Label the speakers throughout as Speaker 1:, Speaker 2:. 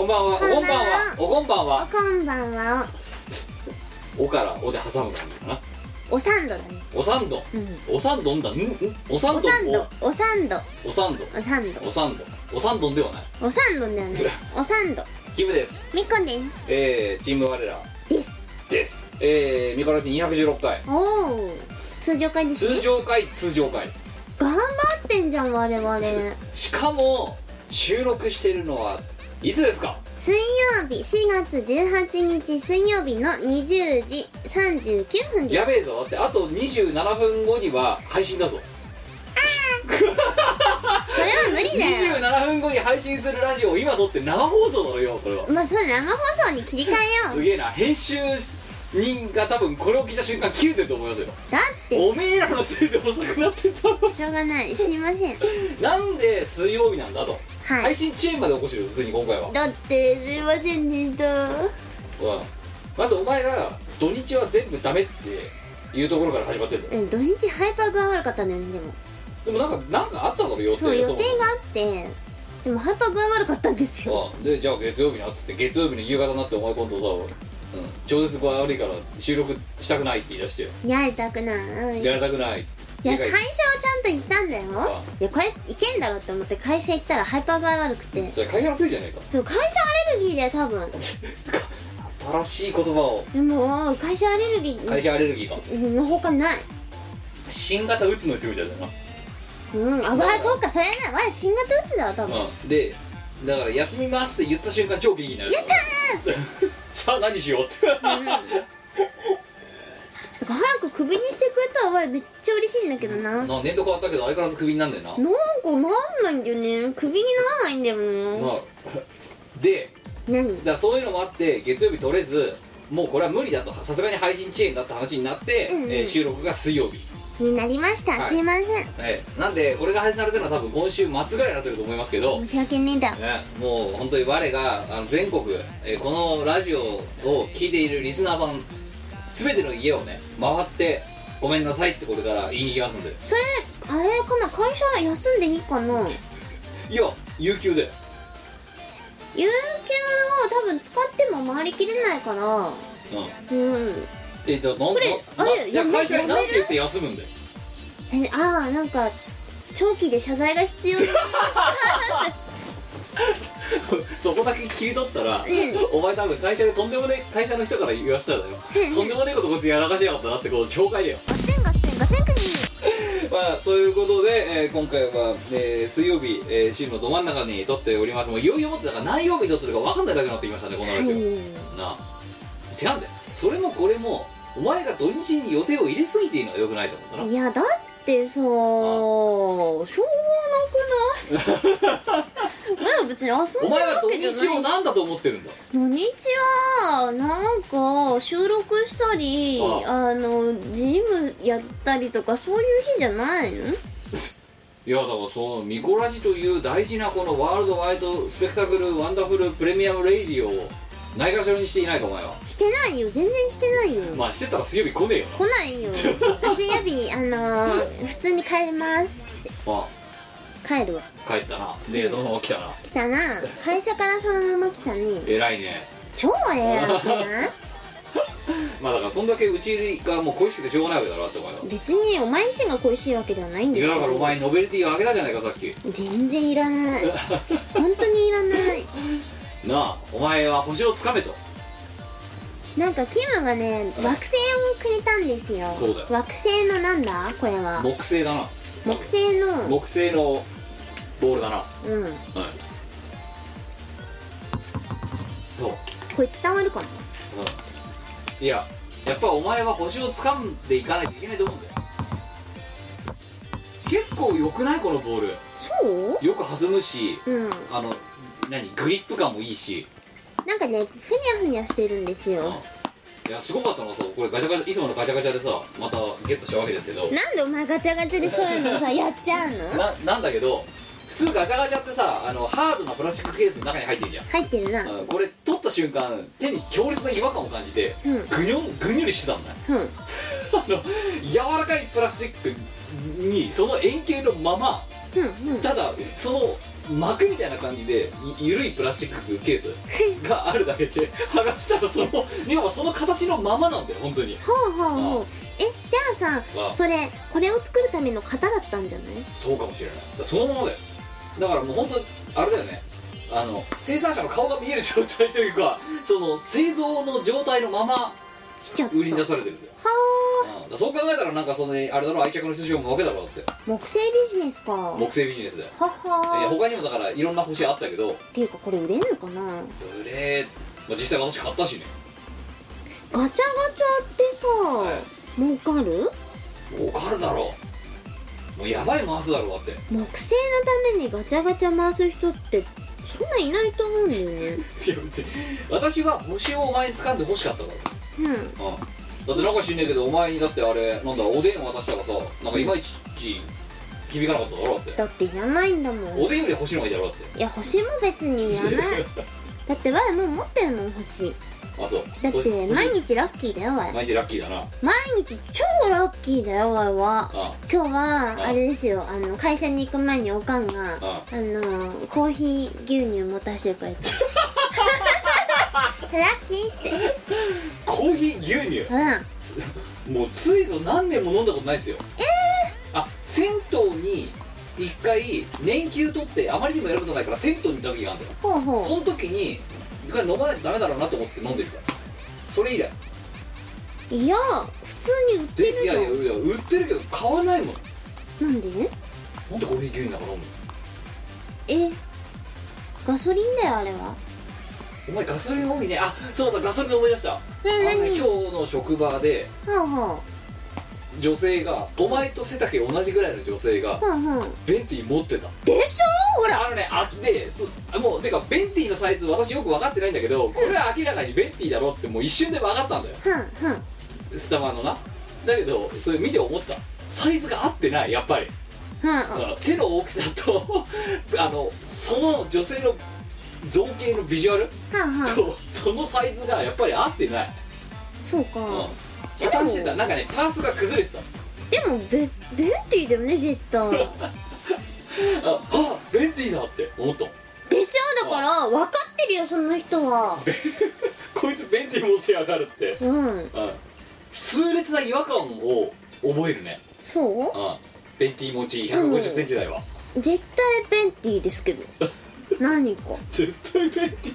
Speaker 1: んばんはおこ
Speaker 2: こ
Speaker 1: んば
Speaker 2: んば
Speaker 1: ん
Speaker 2: ん
Speaker 1: は
Speaker 2: は
Speaker 1: おこんばん
Speaker 2: お
Speaker 1: は
Speaker 2: こんばんは
Speaker 1: おからおで挟む感じかな
Speaker 2: おおサンドだね
Speaker 1: おさんどん
Speaker 2: うん
Speaker 1: おさんどんだんんおさん
Speaker 2: お
Speaker 1: ど
Speaker 2: サン
Speaker 1: ん
Speaker 2: ドおサンド
Speaker 1: おおさんどん
Speaker 2: おサンド
Speaker 1: おさんどんおさんどんではない
Speaker 2: おサンドだよねおサンド
Speaker 1: キムです
Speaker 2: みっこんで
Speaker 1: えー、チーム我ら
Speaker 2: すです
Speaker 1: ですえー、ミコラジ216回
Speaker 2: おお通常会です
Speaker 1: 通
Speaker 2: ね
Speaker 1: 常回通常回
Speaker 2: 頑張ってんじゃん我々
Speaker 1: しかも収録してるのはいつですか
Speaker 2: 水曜日4月18日水曜日の20時39分です
Speaker 1: やべえぞだってあと27分後には配信だぞ
Speaker 2: それは無理だよ
Speaker 1: 27分後に配信するラジオを今撮って生放送なのよこれは
Speaker 2: まあそれ生放送に切り替えよ
Speaker 1: す
Speaker 2: う
Speaker 1: げえな編集人が多分これを聞いた瞬間切れてると思いますよ
Speaker 2: だって
Speaker 1: おめえらのせいで遅くなってたの
Speaker 2: しょうがないすいません
Speaker 1: なんで水曜日なんだと
Speaker 2: は
Speaker 1: 配
Speaker 2: い
Speaker 1: 信遅延まで起こしてるよ普通に今回は、うん、
Speaker 2: だってすいませんでした
Speaker 1: まずお前が土日は全部ダメっていうところから始まってるんだよ
Speaker 2: うん土日ハイパー具合悪かったんだよねでも
Speaker 1: でもなんかなんかあったの予定
Speaker 2: そう予定
Speaker 1: その
Speaker 2: があってでもハイパー具合悪かったんですよ
Speaker 1: あでじゃあ月曜日なっつって月曜日の夕方になってお前今度さ、うん、超絶具合悪いから収録したくないって言い出して
Speaker 2: やりたくないい
Speaker 1: や
Speaker 2: や
Speaker 1: りたくない
Speaker 2: 会
Speaker 1: 家帰
Speaker 2: 社
Speaker 1: っ
Speaker 2: はちゃんと行ったんだよ
Speaker 1: あ
Speaker 2: いやこれいけんだろって思って会社行ったらハイパー具合悪くて
Speaker 1: それ会社のせいじゃねえか
Speaker 2: そう会社アレルギーだよ多分
Speaker 1: 新しい言葉を
Speaker 2: でも会社アレルギ
Speaker 1: 会
Speaker 2: ー
Speaker 1: 社アレルギーか
Speaker 2: うんのほかない
Speaker 1: 新型うつの人みたいだな、
Speaker 2: うんあわあそうかそれなわあ新型打つだわ多分
Speaker 1: うん、でだから休みますって言った瞬間超元気になる
Speaker 2: やった
Speaker 1: た さあ何しようって
Speaker 2: ーうんだから早くクビにしてくれたらわあめっちゃ嬉しいんだけどななんか
Speaker 1: な年度変わったけど相変わらずクビになんねんな、
Speaker 2: なんないんだよねクビにならないんだよな
Speaker 1: まあで
Speaker 2: 何
Speaker 1: だからそういうのもあって月曜日取れずもうこれは無理だとさすがに配信遅延だって話になって、
Speaker 2: うんうん
Speaker 1: えー収録が水曜日、
Speaker 2: になりました、
Speaker 1: はい
Speaker 2: すいませ
Speaker 1: ええなんでこれが配信されてるのは多分今週末ぐらいになってると思いますけど、
Speaker 2: ん申し訳ねえだ
Speaker 1: ね、もう本当に我があの全国、えーこのラジオを聞いているリスナーさん全ての家をね回って「ごめんなさい」ってこれから言いに行きますんで
Speaker 2: それあれかな会社休んでいいかない
Speaker 1: や有給で
Speaker 2: 有給を多分使っても回りきれないから
Speaker 1: うん
Speaker 2: うん
Speaker 1: えっとなん
Speaker 2: これ
Speaker 1: な
Speaker 2: あれ
Speaker 1: いや
Speaker 2: やめ
Speaker 1: 会社に
Speaker 2: やめ
Speaker 1: 何
Speaker 2: る
Speaker 1: て言って休むんだよ
Speaker 2: えああなんか長期で謝罪が必要になりました
Speaker 1: そこだけ切り取ったら、
Speaker 2: ん
Speaker 1: お前多分会社でとんでもねえ会社の人から言わせたらだよ、
Speaker 2: うんうん
Speaker 1: とんでもねえことこいつやらかしやがったなってこう懲戒だよ
Speaker 2: ガッツンガッツンガッツンクニ
Speaker 1: まあ、ということで、えー今回は、えー水曜日、えー週のど真ん中に撮っておりますもういよいよもってだから何曜日に撮ってるか分かんないラジオになってきましたねこのラジオ、
Speaker 2: は
Speaker 1: なあ違うんだよそれもこれもお前が土日に予定を入れすぎていいのはよくないと思うんだない
Speaker 2: いやだってさしょうがなくないまだ別に遊んで
Speaker 1: お
Speaker 2: るわ
Speaker 1: 前は土
Speaker 2: けじゃない
Speaker 1: 日を何だと思ってるんだ
Speaker 2: 土日はなんか収録したりあのジムやったりとかそういう日じゃないの
Speaker 1: いやだからそのミコラジという大事なこのワールドワイドスペクタクルワンダフルプレミアムレイディオをないがしろにしていないかお前は
Speaker 2: してないよ全然してないよ
Speaker 1: まあしてたら水曜日来ねえよな
Speaker 2: 来ない よ水曜日あのー普通に帰ります
Speaker 1: ま
Speaker 2: 帰るわ
Speaker 1: あ帰ったなでそのまま来たな
Speaker 2: 来たな会社からそのまま来たね
Speaker 1: 偉いね
Speaker 2: 超ええやんかな
Speaker 1: まあだからそんだけうちがもう恋しくてしょうがないわけだろって思うよ
Speaker 2: 別にお前んちが恋しいわけではないん
Speaker 1: い
Speaker 2: です
Speaker 1: やだ
Speaker 2: よ
Speaker 1: からお前にノベルティをあげたじゃないかさっき
Speaker 2: 全然い らない本当にいらない
Speaker 1: なあお前は星をつかめと
Speaker 2: なんかキムがね惑星をくれたんですよ
Speaker 1: そうだよ
Speaker 2: 惑星のなんだこれは
Speaker 1: 木星だな
Speaker 2: 木星の
Speaker 1: 木星のボールだなは
Speaker 2: うん
Speaker 1: いそう
Speaker 2: これ伝わるかない
Speaker 1: ややっぱお前は星を掴んでいかないといけないと思うんだよ結構良くないこのボール
Speaker 2: そう
Speaker 1: よく弾むし
Speaker 2: うん
Speaker 1: あの何グリップ感もいいし、
Speaker 2: なんかねふにゃふにゃしてるんです
Speaker 1: うん
Speaker 2: よ
Speaker 1: いやすごかったのそうこれガチャガチャいつものガチャガチャでさまたゲットしたわけですけど
Speaker 2: なんでお前ガチャガチャでそういう のさやっちゃうの
Speaker 1: ななんだけど普通ガチャガチャってさあのハードなプラスチックケースの中に入ってるじゃん
Speaker 2: 入ってるなうん
Speaker 1: うんこれ取った瞬間手に強烈な違和感を感じて
Speaker 2: うん
Speaker 1: ぐにょんぐにょりしてたんだよあの柔らかいプラスチックにその円形のまま
Speaker 2: うんうん
Speaker 1: ただその膜みたいな感じでゆ緩いプラスチックケースがあるだけで剥がしたらその要はその形のままなんだよ本当に
Speaker 2: ほうほうほうえじゃあ
Speaker 1: あ
Speaker 2: さそれこれを作るための型だったんじゃない
Speaker 1: そうかもしれないだからそのままだよだからもう本当あれだよねあの生産者の顔が見える状態というかその製造の状態のまま
Speaker 2: 来ちゃった
Speaker 1: 売りに出されてるんだよ、
Speaker 2: は
Speaker 1: うんだからそう考えたらなんかそのあれだろ愛着の人しもわけだろうって
Speaker 2: あ木製ビジネスかは
Speaker 1: 木製ビジネスだよいや
Speaker 2: は
Speaker 1: 他にもだからいろんな星あったけど
Speaker 2: っていうかこれ売れんのかな
Speaker 1: ブレー、まあ、実際私買ったしね
Speaker 2: ガチャガチャってさ、
Speaker 1: い
Speaker 2: 儲かる
Speaker 1: 儲かるだろうもうやばい回すだろうだって
Speaker 2: 木製のためにガチャガチャ回す人ってそんないないと思うんだよ ね
Speaker 1: いや別に私は星をお前に掴んで欲しかったから
Speaker 2: うん
Speaker 1: うんだってなんか知んねえけどお前にだってあれなんだおでん渡したらさなんかいまいち響かなかっただろうだって
Speaker 2: だっていらないんだもん
Speaker 1: おでんより星の方がいいだろうだっ
Speaker 2: いや星も別にい らないだってわいもう持ってるもん星
Speaker 1: てあそう
Speaker 2: だって
Speaker 1: 星
Speaker 2: 毎日ラッキーだよわい
Speaker 1: 毎日ラッキーだなあ
Speaker 2: 毎日超ラッキーだよわいは
Speaker 1: あ
Speaker 2: 今日はあれですよあの会社に行く前におかんがあ
Speaker 1: あ
Speaker 2: のコーヒー牛乳持たせてくれ てラッキーって
Speaker 1: コーヒー牛乳
Speaker 2: うん
Speaker 1: つ もうついぞ何年も飲んだことないですよええあ銭湯に一回年休取ってあまりにもやることないから銭湯に行った時があるんだよ
Speaker 2: ほうほう
Speaker 1: その時に一回飲まないとダメだろうなと思って飲んでみたそれ以来
Speaker 2: いや普通に売って
Speaker 1: でいやいや
Speaker 2: る
Speaker 1: いや売ってるけど買わないもん
Speaker 2: のなんで
Speaker 1: なんでコーヒー牛乳なんか飲むの
Speaker 2: えガソリンだよあれは
Speaker 1: お前ガソリン多いねあそうだガソリンで思い出したあ
Speaker 2: え
Speaker 1: のね
Speaker 2: 何ほ
Speaker 1: 今日の職場で
Speaker 2: うほう
Speaker 1: 女性がお前と背丈同じぐらいの女性が
Speaker 2: ほうほう
Speaker 1: ベンティ持ってた
Speaker 2: でしょほら
Speaker 1: あのねあでそもうてかベンティのサイズ私よく分かってないんだけどこれは明らかにベンティだろってもう一瞬で分かったんだよ
Speaker 2: ふんふん
Speaker 1: スタバのなだけどそれ見て思ったサイズが合ってないやっぱり
Speaker 2: ふん
Speaker 1: あの手の大きさと あのその女性の造形のビジュアル
Speaker 2: ふんふん
Speaker 1: とそのサイズがやっぱり合ってない、
Speaker 2: そうか
Speaker 1: うん、
Speaker 2: え
Speaker 1: 破綻してたなんかねパースが崩れてた
Speaker 2: でもベベンティーだよね絶対
Speaker 1: あはあベンティだって思った
Speaker 2: でしょだから分かってるよその人は
Speaker 1: こいつベンティ持ってやがるって、
Speaker 2: うん
Speaker 1: うん、痛烈な違和感を覚えるね、
Speaker 2: そ
Speaker 1: うん、ベンティ持ち1 5 0ンチ台は、
Speaker 2: う絶対ベンティーですけど何か
Speaker 1: 絶対ベンティ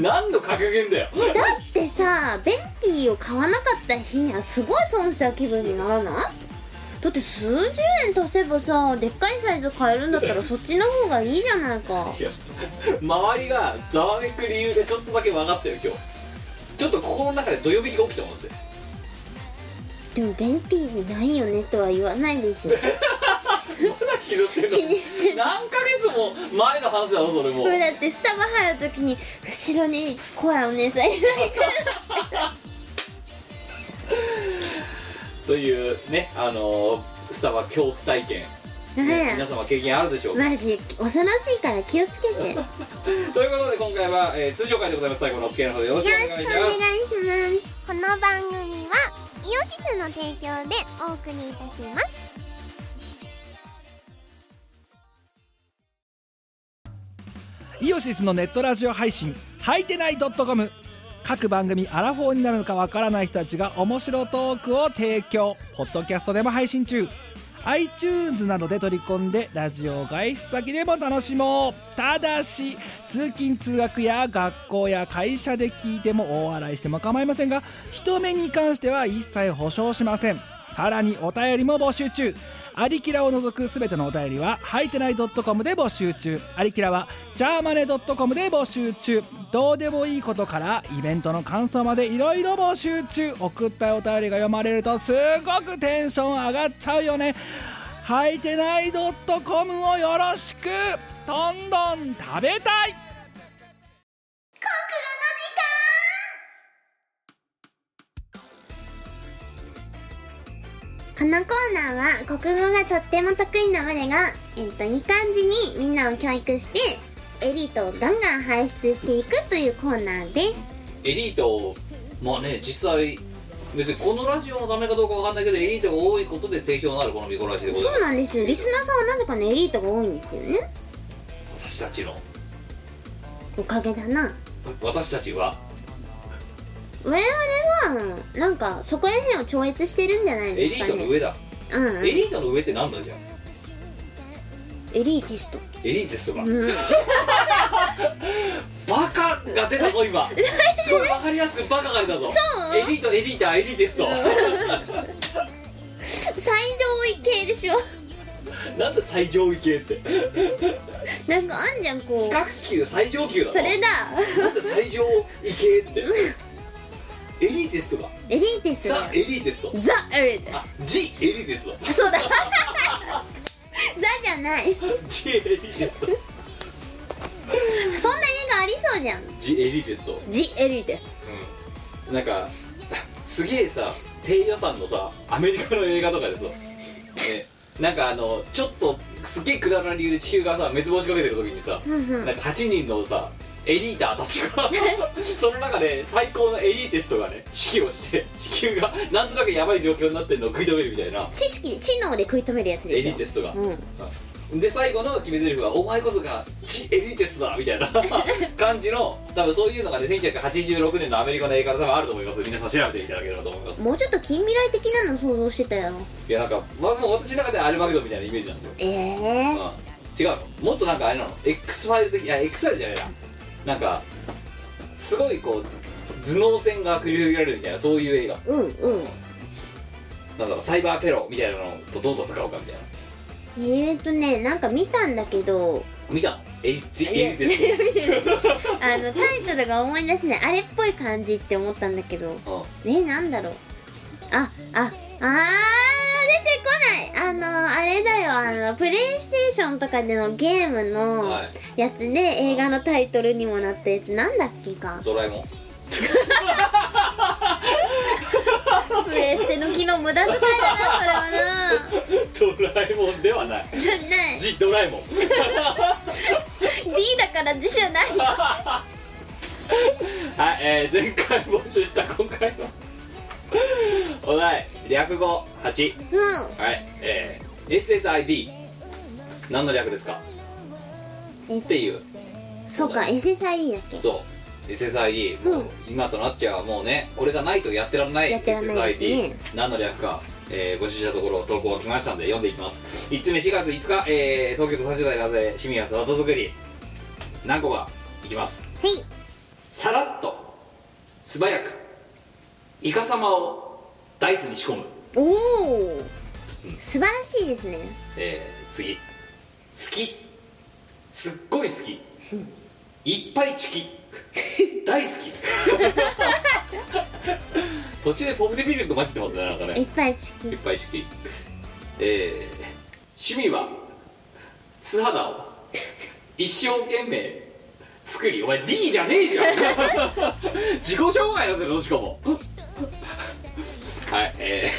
Speaker 1: 何の格言だよ
Speaker 2: だってさベンティーを買わなかった日にはすごい損した気分にならないだって数十円足せばさでっかいサイズ買えるんだったらそっちの方がいいじゃないか
Speaker 1: いや周りがざわめく理由でちょっとだけ分かったよ今日ちょっと心の中でどよびきが起きたもんだって
Speaker 2: でもベンティーないよねとは言わない でしょ
Speaker 1: 気にして
Speaker 2: 気
Speaker 1: る
Speaker 2: にしてる
Speaker 1: 何ヶ月も前の話だろそれも
Speaker 2: もうだってスタバ入る時に後ろに怖いお姉さんいないから
Speaker 1: というねあのースタバ恐怖体験、ね皆様経験あるでしょうか、
Speaker 2: マジ恐ろしいから気をつけ てよろ
Speaker 1: ということで今回は、えー通常会でございます最後のお付き合いの方よろしくお願いします
Speaker 2: します
Speaker 3: この番組はイオシスの提供でお送りいたします
Speaker 4: イオシスのネットラジオ配信「はいてない .com」各番組アラフォーになるのかわからない人たちが面白トークを提供ポッドキャストでも配信中 iTunes などで取り込んでラジオを外出先でも楽しもうただし通勤通学や学校や会社で聞いても大笑いしても構いませんが人目に関しては一切保証しませんさらにお便りも募集中アリキラを除くすべてのお便りは、はいてない .com で募集中。アリキラは、ジャーマネ .com で募集中。どうでもいいことから、イベントの感想までいろいろ募集中。送ったお便りが読まれると、すごくテンション上がっちゃうよね。はいてない .com をよろしくどんどん食べたい
Speaker 3: このコーナーは国語がとっても得意な我が、えっと、いい感じにみんなを教育してエリートをガンガン輩出していくというコーナーです
Speaker 1: エリートをまあね実際別にこのラジオのためかどうかわかんないけどエリートが多いことで定評のあるこのミコラジでござい
Speaker 2: そうなんですよリスナーさんはなぜかねエリートが多いんですよね
Speaker 1: ます私たちの
Speaker 2: おかげだな
Speaker 1: 私たちは
Speaker 2: 我々はなんかそこら辺を超越してるんじゃない
Speaker 1: エ
Speaker 2: で
Speaker 1: リ
Speaker 2: す
Speaker 1: ー
Speaker 2: か
Speaker 1: トの
Speaker 2: ね
Speaker 1: 上だ、
Speaker 2: うん
Speaker 1: エリートの上ってなんだじゃん
Speaker 2: エリーティスト
Speaker 1: エリーテストが、
Speaker 2: うん
Speaker 1: バカが出たぞ今すごいわかりやすくバカが出たぞ
Speaker 2: そう
Speaker 1: エリートエリーターエリーテスト
Speaker 2: 最上位系でしょ
Speaker 1: なんで最上位系って比
Speaker 2: なんかあんじゃんこう
Speaker 1: 較級最上級だ
Speaker 2: そ
Speaker 1: ろ
Speaker 2: れだ
Speaker 1: なんで最上位系ってエリーテストが
Speaker 2: エリーティスト
Speaker 1: ザ・
Speaker 2: だ
Speaker 1: エリーテスト
Speaker 2: よザ・エリーティ
Speaker 1: あジ・エリーテスト
Speaker 2: ストそうだ ザじゃない
Speaker 1: ジ・エリーテスト
Speaker 2: そんな映画ありそうじゃん
Speaker 1: ジ・エリーテスト
Speaker 2: ジ・エリーティスト
Speaker 1: うんなんかすげえさ低予算のさアメリカの映画とかでさ、ね、なんかあのちょっとすげえくだらない理由で地球がさ滅亡しかけてる時にさ、なんか8人のさエリーターたち がその中で最高のエリーテストがね指揮をして地球がなんとなくやばい状況になってるのを食い止めるみたいな
Speaker 2: 知識知能で食い止めるやつ
Speaker 1: エ
Speaker 2: でし
Speaker 1: リー
Speaker 2: ょ
Speaker 1: テストが、
Speaker 2: うん
Speaker 1: で最後の決め台詞は「お前こそがチエリテスだ」み たいな感じの多分そういうのがね1986年のアメリカの映画で多分あると思います皆さん調べていただければと思います
Speaker 2: もうちょっと近未来的なの想像してたよ
Speaker 1: いやなんか、まあ、もう私の中ではアルマゲドンみたいなイメージなんですよ、
Speaker 2: ええ
Speaker 1: うん、違うのもっとなんかあれなの X ファイル的いや X ファイルじゃないななんかすごいこう頭脳戦が繰り広げられるみたいなそういう映画
Speaker 2: うんうん
Speaker 1: なんだろうサイバーテロみたいなのとどう戦うかみたいな
Speaker 2: えーとねなんか見たんだけど
Speaker 1: 見たのエリチ
Speaker 2: いや
Speaker 1: エリテス
Speaker 2: 見てないあのタイトルが思い出せないあれっぽい感じって思ったんだけど
Speaker 1: ト、うん
Speaker 2: ねなんだろうあああー出てこないあのあれだよあのプレイステーションとかでのゲームの
Speaker 1: はい
Speaker 2: やつで映画のタイトルにもなったやつなんだっけか
Speaker 1: ドラえもん
Speaker 2: プレステの機能無駄遣いだなそれはな
Speaker 1: ドラえもんではない
Speaker 2: じゃない
Speaker 1: ジ・ドラえもん
Speaker 2: D だから字じゃない
Speaker 1: はい、えー、前回募集した今回のお題略語8
Speaker 2: うん
Speaker 1: はいえー、SSID 何の略ですか
Speaker 2: え
Speaker 1: っていう
Speaker 2: そうか SSID だっけ
Speaker 1: そう SSID もう、
Speaker 2: うん
Speaker 1: 今となっちゃうもうねこれがないとやってらんない
Speaker 2: やってらんない
Speaker 1: SSID
Speaker 2: ですね
Speaker 1: 何の略か、えー、募集したところ投稿が来ましたんで読んでいきます1つ目4月5日、えー、東京都30代なぜ市民は里作り何個かいきます
Speaker 2: は
Speaker 1: さらっと素早くイカ様をダイスに仕込む、
Speaker 2: いおお素晴らしいですね
Speaker 1: えー次好きすっごい好きいっぱいチキ大好き途中でポプテピピク混じってますねなんか
Speaker 2: いっ
Speaker 1: ね
Speaker 2: ぱいチキ
Speaker 1: いっぱいチキえー趣味は素肌を一生懸命作りお前 D じゃねえじゃん 自己紹介だぜどっちかもはいえ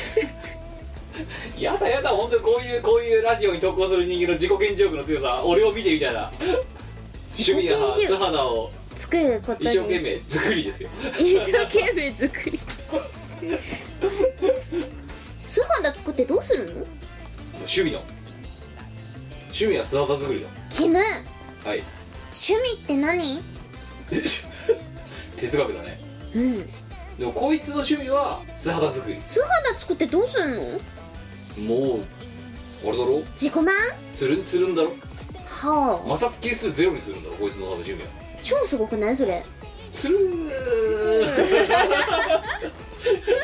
Speaker 1: ーやだやだ本当にこういうこういうラジオに投稿する人間の自己顕示欲の強さ俺を見てみたいな趣
Speaker 2: 自
Speaker 1: 味
Speaker 2: 己顕示欲
Speaker 1: は素肌を
Speaker 2: 作ること
Speaker 1: 一
Speaker 2: に
Speaker 1: 生懸命作りですよ
Speaker 2: 一生懸命作り素肌作ってどうするの
Speaker 1: 趣味の趣味は素肌作りだ
Speaker 2: キム
Speaker 1: はい
Speaker 2: 趣味って何
Speaker 1: 哲学だね
Speaker 2: うん
Speaker 1: でもこいつの趣味は素肌作り
Speaker 2: 素肌作ってどうするの
Speaker 1: もうあれだろ
Speaker 2: 自己満
Speaker 1: つるんつるんだろ
Speaker 2: はあ
Speaker 1: 摩擦係数ゼロにするんだろこいつの多分趣味は
Speaker 2: 超すごくないそれ
Speaker 1: つるーん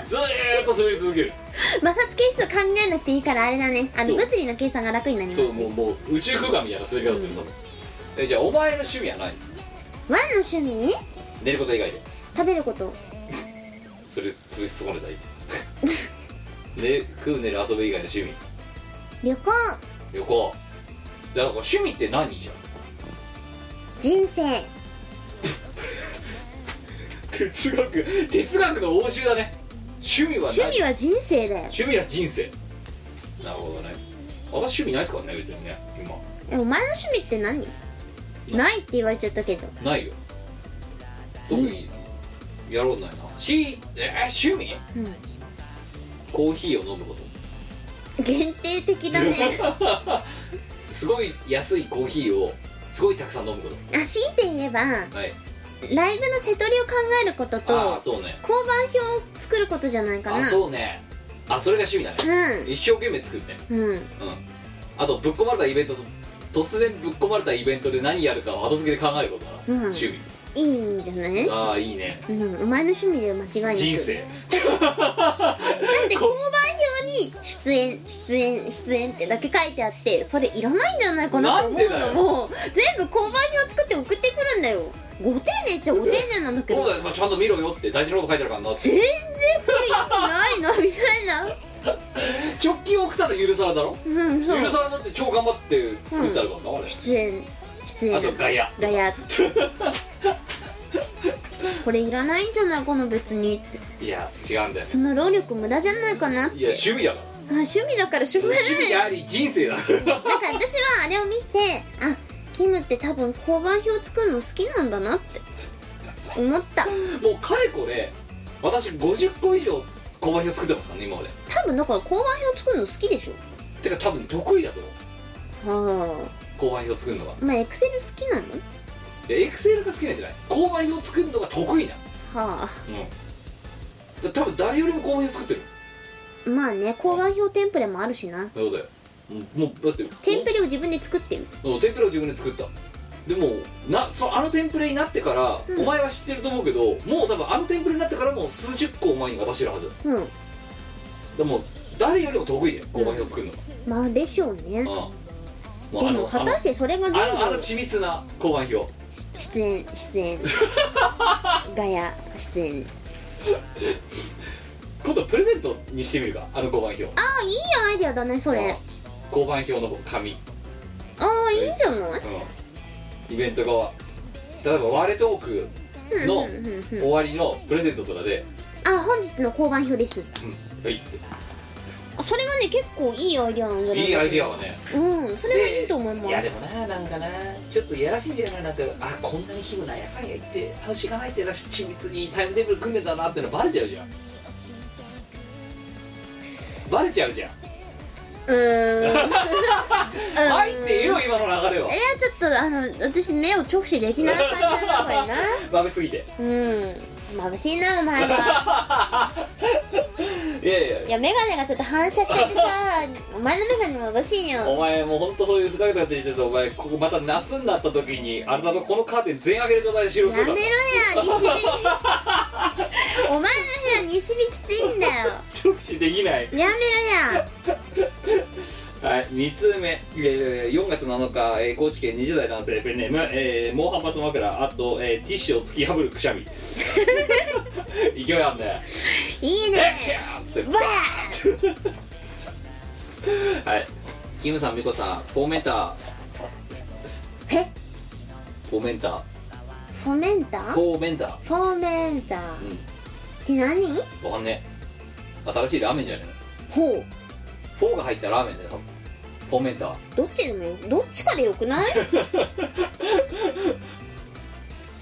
Speaker 1: ずーっと滑り続ける
Speaker 2: 摩擦係数考えなくていいからあれだねあ
Speaker 1: そ
Speaker 2: の
Speaker 1: う
Speaker 2: 物理の計算が楽になります
Speaker 1: そう
Speaker 2: ね
Speaker 1: もうもう宇宙空間みたいな滑り方する多分えじゃあお前の趣味は何
Speaker 2: ワンの趣味
Speaker 1: 寝ること以外で
Speaker 2: 食べること
Speaker 1: それ潰し損ねたい 寝る食う寝る遊ぶ以外の趣味
Speaker 2: 旅行
Speaker 1: 旅行じゃあだから趣味って何じゃん
Speaker 2: 人生
Speaker 1: 哲学哲学の応酬だね趣味は何
Speaker 2: 趣味は人生だよ
Speaker 1: 趣味は人生なるほどね私趣味ないですからね別にね
Speaker 2: えお前の趣味って何ないって言われちゃったけど
Speaker 1: 今ないよ特にやろうとないなしえー趣味
Speaker 2: うん
Speaker 1: コーヒーを飲むこと
Speaker 2: 限定的だね
Speaker 1: すごい安いコーヒーをすごいたくさん飲むこ
Speaker 2: あ強いて言えば
Speaker 1: とはい
Speaker 2: ライブの瀬取りを考えることと
Speaker 1: ああそうね
Speaker 2: 交番表を作ることじゃないかな
Speaker 1: あそうねあそれが趣味だね一生懸命作るね
Speaker 2: うんうん
Speaker 1: うんあとぶっ込まれたイベントと突然ぶっ込まれたイベントで何やるかを後付けで考えることだな、
Speaker 2: うん
Speaker 1: 趣味
Speaker 2: いいんじゃない
Speaker 1: ああいいね
Speaker 2: うん、お前の趣味で間違いない
Speaker 1: 人生
Speaker 2: だって交番表に出演出演出演ってだけ書いてあってそれいらないんじゃないかなと思う
Speaker 1: なんでだ
Speaker 2: の
Speaker 1: よ
Speaker 2: も全部交番表作って送ってくるんだよご丁寧っちゃご丁寧なんだけ
Speaker 1: そ
Speaker 2: ど
Speaker 1: うだよ、まあ、ちゃんと見ろよって大事なこと書いてあるからなって
Speaker 2: 全然これ意味ないのみたいな
Speaker 1: 直近送ったらゆるさらだろ
Speaker 2: うんそ
Speaker 1: ゆ
Speaker 2: う
Speaker 1: るさらだって超頑張って作ってあるからな、あれ
Speaker 2: 出演出
Speaker 1: あと
Speaker 2: 演
Speaker 1: ガヤ
Speaker 2: ガヤこれいらないんじゃないかな別にって
Speaker 1: いや違うんだよ
Speaker 2: その労力無駄じゃないかなって
Speaker 1: いや趣味だから
Speaker 2: あ趣味だからしょうがない
Speaker 1: 趣味であり人生だ
Speaker 2: なんか私はあれを見てあキムって多分交番表作るの好きなんだなって思った
Speaker 1: もうかれこれ私50個以上小林を作ってますからね今まで
Speaker 2: 多分だから交番表作るの好きでしょ
Speaker 1: てか多分得意だと思う
Speaker 2: は
Speaker 1: 購買表作るのが
Speaker 2: あまあエクセル好きなの
Speaker 1: エクセルが好きなんじゃない購買表作るのが得意な
Speaker 2: は
Speaker 1: うん多分誰よりも購買表作ってる
Speaker 2: あまあね交番表テンプレもあるしな
Speaker 1: そうだよもうもうだって
Speaker 2: テンプレを自分で作ってる
Speaker 1: おうんテンプレを自分で作ったでもなそのあのテンプレになってから、お前は知ってると思うけどもう多分あのテンプレになってからもう数十個お前に渡してるはず
Speaker 2: うん
Speaker 1: でも誰よりも得意だよ購買表作るのが
Speaker 2: まあでしょうね
Speaker 1: うんもう
Speaker 2: で
Speaker 1: あ
Speaker 2: も
Speaker 1: の
Speaker 2: 果たしてそれが
Speaker 1: あ
Speaker 2: 全
Speaker 1: のあのあの
Speaker 2: 部
Speaker 1: 緻密な購買表
Speaker 2: 出演出 演ガヤ出演
Speaker 1: 今度プレゼントにしてみるかあの交番表
Speaker 2: ああいいアイデアだねそれ
Speaker 1: 交番表の紙、うん、
Speaker 2: ああいいんじゃない
Speaker 1: イベント側例えば「ワーレトーク」の
Speaker 2: うんうんうん
Speaker 1: 終わりのプレゼントとかで
Speaker 2: あ本日の交番表です
Speaker 1: 「うんはい」っ
Speaker 2: あそれがね結構いいアイデアなんじゃ
Speaker 1: て
Speaker 2: ない
Speaker 1: いいアイディアはね
Speaker 2: うんそれはいいと思いま
Speaker 1: いやですもななんかなちょっといやらしいんだよななんかあこんなに気分なんやかんや言って話がないってなし緻密にタイムテーブル組んでたなってのバレちゃうじゃんバレちゃうじゃん
Speaker 2: うーんうん
Speaker 1: 「はい」って言うよ今の流れはい
Speaker 2: やちょっとあの私目を直視できない感じなんだからな
Speaker 1: まぶすぎて
Speaker 2: うん眩しいなお前は
Speaker 1: いやいや
Speaker 2: いや眼鏡がちょっと反射しちゃってさお前の眼鏡眩しいよ
Speaker 1: お前もう本当そういうふざけたって言ってたお前ここまた夏になった時にあれだろこのカーテン全開ける状態で収録す
Speaker 2: や
Speaker 1: る
Speaker 2: め
Speaker 1: か
Speaker 2: ろ
Speaker 1: ら
Speaker 2: よ西日 お前の部屋西日きついんだよ
Speaker 1: 直視できない
Speaker 2: やめろよ
Speaker 1: はい2通目、えー、4月7日、えー、高知県20代男性ペンネーム、えー、猛反発枕あと、えー、ティッシュを突き破るくしゃみ 勢いあんね
Speaker 2: いい
Speaker 1: え
Speaker 2: ね
Speaker 1: っシャーっつって
Speaker 2: わあ
Speaker 1: はいキムさんミコさんフォーメンター
Speaker 2: え
Speaker 1: フォーメンター
Speaker 2: フォメンター
Speaker 1: フォーメンター
Speaker 2: フォーメンターっ
Speaker 1: うん
Speaker 2: て何
Speaker 1: わかんねえ新しいラーメンじゃねえの
Speaker 2: ほう
Speaker 1: フォーが入ったラーメンだよフォーメンター
Speaker 2: どっちでもよどっちかでよくない
Speaker 1: フォ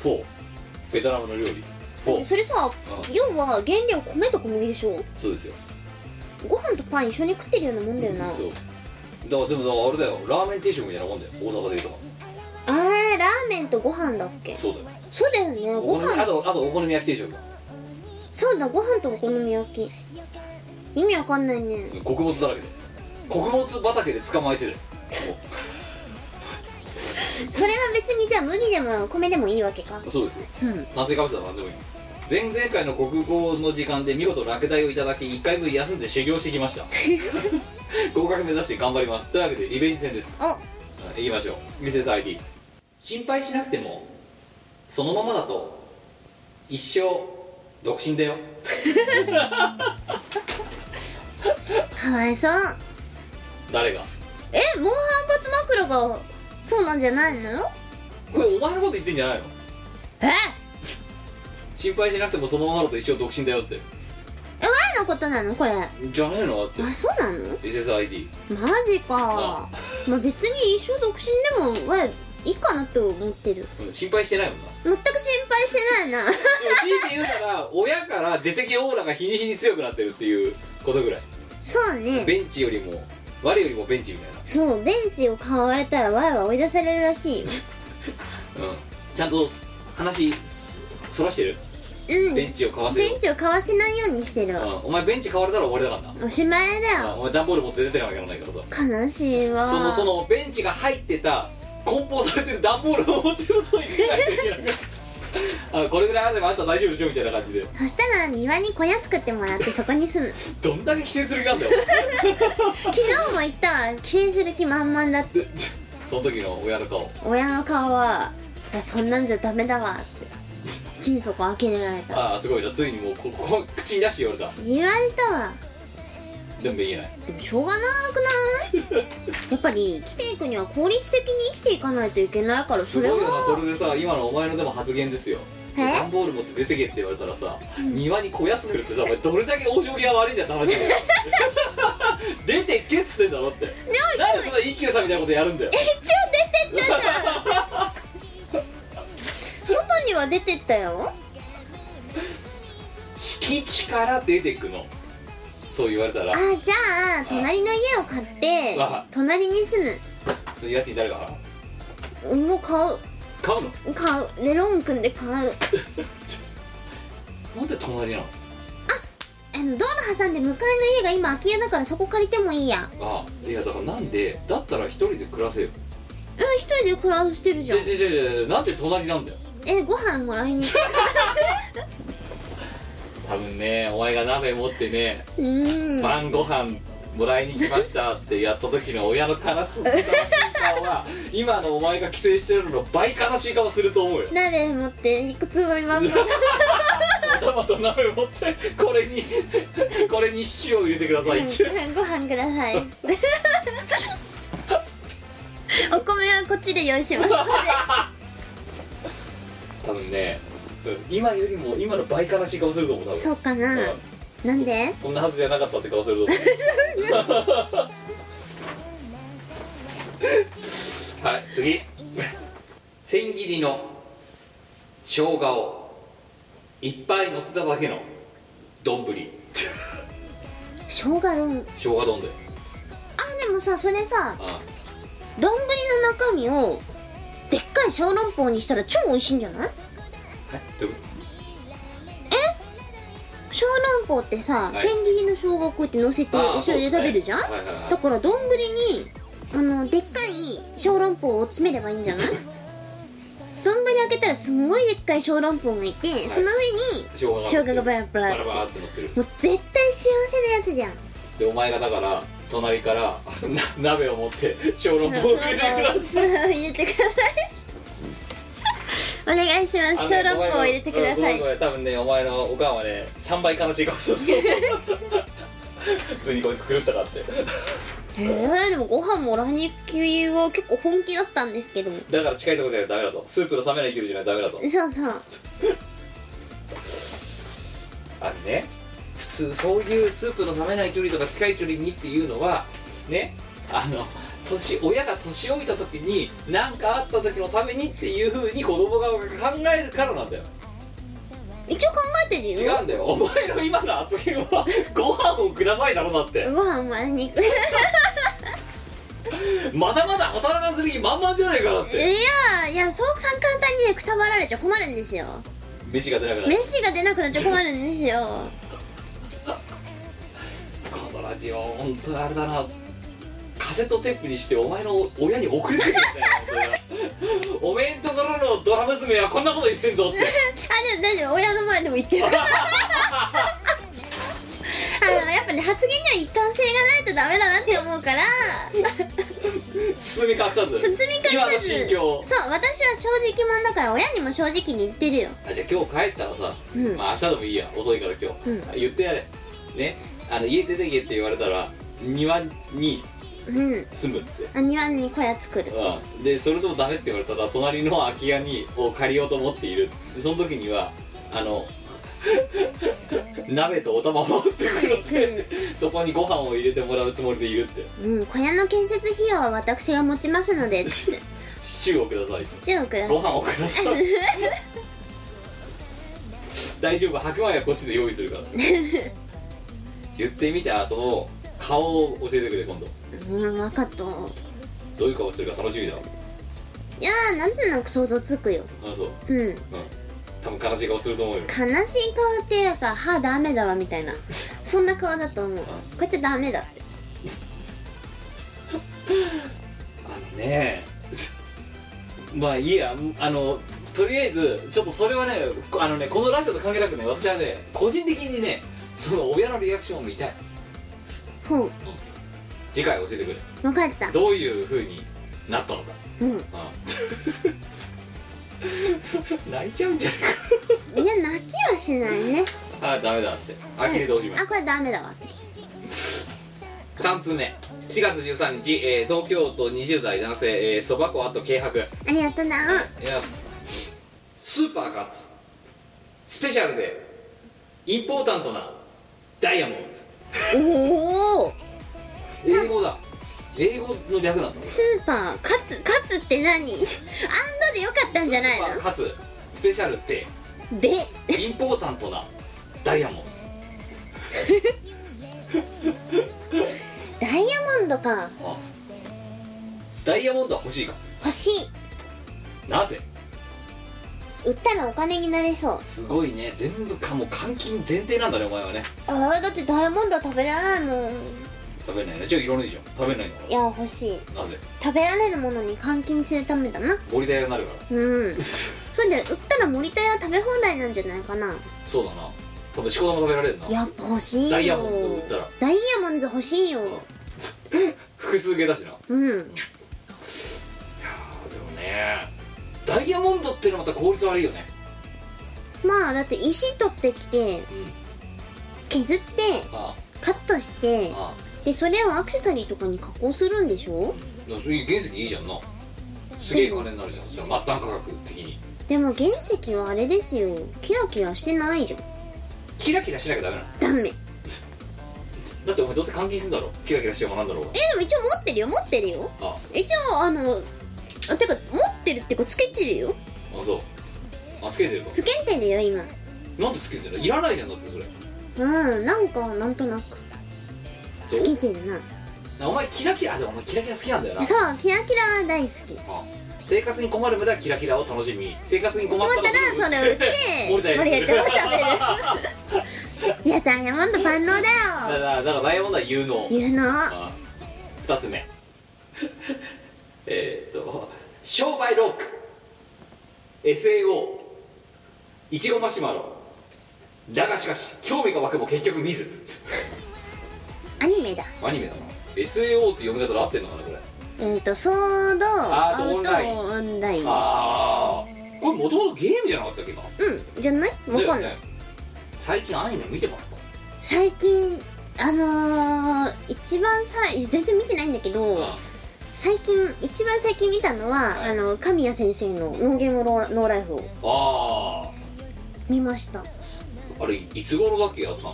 Speaker 1: ーベトナムの料理フォー
Speaker 2: それさ要は原料米と小麦でしょ
Speaker 1: そうですよ
Speaker 2: ご飯とパン一緒に食ってるようなもんだよなあ
Speaker 1: そうだからでもだからあれだよラーメン定食みたいなもんだよ大阪でいうと
Speaker 2: あーラーメンとご飯だっけ
Speaker 1: そうだよ
Speaker 2: そうだよね
Speaker 1: お
Speaker 2: ご
Speaker 1: 好みあ
Speaker 2: 飯
Speaker 1: とあとお好み焼き定食だ
Speaker 2: そうだご飯とお好み焼き意味わかんないね
Speaker 1: 穀物だらけで穀物畑で捕まえてる
Speaker 2: それは別にじゃあ麦でも米でもいいわけか
Speaker 1: そうですよ
Speaker 2: うん
Speaker 1: 炭水化物は何でもいい前々回の国語の時間で見事落第をいただき1回分休んで修行してきました 合格目指して頑張りますというわけでリベンジ戦です
Speaker 2: お
Speaker 1: はい行きましょう MSSID 心配しなくてもそのままだと一生独身だよ
Speaker 2: かわいそう
Speaker 1: 誰が
Speaker 2: えもう反発枕がそうなんじゃないの
Speaker 1: これお前のこと言ってんじゃないの
Speaker 2: え
Speaker 1: 心配しなくてもそのままだと一生独身だよって
Speaker 2: え前のことなのこれあ
Speaker 1: じゃねえのだって
Speaker 2: そうなの
Speaker 1: SSID
Speaker 2: マジか
Speaker 1: あ
Speaker 2: まあ別に一生独身でもわいいかなと思ってる
Speaker 1: うん心配してないもんな
Speaker 2: 全く心配してないな
Speaker 1: でも強いて言うなら親から出てけオーラが日に日に強くなってるっていうことぐらい
Speaker 2: そうね
Speaker 1: ベンチよりも我よりもベンチみたい
Speaker 2: そうベンチを買われたらワイは追い出されるらしいよ
Speaker 1: な、うん、ちゃんと話すそらしてる
Speaker 2: うん
Speaker 1: ベンチを買わせる
Speaker 2: ベンチを買わせないようにしてる
Speaker 1: うん、お前ベンチ買われたら終わりだから
Speaker 2: おしまいだ
Speaker 1: な、うん
Speaker 2: よ
Speaker 1: お前段ボール持って出てかなきゃならないからさ
Speaker 2: 悲しいわ
Speaker 1: そのそのベンチが入ってた梱包されてる段ボールを持ってるといけないといけないあこれぐらいあればあんた大丈夫でしょみたいな感じで
Speaker 2: そしたら庭に小屋作ってもらってそこに住む
Speaker 1: どんだけ規制する気なんだよ
Speaker 2: 昨日も言ったわ帰省する気満々だって
Speaker 1: その時の親の顔
Speaker 2: 親の顔はいやそんなんじゃダメだわって心底呆れられた
Speaker 1: ああすごいなついにもうここ口に出して言われた
Speaker 2: 言われたわ
Speaker 1: でも言えない
Speaker 2: でもしょうがなくないやっぱり生きていくには効率的に生きていかないといけないから
Speaker 1: す
Speaker 2: そ
Speaker 1: ごい
Speaker 2: れ
Speaker 1: よ
Speaker 2: は
Speaker 1: なそれでさ今のお前のでも発言ですよ
Speaker 2: え
Speaker 1: 段ボール持って出てけって言われたらさ庭に小屋作るってさお前どれだけ往生際悪いんだって話だ よ出てけっつってんだろってなんでそんな一休さんみたいなことやるんだよ
Speaker 2: 一応出てったじゃん外には出てったよ
Speaker 1: 敷地から出てくのそう言われたら
Speaker 2: あじゃあ隣の家を買って
Speaker 1: あ
Speaker 2: 隣に住む
Speaker 1: それ家賃誰が払う
Speaker 2: うんもう買う
Speaker 1: 買うの
Speaker 2: 買うレロン君で買う
Speaker 1: なんで隣なの
Speaker 2: あの道路挟んで向かいの家が今空き家だからそこ借りてもいいやうん
Speaker 1: あいやだからなんでだったら一人で暮らせよ
Speaker 2: 一人でクラウドしてるじ
Speaker 1: じ
Speaker 2: ゃ
Speaker 1: ゃ
Speaker 2: ん
Speaker 1: じゃじゃじゃなんで隣なんだよ
Speaker 2: えご飯もら いに行く
Speaker 1: 多分ねお前が鍋持ってね
Speaker 2: うーん
Speaker 1: 晩ご飯もらいに来ましたってやった時の親の悲しさ悲しい顔は今のお前が帰省してるのの倍悲しい顔すると思うよ
Speaker 2: 鍋持って行くつもりまんま
Speaker 1: またまた鍋持ってこれにこれに塩を入れてください って
Speaker 2: ご飯ください お米はこっちで用意しますので
Speaker 1: 多分ねうん今よりも今の倍悲しい顔すると思う多分
Speaker 2: そうかな
Speaker 1: うん
Speaker 2: なんで
Speaker 1: こんなはずじゃなかったって顔すると思うはい次千切りの生姜をいっぱい乗せただけの丼
Speaker 2: 生姜丼
Speaker 1: 生姜丼だよ
Speaker 2: あでもさそれさ
Speaker 1: あ
Speaker 2: 丼の中身をでっかい小籠包にしたら超美味しいんじゃない
Speaker 1: あえどういうこ
Speaker 2: 小籠包ってさ、
Speaker 1: い
Speaker 2: 千切りの生姜をこうやって乗せて
Speaker 1: とあ
Speaker 2: お醤油で食べるじゃん、
Speaker 1: そうですねはいはい
Speaker 2: だ
Speaker 1: は
Speaker 2: から丼にあのでっかい小籠包を詰めればいいんじ ゃない丼開けたらすんごいでっかい小籠包がいて、その上に
Speaker 1: い生姜
Speaker 2: 生姜がバラバラ
Speaker 1: バラバラって乗ってる
Speaker 2: もう絶対幸せなやつじゃん
Speaker 1: でお前がだから隣から な鍋を持って小籠 包を入れてください
Speaker 2: そう入れてくださいお願いします小籠包を入れてください
Speaker 1: これ多分ねお前のおかんはね3倍悲しい顔すると 思う普通にこいつ狂ったかって
Speaker 2: えー、でもご飯もらいに行きは結構本気だったんですけど
Speaker 1: だから近いとこじゃダメだとスープの冷めない距離じゃないとダメだと
Speaker 2: そうそう
Speaker 1: あれね普通そういうスープの冷めない距離とか近い距離にっていうのはねあの年親が年老いた時に何かあった時のためにっていうふうに子供側が考えるからなんだよ
Speaker 2: 一応考えてる
Speaker 1: 違
Speaker 2: よ
Speaker 1: うんだよお前の今の発言はご飯をくださいだろだって
Speaker 2: ご飯もらいに行くい
Speaker 1: まだまだ働かずに満々じゃないかなって
Speaker 2: やいやそう簡単にねくたばられちゃ困るんですよ
Speaker 1: 飯が出なくなる
Speaker 2: 飯が出なくなっちゃ困るんです よ
Speaker 1: このラジオ本当にあれだなカセットテープにしてお前の親に送りつけてみたいな おめえんところのドラ娘はこんなこと言ってんぞって
Speaker 2: あでも大丈夫親の前でも言ってるからあのやっぱね発言には一貫性がないとダメだなって思 うから
Speaker 1: 包み隠さず
Speaker 2: 包み隠さず
Speaker 1: 今の心境
Speaker 2: そう私は正直者だから親にも正直に言ってるよ
Speaker 1: あじゃあ今日帰ったらさ、
Speaker 2: うん
Speaker 1: まあ明日でもいいや遅いから今日、
Speaker 2: うん
Speaker 1: 言ってやれねあの家出てけって言われたら庭に
Speaker 2: うん
Speaker 1: 住むって
Speaker 2: あ庭に小屋 作る
Speaker 1: うん、でそれでもダメって言われたら隣の空き家にを借りようと思っているでその時にはあの鍋とお玉を持ってくるってそこにご飯を入れてもらうつもりでいるって
Speaker 2: うん小屋の建設費用は私が持ちますの でシ
Speaker 1: シチューをください
Speaker 2: チューをください
Speaker 1: ご飯をください大丈夫白米はこっちで用意するからシ言ってみてあその顔を教えてくれ今度
Speaker 2: うん分かった
Speaker 1: どういう顔するか楽しみだわ
Speaker 2: いやーなんとなく想像つくよ
Speaker 1: あそう
Speaker 2: うん
Speaker 1: 多分悲しい顔すると思うよ
Speaker 2: 悲しい顔っていうか歯ダメだわみたいなそんな顔だと思うこうやってダメだって
Speaker 1: あのね まあいいやあのとりあえずちょっとそれはねあのねこのラジオと関係なくね私はね個人的にねその親のリアクションを見たい
Speaker 2: ほう
Speaker 1: 次回教えてくれ
Speaker 2: 分かった
Speaker 1: どういうふうになったのか
Speaker 2: うんい
Speaker 1: ああ泣いちゃうん じゃない
Speaker 2: や泣きはしないね
Speaker 1: かああダメだって呆れておしまい
Speaker 2: あこれダメだわ
Speaker 1: 3通目4月13日、えー東京都20代男性えーそば粉あと軽薄
Speaker 2: ありがとうな
Speaker 1: やすスーパーカッツスペシャルでインポータントなダイヤモンドズ
Speaker 2: おお
Speaker 1: 英語だ英語の略なんだ
Speaker 2: スーパーカツカツって何アンドでよかったんじゃない
Speaker 1: スーパーカツスペシャルで
Speaker 2: ので
Speaker 1: インポータントなダイヤモンドズ
Speaker 2: ダイヤモンドか
Speaker 1: あダイヤモンドは欲しいか
Speaker 2: 欲しい
Speaker 1: なぜ
Speaker 2: 売ったらお金になれそう
Speaker 1: すごいね全部かもう換金前提なんだねお前はね
Speaker 2: あーだってダイヤモンドは食べられないもん
Speaker 1: 食べれないねじゃあいらないじゃん食べれないんだか
Speaker 2: いや欲しい
Speaker 1: らなぜ
Speaker 2: 食べられるものに換金するためだな
Speaker 1: 森田屋になるから
Speaker 2: うんそれで売ったら森田屋食べ放題なんじゃないかな
Speaker 1: そうだな多分仕事も食べられるな
Speaker 2: やっぱ欲しいよ
Speaker 1: ダイヤモンド売ったら
Speaker 2: ダイヤモンド欲しいよ
Speaker 1: 複数系だしな
Speaker 2: うん
Speaker 1: でもねダイヤモンドってのはまた効率悪いよね
Speaker 2: まあだって石取ってきて
Speaker 1: うん
Speaker 2: 削って
Speaker 1: あ
Speaker 2: カットして
Speaker 1: あああ
Speaker 2: でそれをアクセサリーとかに加工するんでしょ
Speaker 1: いやそういう原石いいじゃんなすげえ金になるじゃんそれ末端価格的に
Speaker 2: でも原石はあれですよキラキラしてないじゃん
Speaker 1: キラキラしなきゃダメなの
Speaker 2: ダメえで
Speaker 1: だってお前どうせ換金するんだろキラキラしてもなんだろうが
Speaker 2: も一応持ってるよ持ってるよ
Speaker 1: あ
Speaker 2: 一応あのあてか持ってるってかつけてるよ
Speaker 1: あそうあつけてるか
Speaker 2: つけてるよ今
Speaker 1: なんでつけてるのいらないじゃんだってそれ
Speaker 2: うんなんかなんとなく
Speaker 1: そ
Speaker 2: つ
Speaker 1: う
Speaker 2: けてるな
Speaker 1: なお前キラキラあでもお前キラキラ好きなんだよな
Speaker 2: そうキラキラは大好き
Speaker 1: あ生活に困るまではキラキラを楽しみ生活に困っ
Speaker 2: 困った
Speaker 1: ら
Speaker 2: たら それを売
Speaker 1: 盛り
Speaker 2: って盛
Speaker 1: 上
Speaker 2: り
Speaker 1: げて
Speaker 2: 上げ
Speaker 1: る
Speaker 2: を食べる いやダイヤモンド万能 だ
Speaker 1: だ
Speaker 2: よ
Speaker 1: からだからダイヤモンドは有能
Speaker 2: 言うの
Speaker 1: あ2つ目 えーっと商売ロック SAO いちごマシュマロだがしかし興味が湧くも結局見ず
Speaker 2: アニメだ
Speaker 1: アニメだな SAO って読み方で合ってんのかなこれ
Speaker 2: えっ、ー、とソード
Speaker 1: あー
Speaker 2: アウトオンライン
Speaker 1: ああこれもともとゲームじゃなかったっけ今
Speaker 2: うんじゃないわかんない
Speaker 1: 最近アニメ見てますか
Speaker 2: 最近あのー、一番さ全然見てないんだけど
Speaker 1: あ
Speaker 2: 最近一番最近見たのは、
Speaker 1: はい
Speaker 2: あの神谷先生の「ノーゲームローノーライフ」を
Speaker 1: あ
Speaker 2: 見ました
Speaker 1: ーあれいつ頃だっけやつさん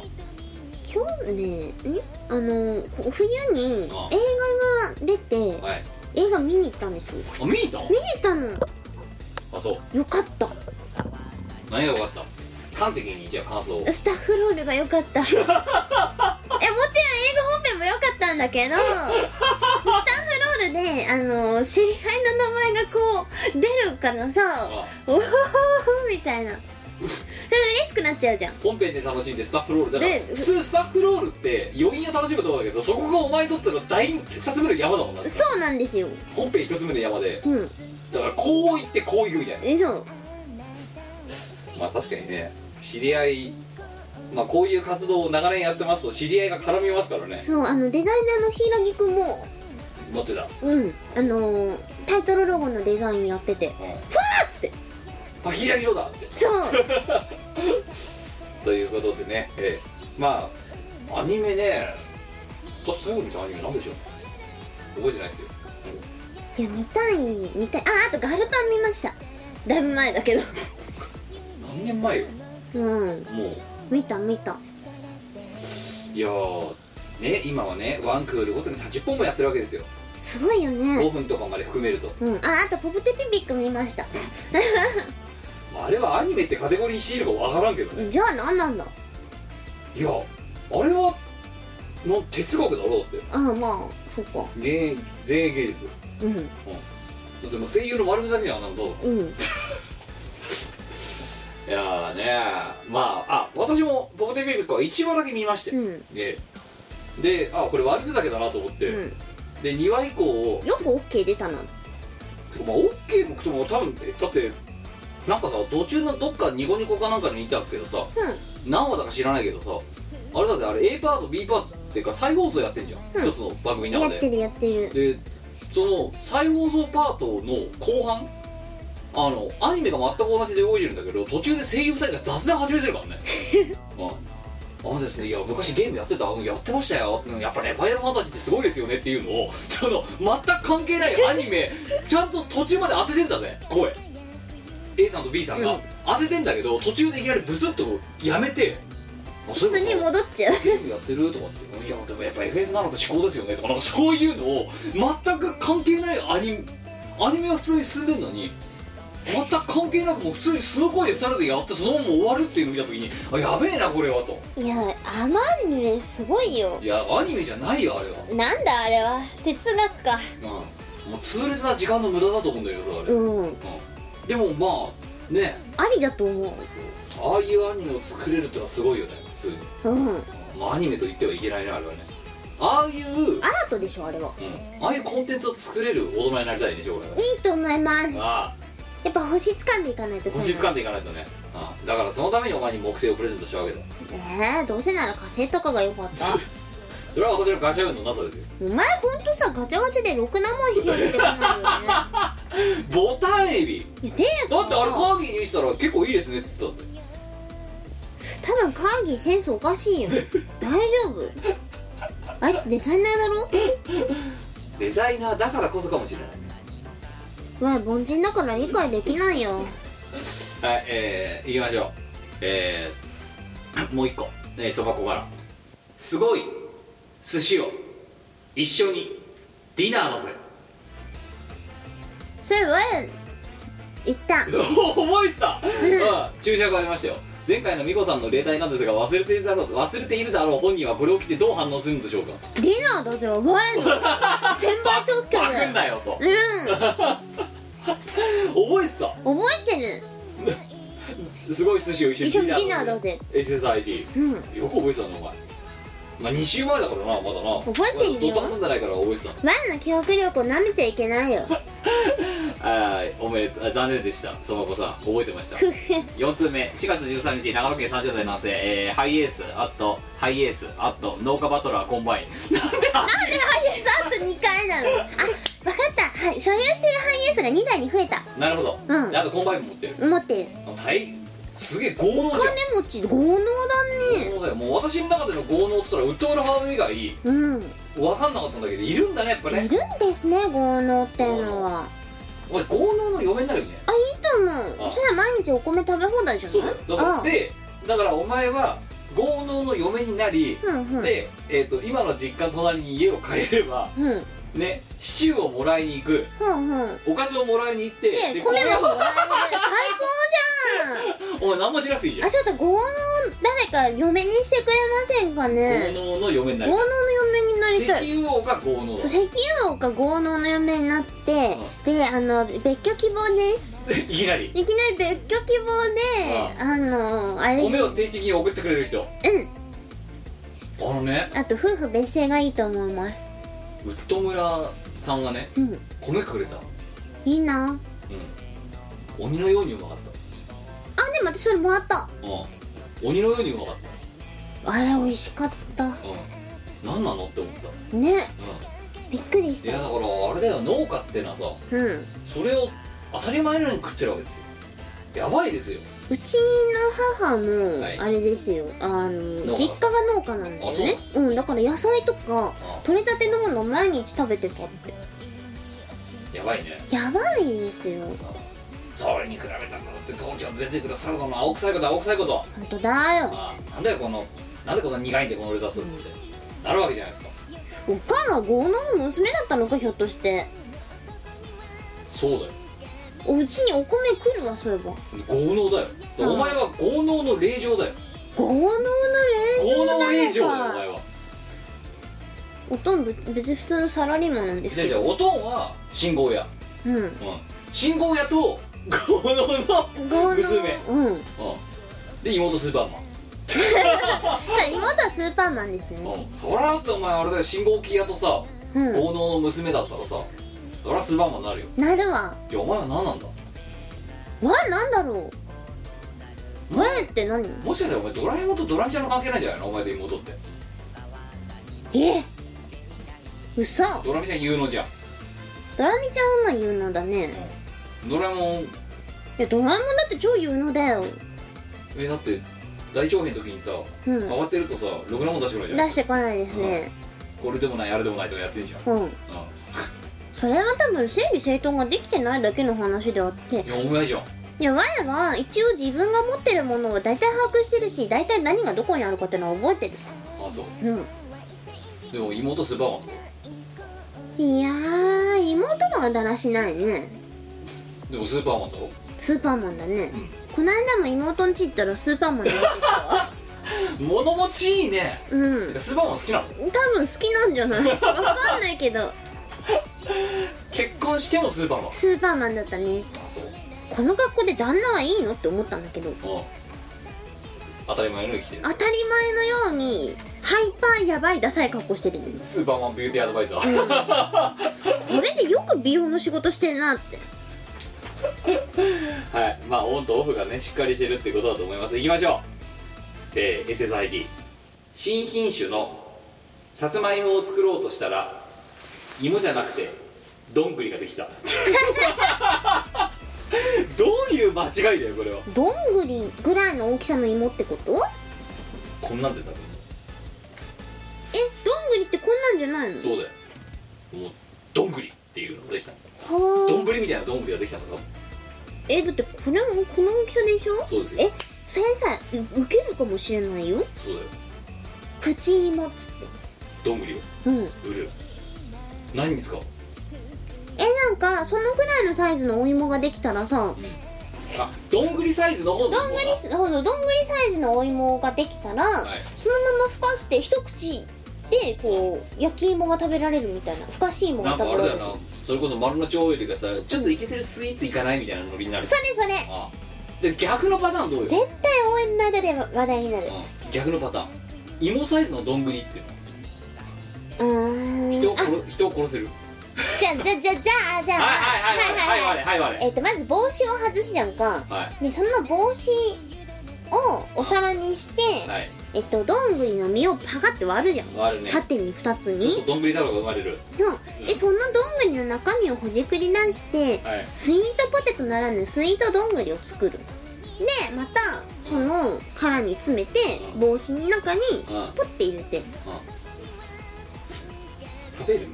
Speaker 2: 今日ねんあのこ冬に映
Speaker 1: あ
Speaker 2: 画が出て
Speaker 1: はい
Speaker 2: 映画見に行ったんですよ
Speaker 1: あ見に行ったの
Speaker 2: 見に行ったの
Speaker 1: あそう
Speaker 2: よかった
Speaker 1: 何が良かった端的にじゃあ感想を
Speaker 2: スタッフロールが良かった えもちろん映画本編も良かったんだけどスタッフロールであの知り合いの名前がこう出るからさ
Speaker 1: あ
Speaker 2: おおみたいなそれ嬉しくなっちゃうじゃん
Speaker 1: 本編で楽しんでスタッフロールだから
Speaker 2: で
Speaker 1: 普通スタッフロールって余韻を楽しむところだけどそこがお前にとっての第2つ目の山だもんな
Speaker 2: そうなんですよ
Speaker 1: 本編1つ目の山で
Speaker 2: うん
Speaker 1: だからこう言ってこう言うみたいな
Speaker 2: えそう
Speaker 1: まあ確かにね知り合いまあこういう活動を長年やってますと知り合いが絡みますからね
Speaker 2: そうあのデザイナーの柊木くんも
Speaker 1: 持ってた、うん、
Speaker 2: うんあのータイトルロゴのデザインやっててあっつって
Speaker 1: あ平色だって
Speaker 2: そう
Speaker 1: ということでね、ええまあアニメね私最後に見たアニメなんでしょう覚えてないですよ
Speaker 2: いや見たい見たいああとガルパン見ましただいぶ前だ けど
Speaker 1: 何年前よ
Speaker 2: うん
Speaker 1: もう
Speaker 2: 見た見た
Speaker 1: いやーね今はねワンクールごとに30本もやってるわけですよ
Speaker 2: すごいよね
Speaker 1: 5分とかまで含めると、
Speaker 2: うんああとポプテピピック見ました
Speaker 1: まあ、あれはアニメってカテゴリーにしていいのかわからんけどね
Speaker 2: じゃあ何なんだ
Speaker 1: いやあれはの哲学だろだって
Speaker 5: ああまあそうか
Speaker 1: 芸全員芸術だ
Speaker 5: うん
Speaker 1: ってもう声優の悪ふざけじゃんあんなのどう
Speaker 5: うん
Speaker 1: いやーねまああ私も「ポコテンペイペック」は1話だけ見まして、
Speaker 5: うん
Speaker 1: ええであこれ悪ふざけだなと思って、
Speaker 5: うん
Speaker 1: で2話以降を
Speaker 5: よく OK 出たな
Speaker 1: まあ OK もクソも多分えだってなんかさ途中のどっかニコニコかなんかにいたけどさ、何話だか知らないけどさあれだってあれ A パート B パートっていうか再放送やってんじゃん、一つの番組の
Speaker 5: やっ
Speaker 1: 中で
Speaker 5: てるやってる
Speaker 1: でその再放送パートの後半あのアニメが全く同じで動いてるんだけど途中で声優2人が雑談始めてるから ね、うん、あのですねいや昔ゲームやってたうんやってましたようんやっぱね「ファイナルファンタジー」ってすごいですよねっていうのを その全く関係ないアニ メちゃんと途中まで当ててんだぜ声 A さんと B さ
Speaker 5: う
Speaker 1: んが
Speaker 5: ん
Speaker 1: 当ててんだけど途中でいきなりブツッとやめてあそ
Speaker 5: 普
Speaker 1: うい
Speaker 5: 通
Speaker 1: えばさ
Speaker 5: に戻っちゃう
Speaker 1: ゲームやってるとかって「いやでもやっぱ FF なのって思考ですよね」とかなんかそういうのを全く関係ないアニメアニメは普通に進んでるのに全く関係なくもう普通に素の声で2人でやってそのまま終わるっていうのを見た時に「あやべえなこれは」と
Speaker 5: いやあのアニメすごいよ
Speaker 1: 「いやアニメじゃないよあれは」
Speaker 5: なんだあれは哲学か
Speaker 1: うん、もう痛烈な時間の無駄だと思うんだけどさあれ、うん
Speaker 5: うん
Speaker 1: でもまあね
Speaker 5: ありだと思
Speaker 1: ああいうアニメを作れるってのはすごいよね普通に、
Speaker 5: ううん
Speaker 1: まあ、アニメと言ってはいけないなあれはねああいう
Speaker 5: アートでしょあれは
Speaker 1: うんああいうコンテンツを作れる大人になりたいでしょ俺はい
Speaker 2: いと思います
Speaker 1: あ
Speaker 2: やっぱ星掴んでいかないと
Speaker 1: あ
Speaker 2: そ
Speaker 1: 星
Speaker 2: う
Speaker 1: 掴んでいかないとねああだからそのためにお前に木星をプレゼントしたわけだ
Speaker 2: えー、どうせなら火星とかが良かった
Speaker 1: それは私のガチャ運のなさですよ
Speaker 2: お前ほんとさガチャガチャでろくなもん引き寄せてこないよね
Speaker 1: ボタンエビ
Speaker 2: いやていう
Speaker 1: だってあれカーギーにしたら結構いいですねっつったんだよ
Speaker 2: 多分カーギーセンスおかしいよ大丈夫あいつデザイナーだろ
Speaker 1: デザイナーだからこそかもしれな
Speaker 2: わい凡人だから理解できないよ
Speaker 1: いはいえー、いきましょうえー、もう一個えーそば粉からすごい寿司を一緒にディナーだぜ
Speaker 2: それわい言った
Speaker 1: 覚えてた、うん、注釈ありましたよ前回の美子さんの例題なんですが忘れているだろう忘れているだろう本人はこれを着てどう反応するんでしょうか
Speaker 2: ディナーだぜ お前の先輩特許
Speaker 1: バクん
Speaker 2: だ
Speaker 1: だよと
Speaker 2: う
Speaker 1: 覚えてた
Speaker 2: ん覚えてる
Speaker 1: すごい寿司を一緒に
Speaker 2: 一緒にディナーだぜ
Speaker 1: SSID、
Speaker 2: うん
Speaker 1: よく覚えてたのお前まあ2週前だからなまだな
Speaker 2: 覚えてるよ
Speaker 1: ドタバタじゃないから覚えてた
Speaker 2: わいの記憶力を舐めちゃいけないよ
Speaker 1: はいおめでとうあ残念でしたそば子さん覚えてました4つ目4月13日長野県30代男性、えーハイエースアットハイエースアット農家バトラーコンバイン なんでハイエース
Speaker 2: あと2回なのあ分かった、はい、所有してるハイエースが2台に増えた
Speaker 1: なるほど、
Speaker 2: うん
Speaker 1: であとコンバインも持ってる
Speaker 2: 持ってる
Speaker 1: 大すげえ豪農じゃん
Speaker 2: 金持ち豪農だね
Speaker 1: 豪農だよもう私の中での豪農っつったらウッドウルハーム以外
Speaker 2: うん
Speaker 1: 分かんなかったんだけどいるんだねやっぱ
Speaker 2: い
Speaker 1: ね
Speaker 2: るんですね豪農ってのは
Speaker 1: 俺豪農の嫁になるよね
Speaker 2: あいいと思
Speaker 1: あ
Speaker 2: うそれは毎日お米食べ放題じゃ
Speaker 1: そうだよだから
Speaker 2: ない
Speaker 1: でだからお前は豪農の嫁になり、
Speaker 2: あうんうん
Speaker 1: で、えー、と今の実家の隣に家を借りれば
Speaker 2: うんうん
Speaker 1: ねシチューをもらいに行く
Speaker 2: うん
Speaker 1: おかずをもらいに行って
Speaker 2: で米もも
Speaker 1: こ
Speaker 2: らえ
Speaker 1: れ
Speaker 2: る最高
Speaker 1: を
Speaker 2: じ
Speaker 1: お前何もしなくていいじ
Speaker 2: ゃん
Speaker 1: ゃん
Speaker 2: あちょっと豪農誰か嫁にしてくれませんかね
Speaker 1: 豪農の嫁にな
Speaker 2: 豪
Speaker 1: る
Speaker 2: 農の嫁になりたい
Speaker 1: 石油王が豪農
Speaker 2: そう石油王か豪農の嫁になってであの別居希望です
Speaker 1: で いきなり
Speaker 2: いきなり別居希望であのあれ
Speaker 1: 米を定期的に送ってくれる人
Speaker 2: うん
Speaker 1: あのね
Speaker 2: あと夫婦別姓がいいと思います
Speaker 1: ウッド村さんがね
Speaker 2: うん
Speaker 1: 米くれた
Speaker 2: いいな
Speaker 1: うん鬼のようにうまかっ
Speaker 2: あでも私それもらった
Speaker 1: たうん鬼のようにうまかっ
Speaker 2: あれ美味しかっ
Speaker 1: た
Speaker 2: た
Speaker 1: うん何なのって思った
Speaker 2: ね
Speaker 1: う
Speaker 2: びっくりし
Speaker 1: んいや
Speaker 2: た
Speaker 1: だからあれだよ農家ってのはさ
Speaker 2: うん
Speaker 1: それを当たり前のように食ってるわけですよやばいですよ
Speaker 2: うちの母も
Speaker 1: はい
Speaker 2: あれですよ、あ
Speaker 1: 農
Speaker 2: の
Speaker 1: 家
Speaker 2: 実家が農家なんだよねううんだから野菜とか
Speaker 1: あ
Speaker 2: 取れたてのものを毎日食べてたって
Speaker 1: やばいね
Speaker 2: やばいですよ
Speaker 1: それに比べたらだって東京で出てくるサラダの青臭いこと青臭いこと
Speaker 2: ほんとだよ
Speaker 1: あなんだよこのなんでこんな苦いんでこのレタスってなるわけじゃないですか
Speaker 2: お母が豪農の娘だったのかひょっとして
Speaker 1: そうだよ
Speaker 2: おうちにお米来るわそういえば
Speaker 1: 豪農だよでお前は豪農の令嬢だよ
Speaker 2: 豪農の
Speaker 1: 豪農
Speaker 2: 霊
Speaker 1: 令嬢
Speaker 2: 場
Speaker 1: だよお
Speaker 2: なのか
Speaker 1: 前は
Speaker 2: おとんぶ別に普通のサラリーマンなんです
Speaker 1: じゃあ
Speaker 2: け
Speaker 1: じゃあ
Speaker 2: ど
Speaker 1: おとんは信号屋、
Speaker 2: うん
Speaker 1: うん、信号屋と豪農の
Speaker 2: 豪農
Speaker 1: 娘
Speaker 2: うん
Speaker 1: うんで妹スーパーマン
Speaker 2: ただ妹はスーパーマンですね
Speaker 1: うんそりゃだってお前あれだよ信号機屋とさ
Speaker 2: うん
Speaker 1: 豪農の娘だったらさそりゃスーパーマンになるよ
Speaker 2: なるわ
Speaker 1: いやお前は何なんだ
Speaker 2: わなんだろうわって何
Speaker 1: もしかしたらお前ドラえもんとドラミちゃんの関係ないんじゃないのお前と妹って
Speaker 2: え嘘
Speaker 1: ドラミちゃん有能じゃん
Speaker 2: ドラミちゃんはまあ有能だね
Speaker 1: ドラえもん
Speaker 2: いやドラえもんだって超有能だよ
Speaker 1: えだって大長編の時にさ
Speaker 2: うん
Speaker 1: 慌てるとさろくなもん出してくれるじゃない
Speaker 2: 出してこないですね
Speaker 1: これでもないあれでもないとかやってんじゃん、うん、
Speaker 2: うんそれは多分整理整頓ができてないだけの話であって
Speaker 1: いやお前じゃん
Speaker 2: いや我は一応自分が持ってるものを大体把握してるし大体何がどこにあるかってのは覚えてるさ
Speaker 1: あそう
Speaker 2: うん
Speaker 1: でも妹スーパーマン
Speaker 2: いやー妹のがだらしないね
Speaker 1: でもスーパーマンだろ
Speaker 2: スーパーマンだね、この間も妹んち行ったらスーパーマンだね
Speaker 1: 物持ちいいね
Speaker 2: うん
Speaker 1: スーパーマン好きなの
Speaker 2: 多分好きなんじゃないわかんないけど
Speaker 1: 結婚してもスーパーマン
Speaker 2: スーパーマンだったね
Speaker 1: あそう
Speaker 2: この格好で旦那はいいのって思ったんだけど
Speaker 1: うん当たり前のように来てる
Speaker 2: 当たり前のようにハイパーやばいダサい格好してるんです
Speaker 1: スーパーマンビューティーアドバイザー、
Speaker 2: これでよく美容の仕事してんなって
Speaker 1: はいまあオンとオフがねしっかりしてるってことだと思いますいきましょうえー SSID 新品種のさつまいもを作ろうとしたら芋じゃなくてどんぐりがで きたどういう間違いだよこれは
Speaker 2: どんぐりぐらいの大きさの芋ってことえ
Speaker 1: こんなんで食べる
Speaker 2: どんぐりってこんなんじゃないの
Speaker 1: そうだよもうどんぐりっていうのができたど
Speaker 2: はあ
Speaker 1: んぶりみたいなどんぶりができたのか
Speaker 2: えだってこれもこの大きさでしょ
Speaker 1: そうですよ
Speaker 2: えそれさうウケるかもしれないよ
Speaker 1: そうだよ
Speaker 2: プチ芋っつって
Speaker 1: どんぐりを
Speaker 2: うん
Speaker 1: 売る何に使う
Speaker 2: えなんかそのぐらいのサイズのお芋ができたらさ
Speaker 1: あどんぐりサイズの方の
Speaker 2: どんぐりすそうそうどんぐりサイズのお芋ができたら、
Speaker 1: い
Speaker 2: そのままふかして一口でこう焼き芋が食べられるみたいなふかし芋が
Speaker 1: なん
Speaker 2: 食べ
Speaker 1: かあれ
Speaker 2: られ
Speaker 1: だ
Speaker 2: る
Speaker 1: よなそれこそ丸の内オイルがさちょっとイケてるスイーツいかないみたいなノリになる
Speaker 2: それそれ
Speaker 1: ああで逆のパターンどうよ、
Speaker 2: 絶対応援の間で話題になる
Speaker 1: うん逆のパターン芋サイズのどんぐりっていうの
Speaker 2: うーん
Speaker 1: 人を殺人を殺せる
Speaker 2: じゃあじゃあじゃあじゃあじゃあ
Speaker 1: はいはいはいはいはいはいはいはい
Speaker 2: えっとまず帽子を外すじゃんか
Speaker 1: はい
Speaker 2: でその帽子をお皿にして、
Speaker 1: はい
Speaker 2: えっとどんぐりの実をパカって割るじゃん
Speaker 1: あるね
Speaker 2: 縦に2つ
Speaker 1: そうそ
Speaker 2: に
Speaker 1: うどんぶり太郎が生まれる
Speaker 2: のでそのどんぐりの中身をほじくり出して、
Speaker 1: はい
Speaker 2: スイートポテトならぬスイートどんぐりを作るでまたその殻に詰めて
Speaker 1: うん
Speaker 2: 帽子の中に
Speaker 1: うん
Speaker 2: ポッて入れて
Speaker 1: 食べる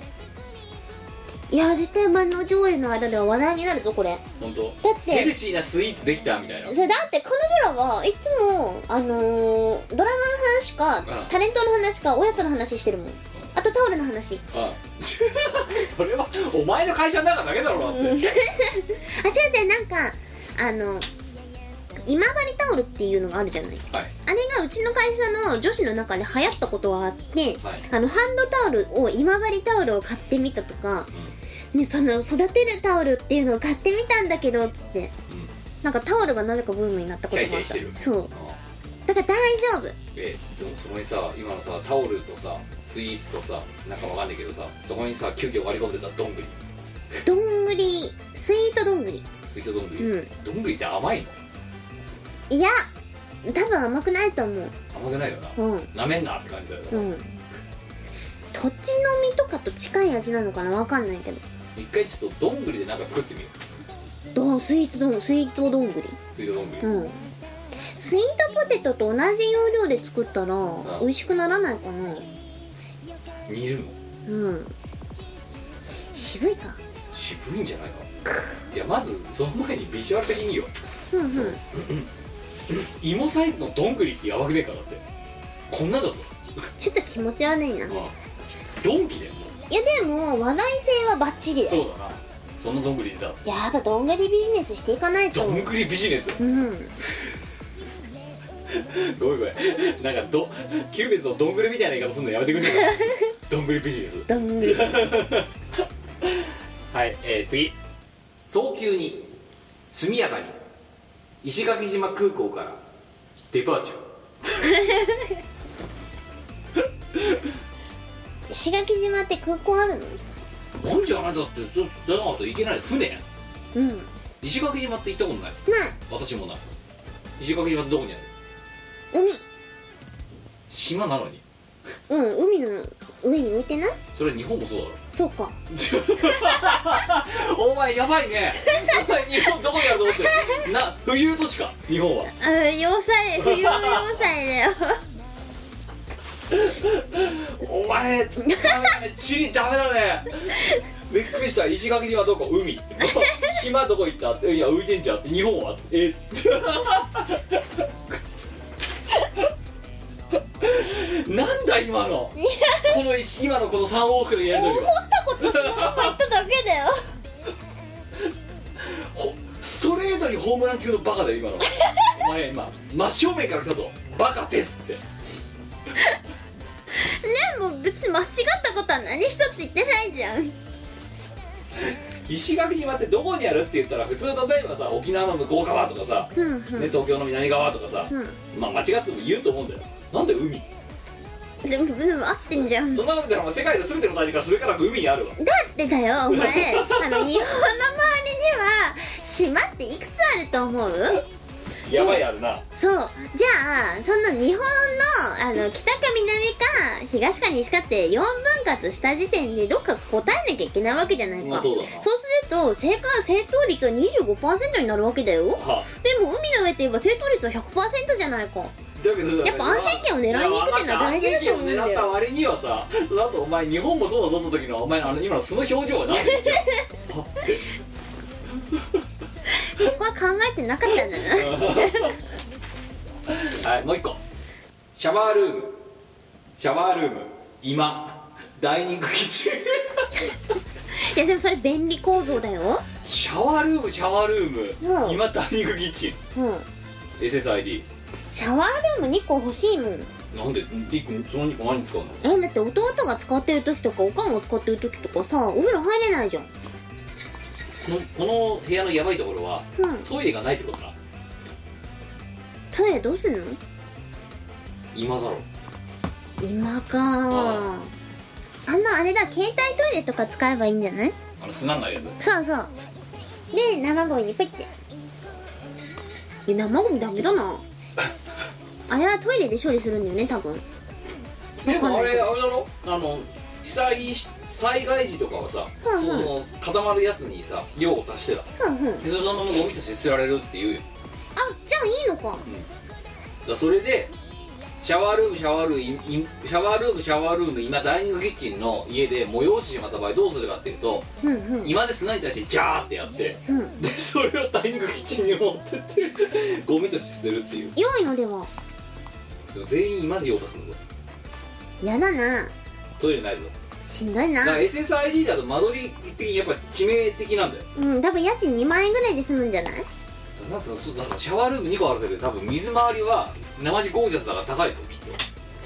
Speaker 2: いや絶対万能上映の間では話題になるぞこれ
Speaker 1: 本当
Speaker 2: だって
Speaker 1: ヘルシーなスイーツできたみたいな
Speaker 2: それだって彼女らはいつもあのードラマの話
Speaker 1: う
Speaker 2: か
Speaker 1: ん
Speaker 2: タレントの話かおやつの話してるもんあとタオルの話
Speaker 1: あ それはお前の会社の中だけだろだって、
Speaker 2: あ違う違うなんかあの今治タオルっていうのがあるじゃない
Speaker 1: はい
Speaker 2: あれがうちの会社の女子の中で流行ったことはあって、
Speaker 1: はい
Speaker 2: あのハンドタオルを今治タオルを買ってみたとか、ね、その育てるタオルっていうのを買ってみたんだけどっつって、
Speaker 1: ん
Speaker 2: なんかタオルがなぜかブームになったことがあっ
Speaker 1: キャイキャイしてる
Speaker 2: たそう
Speaker 1: あ
Speaker 2: だから大丈夫
Speaker 1: えでもそこにさ今のさタオルとさスイーツとさなんかわかんないけどさそこにさ急遽割り込んでたどんぐり
Speaker 2: どんぐりスイートどんぐり
Speaker 1: スイートどんぐり、
Speaker 2: う
Speaker 1: どんぐりって甘いの
Speaker 2: いや多分甘くないと思う
Speaker 1: 甘くないよな
Speaker 2: うん
Speaker 1: な、めんなって感じだよな、
Speaker 2: うん土地の実とかと近い味なのかなわかんないけど
Speaker 1: 一回ちょっとどんぐりでなんか作ってみよ
Speaker 2: どうスイーツどんスイートどんぐり
Speaker 1: うスイートどんぐり、
Speaker 2: うんスイートポテトと同じ要領で作ったら美味しくならないかな
Speaker 1: 煮るの
Speaker 2: うん渋いか
Speaker 1: 渋いんじゃないかいやまずその前にビジュアル的によ
Speaker 2: うんうん
Speaker 1: そうです芋サイズのどんぐりってやばくねえかだってこんなんだぞ、
Speaker 2: ちょっと気持ち悪いないうや
Speaker 1: ん、ドンキだよも
Speaker 2: でも話題性はバッチリ
Speaker 1: う
Speaker 2: だよ
Speaker 1: そうだなそんなどんぐり出た
Speaker 2: やっぱどんぐりビジネスしていかないと
Speaker 1: ど
Speaker 2: うん
Speaker 1: ぐりビジネス
Speaker 2: ん
Speaker 1: ごめんごめんなんかどキューベスのどんぐりみたいな言い方すんのやめてくんねどんぐりビジネス
Speaker 2: どんぐり
Speaker 1: はい、えー、次早急に速やかに石垣島空港からデパーチャー
Speaker 3: 石垣島って空港あるの
Speaker 1: なんじゃないだってだだなかったら行けない船
Speaker 3: うんな
Speaker 1: 石垣島って行ったことない私もない石垣島ってどこにある
Speaker 3: 海
Speaker 1: 島なのに
Speaker 3: うん海の上に浮いてない
Speaker 1: それは日本もそうだ ろ
Speaker 3: そうか
Speaker 1: お前やばいねお前日本どこにあると思ってるな冬都市か日本は
Speaker 2: あ要塞冬要塞 だよ
Speaker 1: お前ダメだね地理ダメだねびっくりした石垣島どこ海島どこ行ったっていや浮いてんじゃん日本はえなんだ今のこの一今のこの3往復のやり取りは
Speaker 2: 言っただけだよ
Speaker 1: ほストレートにホームラン級のバカだよ今のお前今真正面から来たとバカですって
Speaker 2: でも別に間違ったことは何一つ言ってないじゃん
Speaker 1: 石垣島ってどこにあるって言ったら普通例えばさ沖縄の向こう側とかさ、
Speaker 3: うんうん
Speaker 1: ね、東京の南側とかさ、まあ間違っても言うと思うんだよなんで海
Speaker 2: でもでも合ってんじゃん
Speaker 1: そ
Speaker 2: だ
Speaker 1: んなこと言ったらお前世界の全ての大陸がすべからく海にあるわ
Speaker 2: ってだよお前あの日本の周りには島っていくつあると思う
Speaker 1: やばいあるな
Speaker 2: そうじゃあその日本のあの北か南か東か西かって4分割した時点でどっか答えなきゃいけないわけじゃないか、
Speaker 1: まあそうだな
Speaker 2: そうすると正解正答率は25%になるわけだよ
Speaker 1: は
Speaker 2: でも海の上って言えば正答率は100%じゃないか
Speaker 1: だけど
Speaker 2: やっぱ安全圏を狙いに行くってのは大事だと思う
Speaker 1: いや分かった安全
Speaker 2: んだよ
Speaker 1: 圏を狙った割にはさその後お前日本もそうだぞった時のお前のあの今の素の表情は何で一応パッて
Speaker 2: そこは考えてなか ったんだな
Speaker 1: はいもう一個シャワールームシャワールーム今ダイニングキッ チン
Speaker 2: いやでもそれ便利構造だよ
Speaker 1: シャワールームシャワールーム、
Speaker 2: うん
Speaker 1: 今ダイニングキッチン
Speaker 2: うん
Speaker 1: SSID
Speaker 2: シャワールーム2個欲しいもん
Speaker 1: なんで一個その2個何に使うの
Speaker 2: えだって弟が使ってる時とかおかんが使ってる時とかさお風呂入れないじゃん
Speaker 1: このこの部屋のやばいところは、
Speaker 2: うん
Speaker 1: トイレがないってことな
Speaker 2: トイレどうすんの
Speaker 1: 今だろ
Speaker 2: 今か
Speaker 1: あ
Speaker 2: あのあれだ携帯トイレとか使えばいいんじゃない
Speaker 1: あの砂になるやつ
Speaker 2: そうそうで生ゴミにペッてえ生ゴミダメだな あれはトイレで処理するんだよね多分
Speaker 1: で
Speaker 2: わかん
Speaker 1: も
Speaker 2: な
Speaker 1: あ
Speaker 2: い
Speaker 1: れあれだろあの被災し災害時とかはさ、
Speaker 2: うんうん
Speaker 1: その固まるやつにさ量を足してた
Speaker 2: ふんふんあ
Speaker 1: でそれそのままゴミとして捨てられるっていうよ
Speaker 2: じゃあいいのか
Speaker 1: だからそれでシャワールームシャワールームいシャワールームシャワールーム今ダイニングキッチンの家で催してしまった場合どうするかっていうと
Speaker 2: うんうん
Speaker 1: 今で砂に対してジャーってやって、
Speaker 2: うん
Speaker 1: でそれをダイニングキッチンに持ってってゴミとして捨てるっていう
Speaker 2: 良いのでは
Speaker 1: でも全員今で用足すんだぞ
Speaker 2: やだな
Speaker 1: トイレないぞ
Speaker 2: しんどい
Speaker 1: だか
Speaker 2: な
Speaker 1: ら SSID だと間取り的にやっぱ致命的なんだよ
Speaker 2: うん多分家賃2万円ぐらいで済むんじゃない
Speaker 1: だからそうだからシャワールーム2個あるせいで多分水回りは生地ゴージャスだから高いですよきっと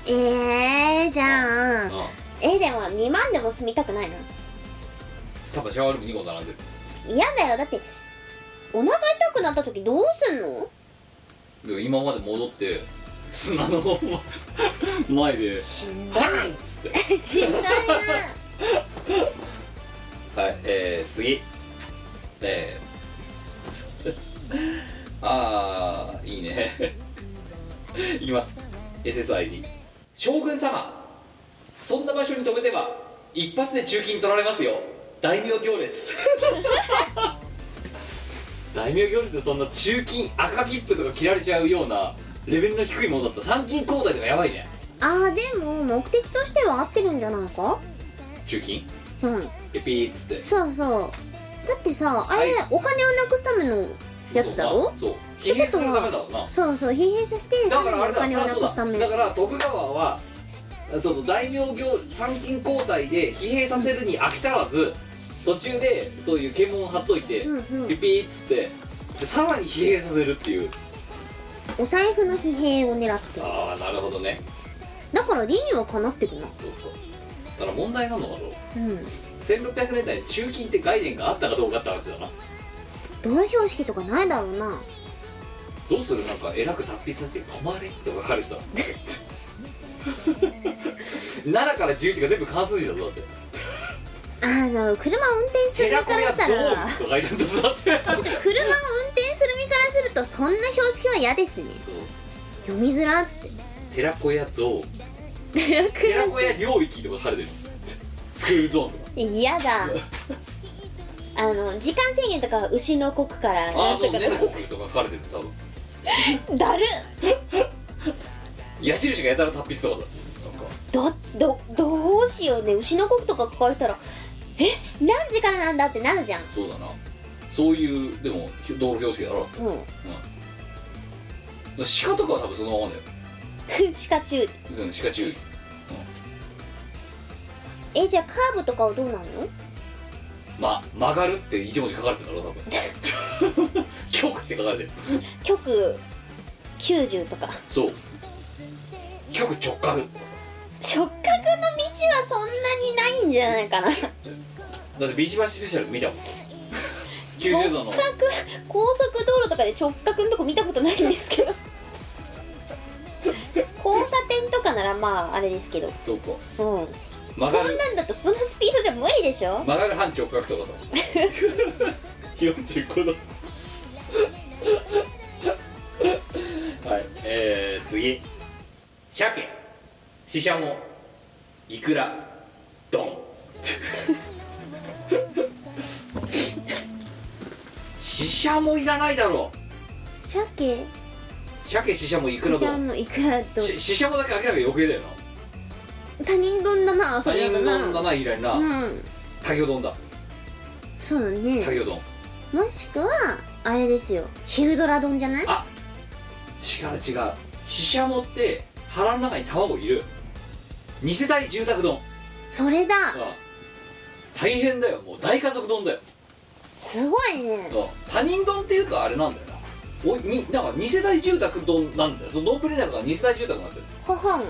Speaker 2: えー、じゃあ
Speaker 1: うん
Speaker 2: えでも2万でも住みたくないの
Speaker 1: 多分シャワールーム2個並んでる
Speaker 2: 嫌だよだってお腹痛くなった時どうすん の
Speaker 1: でも今まで戻って砂の前で
Speaker 2: しん
Speaker 1: 「はっ!」っつって
Speaker 2: どいしんどいな
Speaker 1: はいえー、次え ー、あーいいね いきます SSID 将軍様そんな場所に止めては一発で中金取られますよ大名行列 大名行列でそんな中金赤切符とか切られちゃうようなレベルの低いものだったら参勤交代とかやばいね
Speaker 2: あーでも目的としては合ってるんじゃないか
Speaker 1: 中金
Speaker 2: うん
Speaker 1: エピーっつって
Speaker 2: そうそうだってさあれ、
Speaker 1: はい
Speaker 2: お金をなくすためのやつだろ
Speaker 1: そう疲弊するためだもんな
Speaker 2: そうそう疲弊させて
Speaker 1: だ
Speaker 2: さ
Speaker 1: からあ
Speaker 2: らに
Speaker 1: れ
Speaker 2: お
Speaker 1: だ
Speaker 2: 金を
Speaker 1: さ
Speaker 2: な
Speaker 1: そう
Speaker 2: くすた
Speaker 1: だ
Speaker 2: め
Speaker 1: だから徳川はその大名行参勤交代で疲弊させるに飽き足らず途中でそういう検問を貼っといて、
Speaker 2: うんうん
Speaker 1: ピピーっつってでさらに疲弊させるっていう
Speaker 2: お財布の疲弊を狙って
Speaker 1: ああなるほどね
Speaker 2: だから理にはかなってるな
Speaker 1: そうそうただ問題なのはどう
Speaker 2: うん
Speaker 1: 1600年代に中金って概念があったかどうかって話だな
Speaker 2: 同標識とかないだろうな
Speaker 1: どうするなんか偉く達筆して「止まれ」って書かれてた7から11が全部関数字だぞだって
Speaker 2: あの車を運
Speaker 1: 「
Speaker 2: 転す
Speaker 1: テ
Speaker 2: る
Speaker 1: ラコ
Speaker 2: 身か
Speaker 1: レ
Speaker 2: ら
Speaker 1: ア
Speaker 2: し
Speaker 1: ゾ
Speaker 2: たら
Speaker 1: ーン」とか書いてあったぞだって
Speaker 2: ちょっと車を運転する身からするとそんな標識は嫌ですね読みづらって
Speaker 1: テラコヤゾーン
Speaker 2: テラク
Speaker 1: テラコヤ領域とか書かれてるスクールゾーンとか
Speaker 2: 嫌だあの時間制限とかは牛の国から
Speaker 1: ああ
Speaker 2: な
Speaker 1: そ
Speaker 2: ん
Speaker 1: う
Speaker 2: とか
Speaker 1: ね
Speaker 2: とか
Speaker 1: コクとか書かれてる多分
Speaker 2: だる
Speaker 1: 矢印がやたら達筆とかだなんか
Speaker 2: どどどうしようね牛の国とか書かれたらえ何時からなんだってなるじゃん
Speaker 1: そうだなそういうでも道路標識だろ
Speaker 2: うん
Speaker 1: 鹿とかは多分そのままだよ
Speaker 2: 鹿注意
Speaker 1: その鹿注意
Speaker 2: えじゃあカーブとかはどうなるの
Speaker 1: ま、曲がるって一文字書かれてるんだろ多分 曲って書かれてる
Speaker 2: 極90とか
Speaker 1: そう曲直角とかさ
Speaker 2: 直角の道はそんなにないんじゃないかな
Speaker 1: だってビーチバースペシャル見たもん
Speaker 2: 直
Speaker 1: 90度
Speaker 2: 角
Speaker 1: の
Speaker 2: 高速道路とかで直角のとこ見たことないんです けど交差点とかならまああれですけどうん
Speaker 1: そうか
Speaker 2: そ
Speaker 1: 曲が
Speaker 2: ん
Speaker 1: る
Speaker 2: なんだとそのスピードじゃ無理でしょ
Speaker 1: 曲がる半直角とかさ 45度 はいえー、次鮭シシャモイクラドン シシャモいらないだろ
Speaker 2: 鮭
Speaker 1: 鮭シシャモイクラ
Speaker 2: シシ
Speaker 1: ド
Speaker 2: ャ
Speaker 1: ン
Speaker 2: モいくらと
Speaker 1: シシシャモだけ明らかに余計だよな
Speaker 2: 他人丼だなそ
Speaker 1: 他
Speaker 2: れ
Speaker 1: 人
Speaker 2: だ
Speaker 1: 丼
Speaker 2: な
Speaker 1: だな以来な
Speaker 2: うん
Speaker 1: タギョ丼だ
Speaker 2: そうだね
Speaker 1: タギョ丼
Speaker 2: もしくはあれですよ昼ドラ丼じゃない
Speaker 1: あ違う違うシシャモって腹の中に卵いる二世帯住宅丼
Speaker 2: それだ
Speaker 1: うん大変だよもう大家族丼だよ
Speaker 2: すごいね
Speaker 1: うん他人丼っていうとあれなんだよなおいにだから二世帯住宅丼なんだよその丼の中が二世帯住宅になってる
Speaker 2: ご飯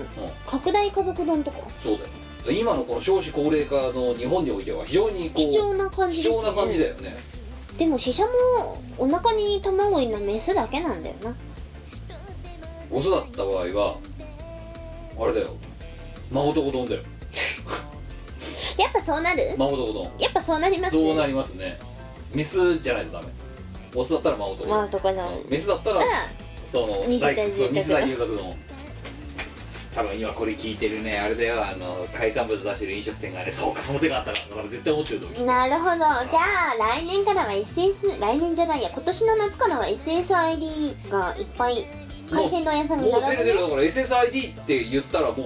Speaker 2: 拡大家族丼とか
Speaker 1: そうだよ今のこの少子高齢化の日本においては非常にこう
Speaker 2: 貴重な感じです
Speaker 1: 貴重
Speaker 2: よ
Speaker 1: な感じ
Speaker 2: ね
Speaker 1: だよね
Speaker 2: でもシシャもお腹に卵いるのはメスだけなんだよな
Speaker 1: オスだった場合はあれだよ孫男丼だよ
Speaker 2: やっぱそうなる
Speaker 1: 孫男丼
Speaker 2: やっぱそうなります
Speaker 1: そうなりますねメスじゃないとダメオスだったら孫男
Speaker 2: まあ
Speaker 1: 丼
Speaker 2: とかな
Speaker 1: メスだったら
Speaker 2: あ
Speaker 1: その
Speaker 2: 二世帯住宅
Speaker 1: 二世帯住宅の多分今これ聞いてるねあれだよあの海産物出してる飲食店がねそうかその手があったからだから絶対思ってると思う
Speaker 2: なるほどじゃあ来年からは SS 来年じゃないや今年の夏からは SSID がいっぱい海鮮丼屋さんに
Speaker 1: もう出
Speaker 2: 並ぶ
Speaker 1: る出る
Speaker 2: ね
Speaker 1: だから SSID って言ったらもう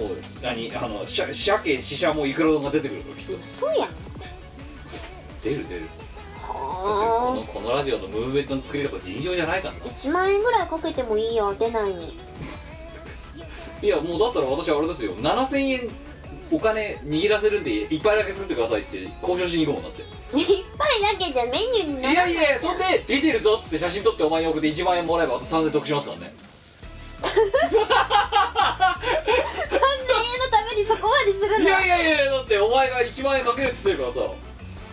Speaker 1: 何あのしゃ鮭シシャモイクラ丼が出てくるからきっと
Speaker 2: そうやん
Speaker 1: 出る出るこ
Speaker 2: は
Speaker 1: のこのラジオのムーブメントの作り方尋常じゃないからな
Speaker 2: あ1万円ぐらいかけてもいいよ出ないに
Speaker 1: いやもうだったら私はあれですよ7000円お金握らせるんでいっぱいだけ作ってくださいって交渉しに行こうもんだって
Speaker 2: いっぱいだけじゃメニューにない
Speaker 1: や
Speaker 2: らない
Speaker 1: いやそんで出てるぞっつって写真撮ってお前に送って1万円もらえば私3000円得しますからね
Speaker 2: 3000円のためにそこまでする
Speaker 1: い
Speaker 2: んだ
Speaker 1: やいやいやいやだってお前が1万円かけるって言ってるからさ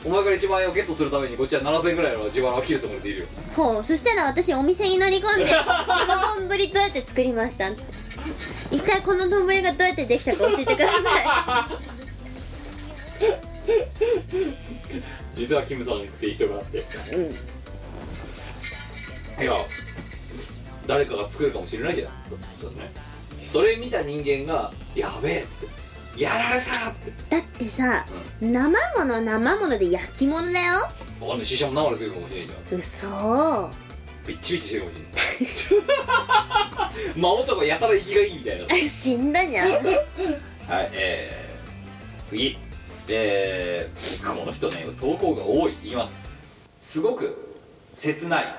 Speaker 1: お前から1万円をゲットするためにこっちは7000円ぐらいの自腹を切るつもりでいるよ
Speaker 2: ほうそしたら私お店に乗り込んでこの丼どうやって作りました一回この丼がどうやってできたか教えてくださ
Speaker 1: 実はキムさんっていう人があって
Speaker 2: いうん
Speaker 1: いや誰かが作るかもしれないじゃんだってそ,、ね、それ見た人間が「やべえ」って「やられた!」って
Speaker 2: だってさ、生ものは生もので焼き物だよ
Speaker 1: わかんない死者も流れてるかもしれないじゃん
Speaker 2: 嘘
Speaker 1: ビッチビチしてるかもしれない 魔男やたら息がいいみたいな
Speaker 2: 死んだじゃん
Speaker 1: はいえー、次えー、この人ね投稿が多いいきますすごく切ない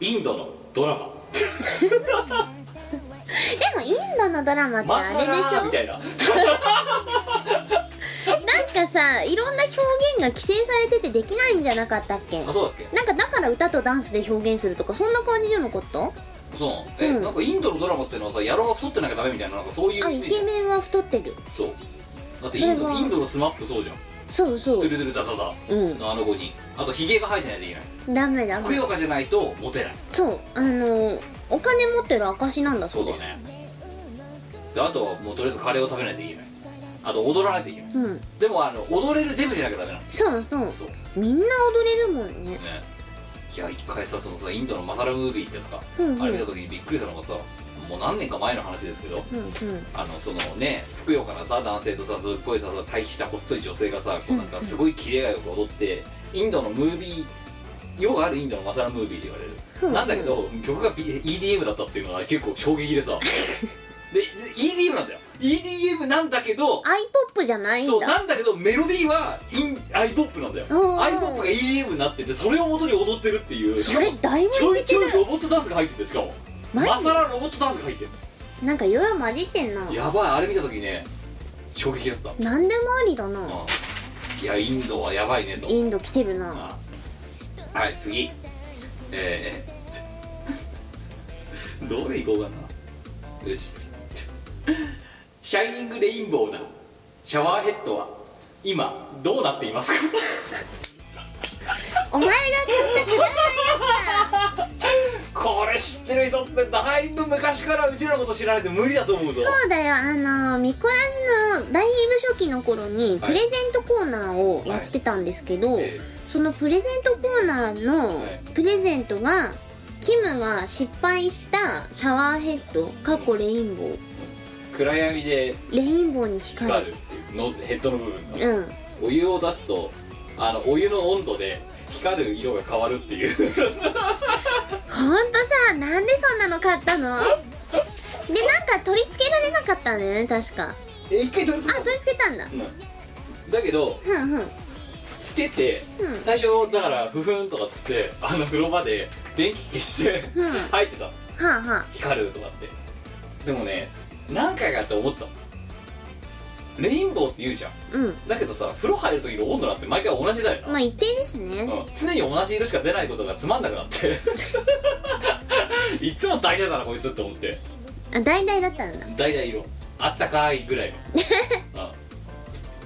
Speaker 1: インドのドラマ
Speaker 2: でもインドのドラマって
Speaker 1: マス
Speaker 2: あ
Speaker 1: タ
Speaker 2: れでしょ
Speaker 1: ーみたいな
Speaker 2: なんかさいろんな表現が規制されててできないんじゃなかったっけ
Speaker 1: あそうだっけ
Speaker 2: なんかだから歌とダンスで表現するとかそんな感じじゃなかった
Speaker 1: そうえ、
Speaker 2: うん
Speaker 1: なんかインドのドラマっていうのはさ野郎が太ってなきゃダメみたいななんかそういう
Speaker 2: あイケメンは太ってる
Speaker 1: そうだってイン
Speaker 2: それ
Speaker 1: ド
Speaker 2: は
Speaker 1: インドのスマップそうじゃん
Speaker 2: そうそ
Speaker 1: トゥル
Speaker 2: う
Speaker 1: トゥルダダダ
Speaker 2: うん
Speaker 1: のあの子にあとヒゲが生えてないといけない
Speaker 2: ダメだ
Speaker 1: ふくよかじゃないとモテない
Speaker 2: そうあのお金持ってる証なんだそ
Speaker 1: そうう
Speaker 2: で
Speaker 1: だ
Speaker 2: す
Speaker 1: ねであとはもうとりあえずカレーを食べないといけないあと踊らないといけない
Speaker 2: うん
Speaker 1: でもあの踊れるデブじゃなきゃダメなの
Speaker 2: そうそう
Speaker 1: そうね
Speaker 2: みんな踊れるもんね
Speaker 1: いや一回さそのさインドのマサラムービーってやつか、
Speaker 2: うんうん
Speaker 1: あれ見た時にびっくりしたのがさもう何年か前の話ですけど
Speaker 2: うんうん
Speaker 1: あのそのねふくよかなさ男性とさすっごいさ大した細い女性がさこうなんかすごいキレがよく踊ってインドのムービーよくあるインドのマサラムービーって言われる、
Speaker 2: うん
Speaker 1: なんだけど曲が B- EDM だったっていうのは結構衝撃で さで EDM なんだよ EDM なんだけど
Speaker 2: iPop じゃない
Speaker 1: そ
Speaker 2: ん
Speaker 1: う
Speaker 2: だ
Speaker 1: なんだけどメロディーはイン iPop なんだよ
Speaker 2: うん
Speaker 1: iPop が EDM になっててそれを元に踊ってるっていう
Speaker 2: それ
Speaker 1: しかも
Speaker 2: だいぶ
Speaker 1: ちょ
Speaker 2: 似
Speaker 1: い
Speaker 2: て
Speaker 1: ちょいロ
Speaker 2: る
Speaker 1: ボットダンスが入っててしかも
Speaker 2: マジ
Speaker 1: マサラロボットダンスが入ってる
Speaker 2: なんかいろいろ混じってんな
Speaker 1: やばいあれ見た時ね衝撃だった
Speaker 2: 何でもありだな
Speaker 1: うんいやインドはやばいねと
Speaker 2: インド来てるな
Speaker 1: うんはい次えー、どれいこうかなよしシャイニングレインボーなシャワーヘッドは今どうなっていますか
Speaker 2: お前が買ったくだらないや
Speaker 1: これ知ってる人ってだいぶ昔からうちらのこと知られて無理だと思うぞ
Speaker 2: つそうだよあのミコラジの大イブ初期の頃に
Speaker 1: は
Speaker 2: プ
Speaker 1: い
Speaker 2: レゼントコーナーをやってたんですけど、
Speaker 1: え
Speaker 2: そのプレゼントコーナーの
Speaker 1: い
Speaker 2: プレゼントがキムが失敗したシャワーヘッド過去レインボー
Speaker 1: ー暗闇で
Speaker 2: レインボーに光
Speaker 1: 光
Speaker 2: る
Speaker 1: るっていうのヘッドの部分が
Speaker 2: うん
Speaker 1: お湯を出すとあのお湯の温度で光る色が変わるっていう
Speaker 2: ほんとさなんでそんなの買っ たのでなんか取り付けられなかったんだよね確か
Speaker 1: え一回取り
Speaker 2: あ取り付けたんだ
Speaker 1: だけど
Speaker 2: ふんふん
Speaker 1: つけて、
Speaker 2: うん
Speaker 1: 最初だからふふんとかつってあの風呂場で電気消して、
Speaker 2: うん
Speaker 1: 入ってた
Speaker 2: はあはあ
Speaker 1: 光るとかってでもね何回かやって思ったのレインボーって言うじゃん
Speaker 2: うん
Speaker 1: だけどさ風呂入る時の温度なんて毎回同じだよな、
Speaker 2: まあ一定ですね
Speaker 1: うん、常に同じ色しか出ないことがつまんなくなって いつも大体だなこいつって思って
Speaker 2: あ大々だったんだ
Speaker 1: 大体色あったかいぐらい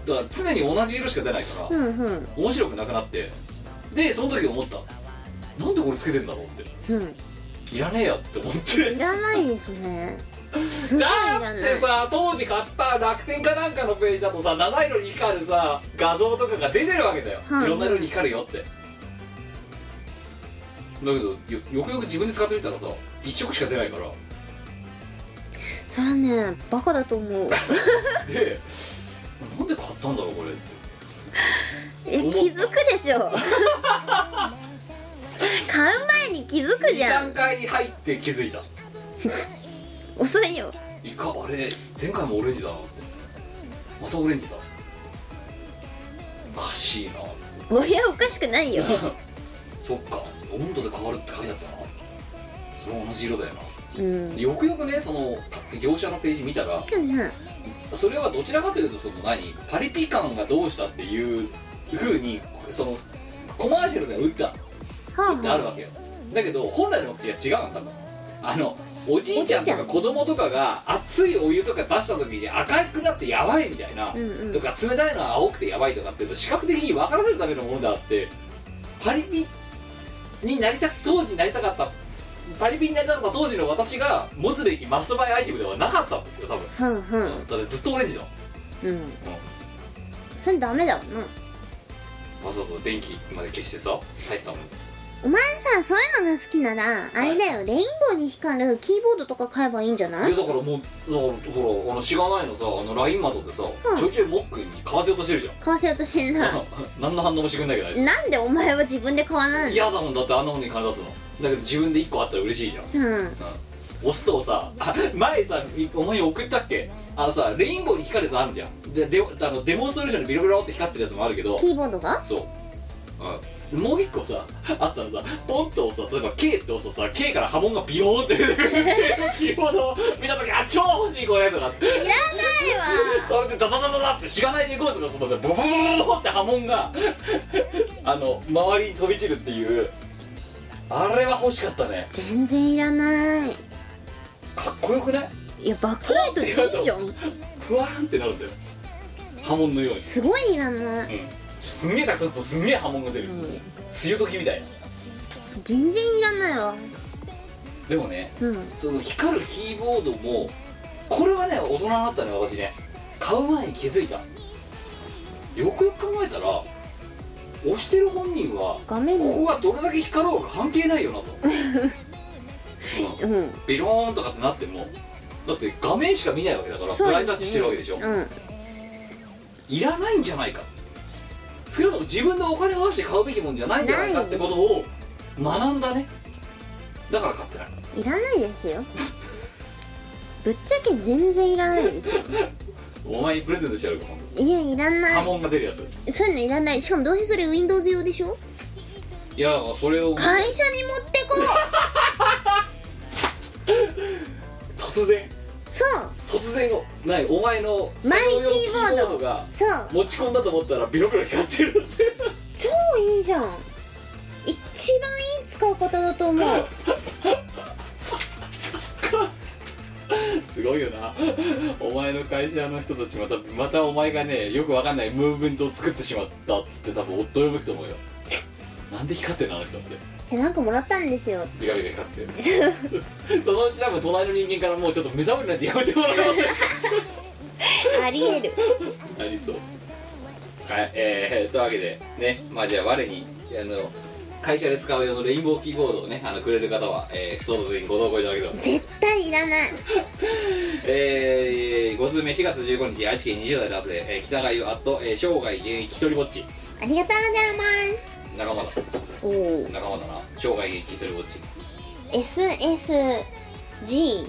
Speaker 1: の、うん、だから常に同じ色しか出ないから、
Speaker 2: うんふん
Speaker 1: 面白くなくなってでその時思ったなんでこれつけてんだろうって
Speaker 2: ふん
Speaker 1: いらねえやって思っ
Speaker 2: い
Speaker 1: て
Speaker 2: らないですね すごいいら
Speaker 1: だ
Speaker 2: な
Speaker 1: っ
Speaker 2: い
Speaker 1: てさ当時買った楽天かなんかのページだとさ七色に光るさ画像とかが出てるわけだよ、
Speaker 2: はい
Speaker 1: い、ろんな色に光るよってだけどよよくよく自分で使ってみたらさ一色しか出ないから
Speaker 2: それはねバカだと思う
Speaker 1: でなんで買ったんだろうこれって
Speaker 2: え
Speaker 1: 思った
Speaker 2: 気づくでしょ買う前に気づくじゃん
Speaker 1: 23回入って気づいた
Speaker 2: 遅いよ
Speaker 1: いかあれ前回もオレンジだなってまたオレンジだおかしいなって
Speaker 2: お部屋おかしくないよ
Speaker 1: そっか温度で変わるって書いてあったなそれは同じ色だよ
Speaker 2: うん
Speaker 1: なよくよくねその業者のページ見たら
Speaker 2: うんうん
Speaker 1: それはどちらかというとその何パリピ感がどうしたっていうふうにそのコマーシャルでは売った
Speaker 2: は
Speaker 1: って
Speaker 2: あ
Speaker 1: あ
Speaker 2: は
Speaker 1: るわけよだけど本来の目的は違うんだ多分あのおじいちゃんと
Speaker 2: おじ
Speaker 1: か
Speaker 2: い
Speaker 1: 子供とかが熱いお湯とか出した時に赤くなってやばいみたいな、
Speaker 2: うんうん
Speaker 1: とか冷たいのは青くてやばいとかっていうのを視覚的に分からせるためのものであってパリピになりたく当時になりたかったパリピになりたかった当時の私が持つべきマストバイアイテムではなかったんですよ多分
Speaker 2: あはんはん
Speaker 1: だってずっとオレンジだもん
Speaker 2: うんそれダメだわな
Speaker 1: わざわざ電気まで消してさ入ってたもん
Speaker 2: お前さそういうのが好きならあれだよレインボーに光るキーボードとか買えばいいんじゃないい
Speaker 1: やだからもうだからほらあのしがないのさあのライン窓でさ、
Speaker 2: ん
Speaker 1: ちょいちょいモックに買わせようとしてるじゃん
Speaker 2: 買わせようとしてんな
Speaker 1: 何の反応も してくんないけどあいつ
Speaker 2: なんでお前は自分で買わないの
Speaker 1: 嫌だもんだってあんなもんに金出すのだけど自分で1個あったら嬉しいじゃん、うん、
Speaker 2: うん
Speaker 1: 押すとさ あ前さいお前に送ったっけあのさレインボーに光るやつあるじゃんでであのデモンストレーションでビロビロって光ってるやつもあるけど
Speaker 2: キーボードが
Speaker 1: そう、うん、もう一個さあったのさポンと押すと例えば K って押すとさ K から波紋がビヨーンって出てくるキーボードを見た時あ超欲しいこれとかって
Speaker 2: いらないわ
Speaker 1: それでダダダダダってしがないレコードの外でボボボボボボって波紋 があの周りに飛び散るっていうあれは欲しかったね
Speaker 2: 全然いらない
Speaker 1: かっこよくない
Speaker 2: いやバックライトでいいじゃん
Speaker 1: ふわーんってなるんだよ波紋のように
Speaker 2: すごいなな
Speaker 1: うんすんげえたくさんするとすんげえ波紋が出る、梅雨時みたいな
Speaker 2: 全然いらないわ
Speaker 1: でもね
Speaker 2: うん
Speaker 1: その光るキーボードもこれはね大人になったね私ね買う前に気づいたよくよく考えたら押してる本人は
Speaker 2: 画面
Speaker 1: ここがどれだけ光ろうが関係ない よなと、う、
Speaker 2: うんんうん
Speaker 1: ビローンとかってなってもだって画面しか見ないわけだから
Speaker 2: そうですね
Speaker 1: ブラインドタッチしてるわけでしょ、いらないんじゃないか少なくとも自分のお金を出して買うべきもんじゃないんじゃないかってことを学んだねだから買ってない
Speaker 2: いらないですよ ぶっちゃけ全然いらないですよ
Speaker 1: お前にプレゼントしてやるか今度
Speaker 2: いやいらな
Speaker 1: 波紋が出るやつ
Speaker 2: そういうのいらないしかもどうせそれ Windows 用でしょ
Speaker 1: いやだからそれを
Speaker 2: 会社に持ってこう
Speaker 1: 突然
Speaker 2: そう
Speaker 1: 突然のないお前の
Speaker 2: マイキーボード
Speaker 1: が
Speaker 2: そう
Speaker 1: 持ち込んだと思ったらビロビロ光ってるって
Speaker 2: 超いいじゃん一番いい使い方だと思う
Speaker 1: すごいよなお前の会社の人たちまたまたお前がねよくわかんないムーブメントを作ってしまったっつって多分夫を呼ぶと思うよなんで光ってんのあの人って
Speaker 2: でなんかもらったんですよ
Speaker 1: ビカビカ光って るそのうち多分隣の人間からもうちょっと目覚めるなんてやめてもらえません
Speaker 2: ありえる
Speaker 1: ありそうはいえー、というわけでねまあじゃあ我にあの会社で使う用のレインボーキーボードをねあのくれる方は、えー、不登校にご同行いただければ
Speaker 2: 絶対いらない
Speaker 1: えー、ご通名4月15日愛知県20代男性、えー、北川優アット、えー、生涯現役一人ぼっち
Speaker 2: ありがとうご
Speaker 1: 仲間だ
Speaker 2: ざいます
Speaker 1: 仲間だな生涯現役一人ぼっち
Speaker 2: おお SSGH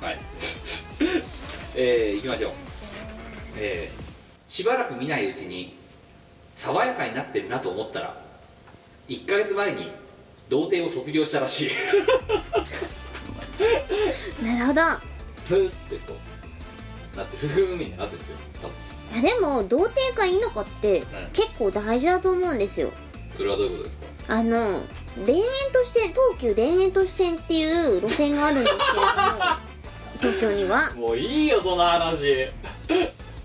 Speaker 1: はい、 えー、いきましょう、えー、しばらく見ないうちに爽やかになってるなと思ったら1ヶ月前に童貞を卒業したらしい
Speaker 2: なるほど
Speaker 1: ふーってこうなってふふーみたいになってるんですよ多分
Speaker 2: いやでも童貞か否かって結構大事だと思うんですよ
Speaker 1: それはどういうことですか
Speaker 2: あの田園都市線東急田園都市線っていう路線があるんですけれども東京には
Speaker 1: もういいよその話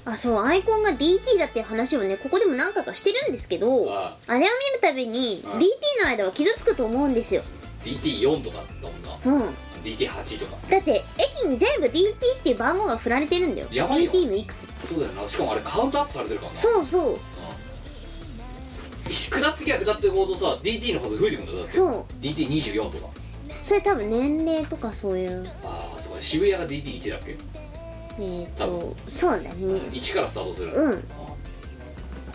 Speaker 2: あそうアイコンが DT だっていう話をねここでも何回かしてるんですけど
Speaker 1: あ
Speaker 2: あれを見るたびに
Speaker 1: あ
Speaker 2: DT の間は傷つくと思うんですよ
Speaker 1: DT4 とかだもんな
Speaker 2: うん
Speaker 1: DT8 とか
Speaker 2: だって駅に全部 DT っていう番号が振られてるんだよ
Speaker 1: やばいよ
Speaker 2: DT のいくつ
Speaker 1: そうだよなしかもあれカウントアップされてるからな
Speaker 2: そうそう
Speaker 1: うん下ってきゃ下っていこうとさ DT の数増えてくんだよだって
Speaker 2: そう
Speaker 1: DT24 とか
Speaker 2: それ多分年齢とかそういう
Speaker 1: ああそうか渋谷が DT1 だっけ
Speaker 2: えっ、ー、
Speaker 1: 多
Speaker 2: とそうだね
Speaker 1: 1からスタートする
Speaker 2: う
Speaker 1: あ
Speaker 2: んだか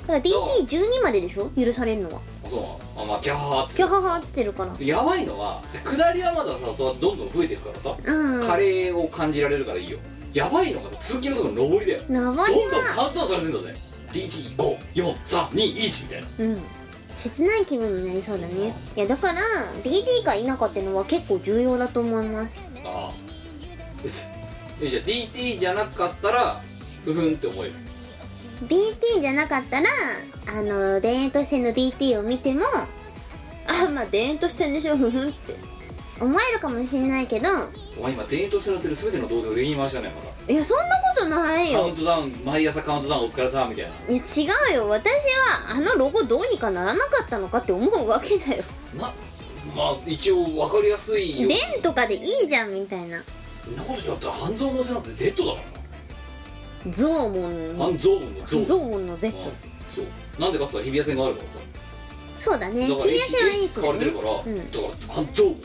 Speaker 2: ら DT12 まででしょ許されるのは
Speaker 1: あそうなのあまあキャハーっつ
Speaker 2: キャ
Speaker 1: っ
Speaker 2: ハハっつってるから
Speaker 1: てやばいのは下りはまださそうどんどん増えていくからさ、
Speaker 2: うん
Speaker 1: カレーを感じられるからいいよやばいのがさ通勤のところ上りだよ
Speaker 2: 上り
Speaker 1: どんどん
Speaker 2: は
Speaker 1: カウントダウンされてんだぜ DT5432 みたいな
Speaker 2: うん切ない気分になりそうだねいやだから DT か否かってのは結構重要だと思います
Speaker 1: ああ別にじゃあ DT じゃなかったらふふんって思える
Speaker 2: DT じゃなかったらあの田園都市線の DT を見てもあまあ田園都市線でしょふふんって思えるかもしんないけど
Speaker 1: お前今デートして乗ってる全ての動画を全員回したねまだ
Speaker 2: いやそんなことない
Speaker 1: カ
Speaker 2: よ
Speaker 1: ウントダウン毎朝カウントダウンお疲れさんみたいない
Speaker 2: や違うよ私はあのロゴどうにかならなかったのかって思うわけだよ
Speaker 1: なまあ一応分かりやすいよ
Speaker 2: 電とかでいいじゃんみたいな
Speaker 1: そんなことだったら半蔵門線なんて Z だから
Speaker 2: ゾウモン
Speaker 1: な
Speaker 2: の
Speaker 1: 半蔵門のゾ
Speaker 2: ゾウモンの Z
Speaker 1: うんそうなんでかっつったら日比谷線があるからさ
Speaker 2: そうだね
Speaker 1: だ
Speaker 2: 日
Speaker 1: か
Speaker 2: 比
Speaker 1: ら
Speaker 2: 谷線はいい
Speaker 1: 駅
Speaker 2: です
Speaker 1: 使わ
Speaker 2: よ
Speaker 1: れて
Speaker 2: ね
Speaker 1: るから、
Speaker 2: うん
Speaker 1: だから半蔵門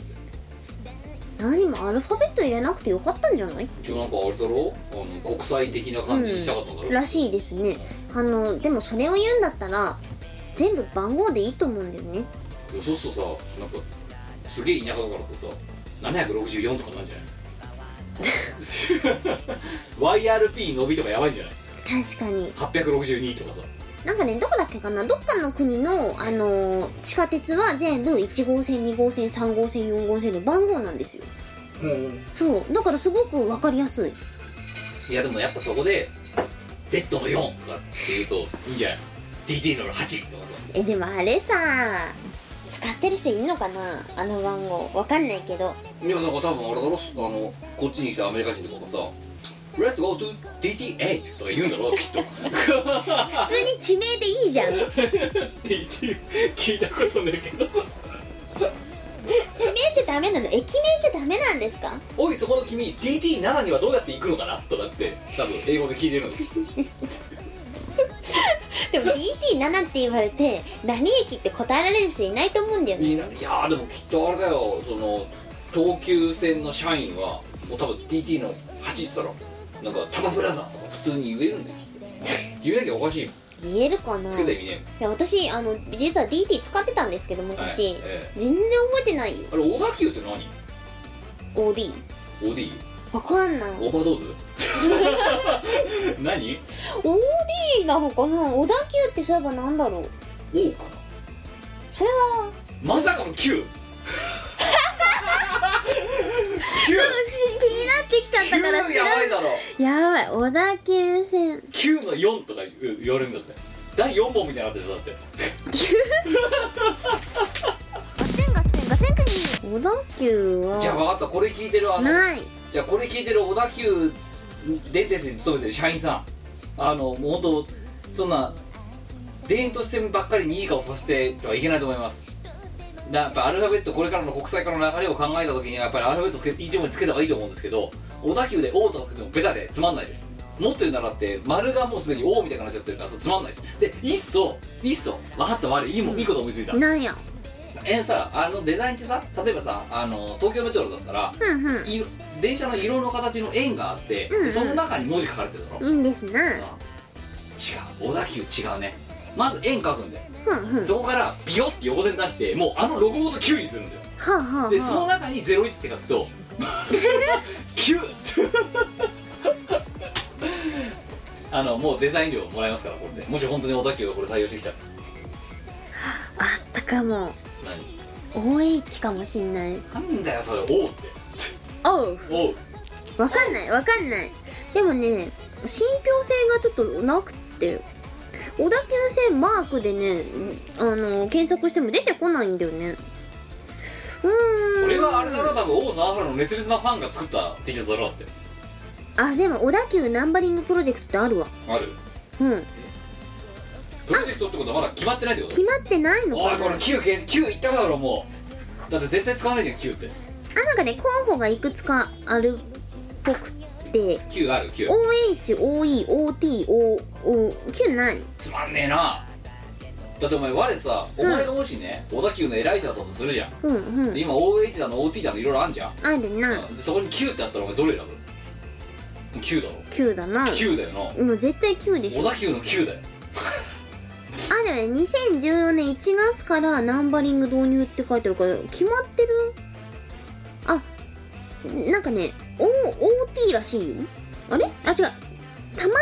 Speaker 2: 何もアルファベット入れなくてよかったんじゃない
Speaker 1: 一応なんかあれだろあの国際的な感じにしたかったんだろ、
Speaker 2: らしいですねあのでもそれを言うんだったら全部番号でいいと思うんだよね
Speaker 1: いやそうするとさなんかすげえ田舎だからってさ764とかなんじゃ ない YRP 伸びとかやばいんじゃない
Speaker 2: 確かに
Speaker 1: 862とかさ
Speaker 2: なんかねどこだっけかなどっかの国の、あのー地下鉄は全部1号線2号線3号線4号線の番号なんですよ
Speaker 1: うん
Speaker 2: そうだからすごくわかりやすい
Speaker 1: いやでもやっぱそこで Z の4とかって言うといいんじゃない DT の8とかさ
Speaker 2: えでもあれさ使ってる人いるのかなあの番号わかんないけど
Speaker 1: いやだから多分あれだろあのこっちに来たアメリカ人とかがさ Let's go to DT8 とか言うんだろうきっと
Speaker 2: 普通に地名でいいじゃん
Speaker 1: DT 聞いたことねえけど
Speaker 2: 地名じゃダメなの駅名じゃダメなんですか
Speaker 1: おいそこの君 DT7 にはどうやって行くのかなとかって多分英語で聞いてるのです
Speaker 2: でも DT7 って言われて何駅って答えられる人いないと思うんだよね
Speaker 1: いいないやーでもきっとあれだよその東急線の社員はもう多分 DT の8時たらなんか「タマブラザー」とか普通に言えるんだよきっと言えなきゃおかしいもん
Speaker 2: 言えるかな
Speaker 1: つけた
Speaker 2: い
Speaker 1: 意味ね
Speaker 2: や私あの実は DT 使ってたんですけど昔、
Speaker 1: はいえ
Speaker 2: 全然覚えてないよ
Speaker 1: あれ小田急って何
Speaker 2: OD
Speaker 1: ?OD?
Speaker 2: わかんない
Speaker 1: オーバードーズ何
Speaker 2: OD なのかな小田急ってそういえばなんだろう
Speaker 1: ?O かな
Speaker 2: それは
Speaker 1: まさかの 9! 9!
Speaker 2: 気になってきちゃった
Speaker 1: 9
Speaker 2: から知
Speaker 1: や
Speaker 2: ら
Speaker 1: ば
Speaker 2: ん
Speaker 1: いだろ
Speaker 2: やばい小田急線
Speaker 1: 9の4とか言う言われるんだぜ第4本みたいになってるよだって
Speaker 2: ガセンガセンガセンクニ小田急
Speaker 1: じゃあ
Speaker 2: は
Speaker 1: 分かったこれ聞いてるあの
Speaker 2: ない
Speaker 1: じゃあこれ聞いてる小田急電鉄に勤めてる社員さんあのもう本当そんな田園都市線ばっかりにいい顔させてはいけないと思いますだやっぱアルファベットこれからの国際化の流れを考えた時にはやっぱりアルファベットつけ一文字つけた方がいいと思うんですけど小田急で O とかつけてもベタでつまんないですもっと言うならだって丸がもうすでに O みたいになっちゃってるからそうつまんないですでいっそいっそ分かった悪いいいもんいいこと思いついた
Speaker 2: なんや
Speaker 1: えーさあのデザインってさ例えばさあの東京メトロだったら
Speaker 2: ふんふん
Speaker 1: 色電車の色の形の円があって、
Speaker 2: んうん
Speaker 1: その中に文字書かれてるだろ、違う
Speaker 2: いいんですな
Speaker 1: 小田急違うねまず円書くんだよ、
Speaker 2: ふんふんは
Speaker 1: そこからビヨって横線出してもうあのロゴごと9にするんだよ
Speaker 2: あはあは
Speaker 1: でその
Speaker 2: あ
Speaker 1: 中に01って書くと9あのもうデザイン料もらえますからこれでもし本当に小田急がこれ採用してきたら
Speaker 2: あったかも
Speaker 1: 何
Speaker 2: OH かもしんない
Speaker 1: なんだよそれおうって
Speaker 2: おう
Speaker 1: おう
Speaker 2: わかんないわかんないでもね信憑性がちょっとなくて小田急線マークでねあの検索しても出てこないんだよねうーん
Speaker 1: それはあれだろ多分王貞治の熱烈なファンが作った T シャツだろだって
Speaker 2: あでも小田急ナンバリングプロジェクトってあるわ
Speaker 1: ある
Speaker 2: うん
Speaker 1: プロジェクトってことはまだ決まってないってこと
Speaker 2: 決まってないの
Speaker 1: お
Speaker 2: か
Speaker 1: いこれ
Speaker 2: な
Speaker 1: 9け9いったかだろもうだって絶対使わないじゃん9って
Speaker 2: あなんかね候補がいくつかあるっぽくて
Speaker 1: 9ある9
Speaker 2: OHOEOTOOQ ない
Speaker 1: つまんねえなだってお前我さお前がもしね小田急の偉い人だったとするじゃん
Speaker 2: うんうん
Speaker 1: で今 OH だの OT だのいろいろあんじゃん
Speaker 2: あるな
Speaker 1: でそこに9ってあったらお前どれ選ぶ9だろ
Speaker 2: 9だな
Speaker 1: 9だよな
Speaker 2: もう絶対9でしょ
Speaker 1: 小田急の9だよ
Speaker 2: あでもね2014年1月からナンバリング導入って書いてあるから決まってるあなんかね O OT らしいよあれあ違う多摩線が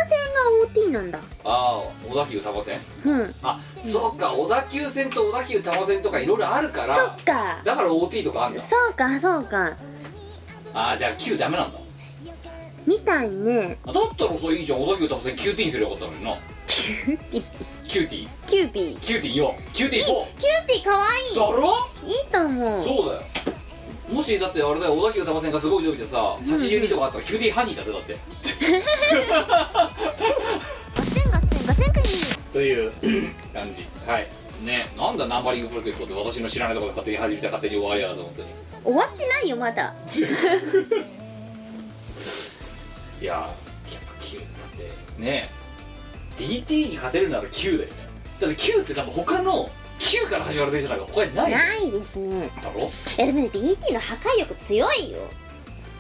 Speaker 2: OT なんだ
Speaker 1: ああ小田急多摩線
Speaker 2: うん
Speaker 1: あそっか小田急線と小田急多摩線とかいろいろあるか
Speaker 2: そ
Speaker 1: ら
Speaker 2: っか
Speaker 1: だから OT とかあんだ
Speaker 2: そうかそうか
Speaker 1: ああじゃあ9ダメなんだ
Speaker 2: みたいね
Speaker 1: あだったらそういいじゃん小田急多摩線 QT にすればよかったのにな
Speaker 2: キューテ
Speaker 1: QT
Speaker 2: ィーキューピーキュー
Speaker 1: QT4 QT4
Speaker 2: ティーかわい
Speaker 1: だろ
Speaker 2: いいいと思う
Speaker 1: そうだよもしだってあれだよ小田急多摩線がすごい伸びてさ82とかあったら QT ハニーだぜだって
Speaker 2: ガセンガセンガセンクニー
Speaker 1: という 感じはいねなんだナンバリングプロジェクトって私の知らないところで勝手に始めて勝手に終わりやがと本当に
Speaker 2: 終わってないよまだ
Speaker 1: いやーやっぱ9だってね DT に勝てるなら9だよねだって9って多分他の9から始まる電車なんか他にないだ
Speaker 2: ないですね
Speaker 1: ろ
Speaker 2: えでもね BT の破壊力強いよ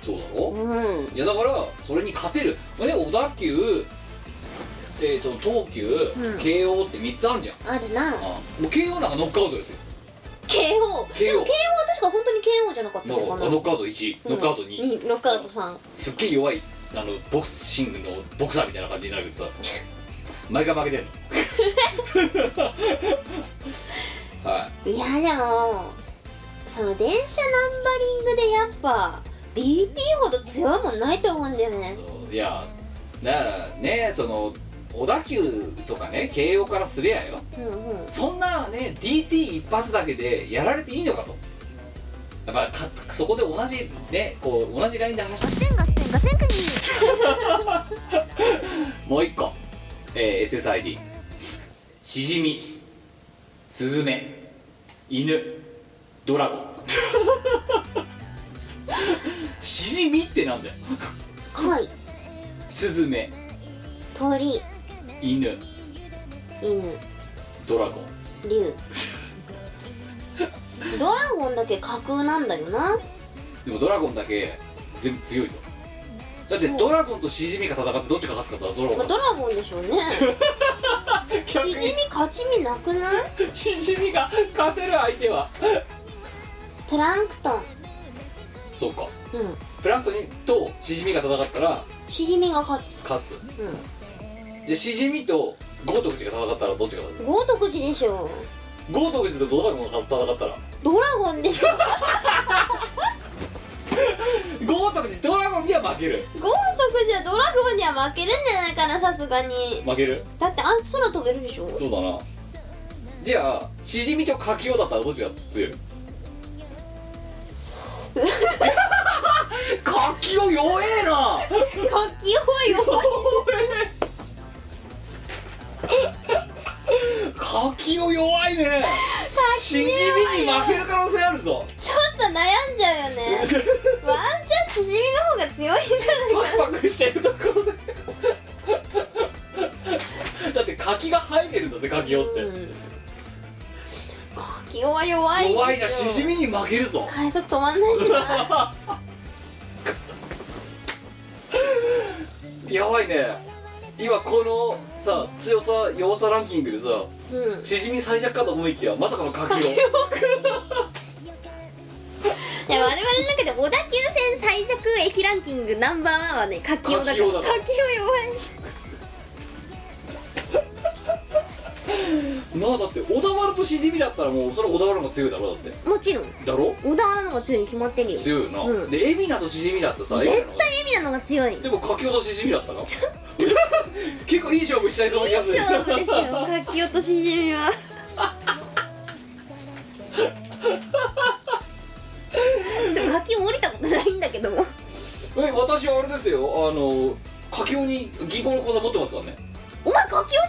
Speaker 1: そうだろ
Speaker 2: うん
Speaker 1: いやだからそれに勝てるね小田急えっ、と東急、
Speaker 2: ん
Speaker 1: 慶応って3つあんじゃん
Speaker 2: あるな
Speaker 1: あもう慶応なんかノックアウトですよ
Speaker 2: KO でも KO は確か本当に KO じゃなかった
Speaker 1: ノ
Speaker 2: のかな
Speaker 1: ックアウト1、ノックアウト2、
Speaker 2: にノックアウト3
Speaker 1: すっげえ弱いあのボクシングのボクサーみたいな感じになるけどさ毎回負けてんの はい
Speaker 2: やでもその電車ナンバリングでやっぱ DT ほど強いもんないと思うんだよね
Speaker 1: いそういやだからねその小田急とかね慶応からすりゃよ
Speaker 2: うんうん
Speaker 1: そんなね DT 一発だけでやられていいのかとやっぱかそこで同じねこう同じラインで走っ
Speaker 2: ガセンガセンガセンクニー
Speaker 1: もう一個、えー SSID シジミスズメ犬ドラゴ ンシジミってなんだよ
Speaker 6: 恋
Speaker 1: スズメ
Speaker 6: 鳥
Speaker 1: 犬
Speaker 6: 犬
Speaker 1: ドラゴン
Speaker 6: 竜ドラゴンだけ架空なんだよな
Speaker 1: でもドラゴンだけ全部強いぞだってドラゴンとシジミが戦ってどっちが勝つかって言ったらドラゴ
Speaker 6: まあド
Speaker 1: ンが勝
Speaker 6: ラゴンでしょうね
Speaker 1: つ
Speaker 6: しじみ勝ち目なくない
Speaker 1: シジミが勝てる相手は
Speaker 6: プランクトン
Speaker 1: そうか
Speaker 6: うん
Speaker 1: プランクトンとシジミが戦ったら
Speaker 6: しじみが勝つ
Speaker 1: 勝つ
Speaker 6: う
Speaker 1: でシジミと豪徳寺が戦ったらどっちが勝つ
Speaker 6: ん豪徳寺でしょ
Speaker 1: 豪徳寺とドラゴンが戦ったら
Speaker 6: ドラゴンでしょ
Speaker 1: 豪徳寺ドラゴンには負ける
Speaker 6: 豪徳寺はドラゴンには負けるんじゃないかなさすがに
Speaker 1: 負ける
Speaker 6: だってあいつ空飛べるでしょ
Speaker 1: そうだなじゃあシジミとカキオだったらどっちが強 いカキオ弱え な
Speaker 6: かきお いよ
Speaker 1: カキオ弱いねシジミに負ける可能性ある ぞ
Speaker 6: ちょっと悩んじゃうよねワンチャンしじみの方が強いんじゃない
Speaker 1: パクパクしてるところで だって柿が生えてるんだぜ柿をって、
Speaker 6: かきおは弱いですよ
Speaker 1: 怖いなシジミに負けるぞ
Speaker 6: 快速止まんないしな
Speaker 1: やばいね今このさ強さ弱さランキングでさ
Speaker 6: うん
Speaker 1: シジミ最弱かと思いきやまさかの柿を
Speaker 2: いや我々の中で小田急線最弱駅ランキングナンバーワンはね柿キだから
Speaker 1: 柿
Speaker 2: 柿
Speaker 1: 尾
Speaker 2: 尾
Speaker 1: だ
Speaker 2: 弱
Speaker 1: から
Speaker 2: い
Speaker 1: なあだって小田原とシジミだったらもうそれは小田原の方が強いだろだって
Speaker 2: もちろん
Speaker 1: だろ
Speaker 2: 小田原の方が強いに決まってるよ絶
Speaker 1: 強いよな、
Speaker 2: うん
Speaker 1: で海老名とシジミだってさ海
Speaker 2: 対
Speaker 1: 老名の方が
Speaker 2: 海老名の方が強い
Speaker 1: でも柿をとシジミだったな 結構いい勝負したいそうな気がする
Speaker 2: 勝負ですよ柿尾としじみはそう柿尾降りたことないんだけども
Speaker 1: え私はあれですよあの柿雄に銀行の口座持ってますからね
Speaker 2: お前柿尾好きだ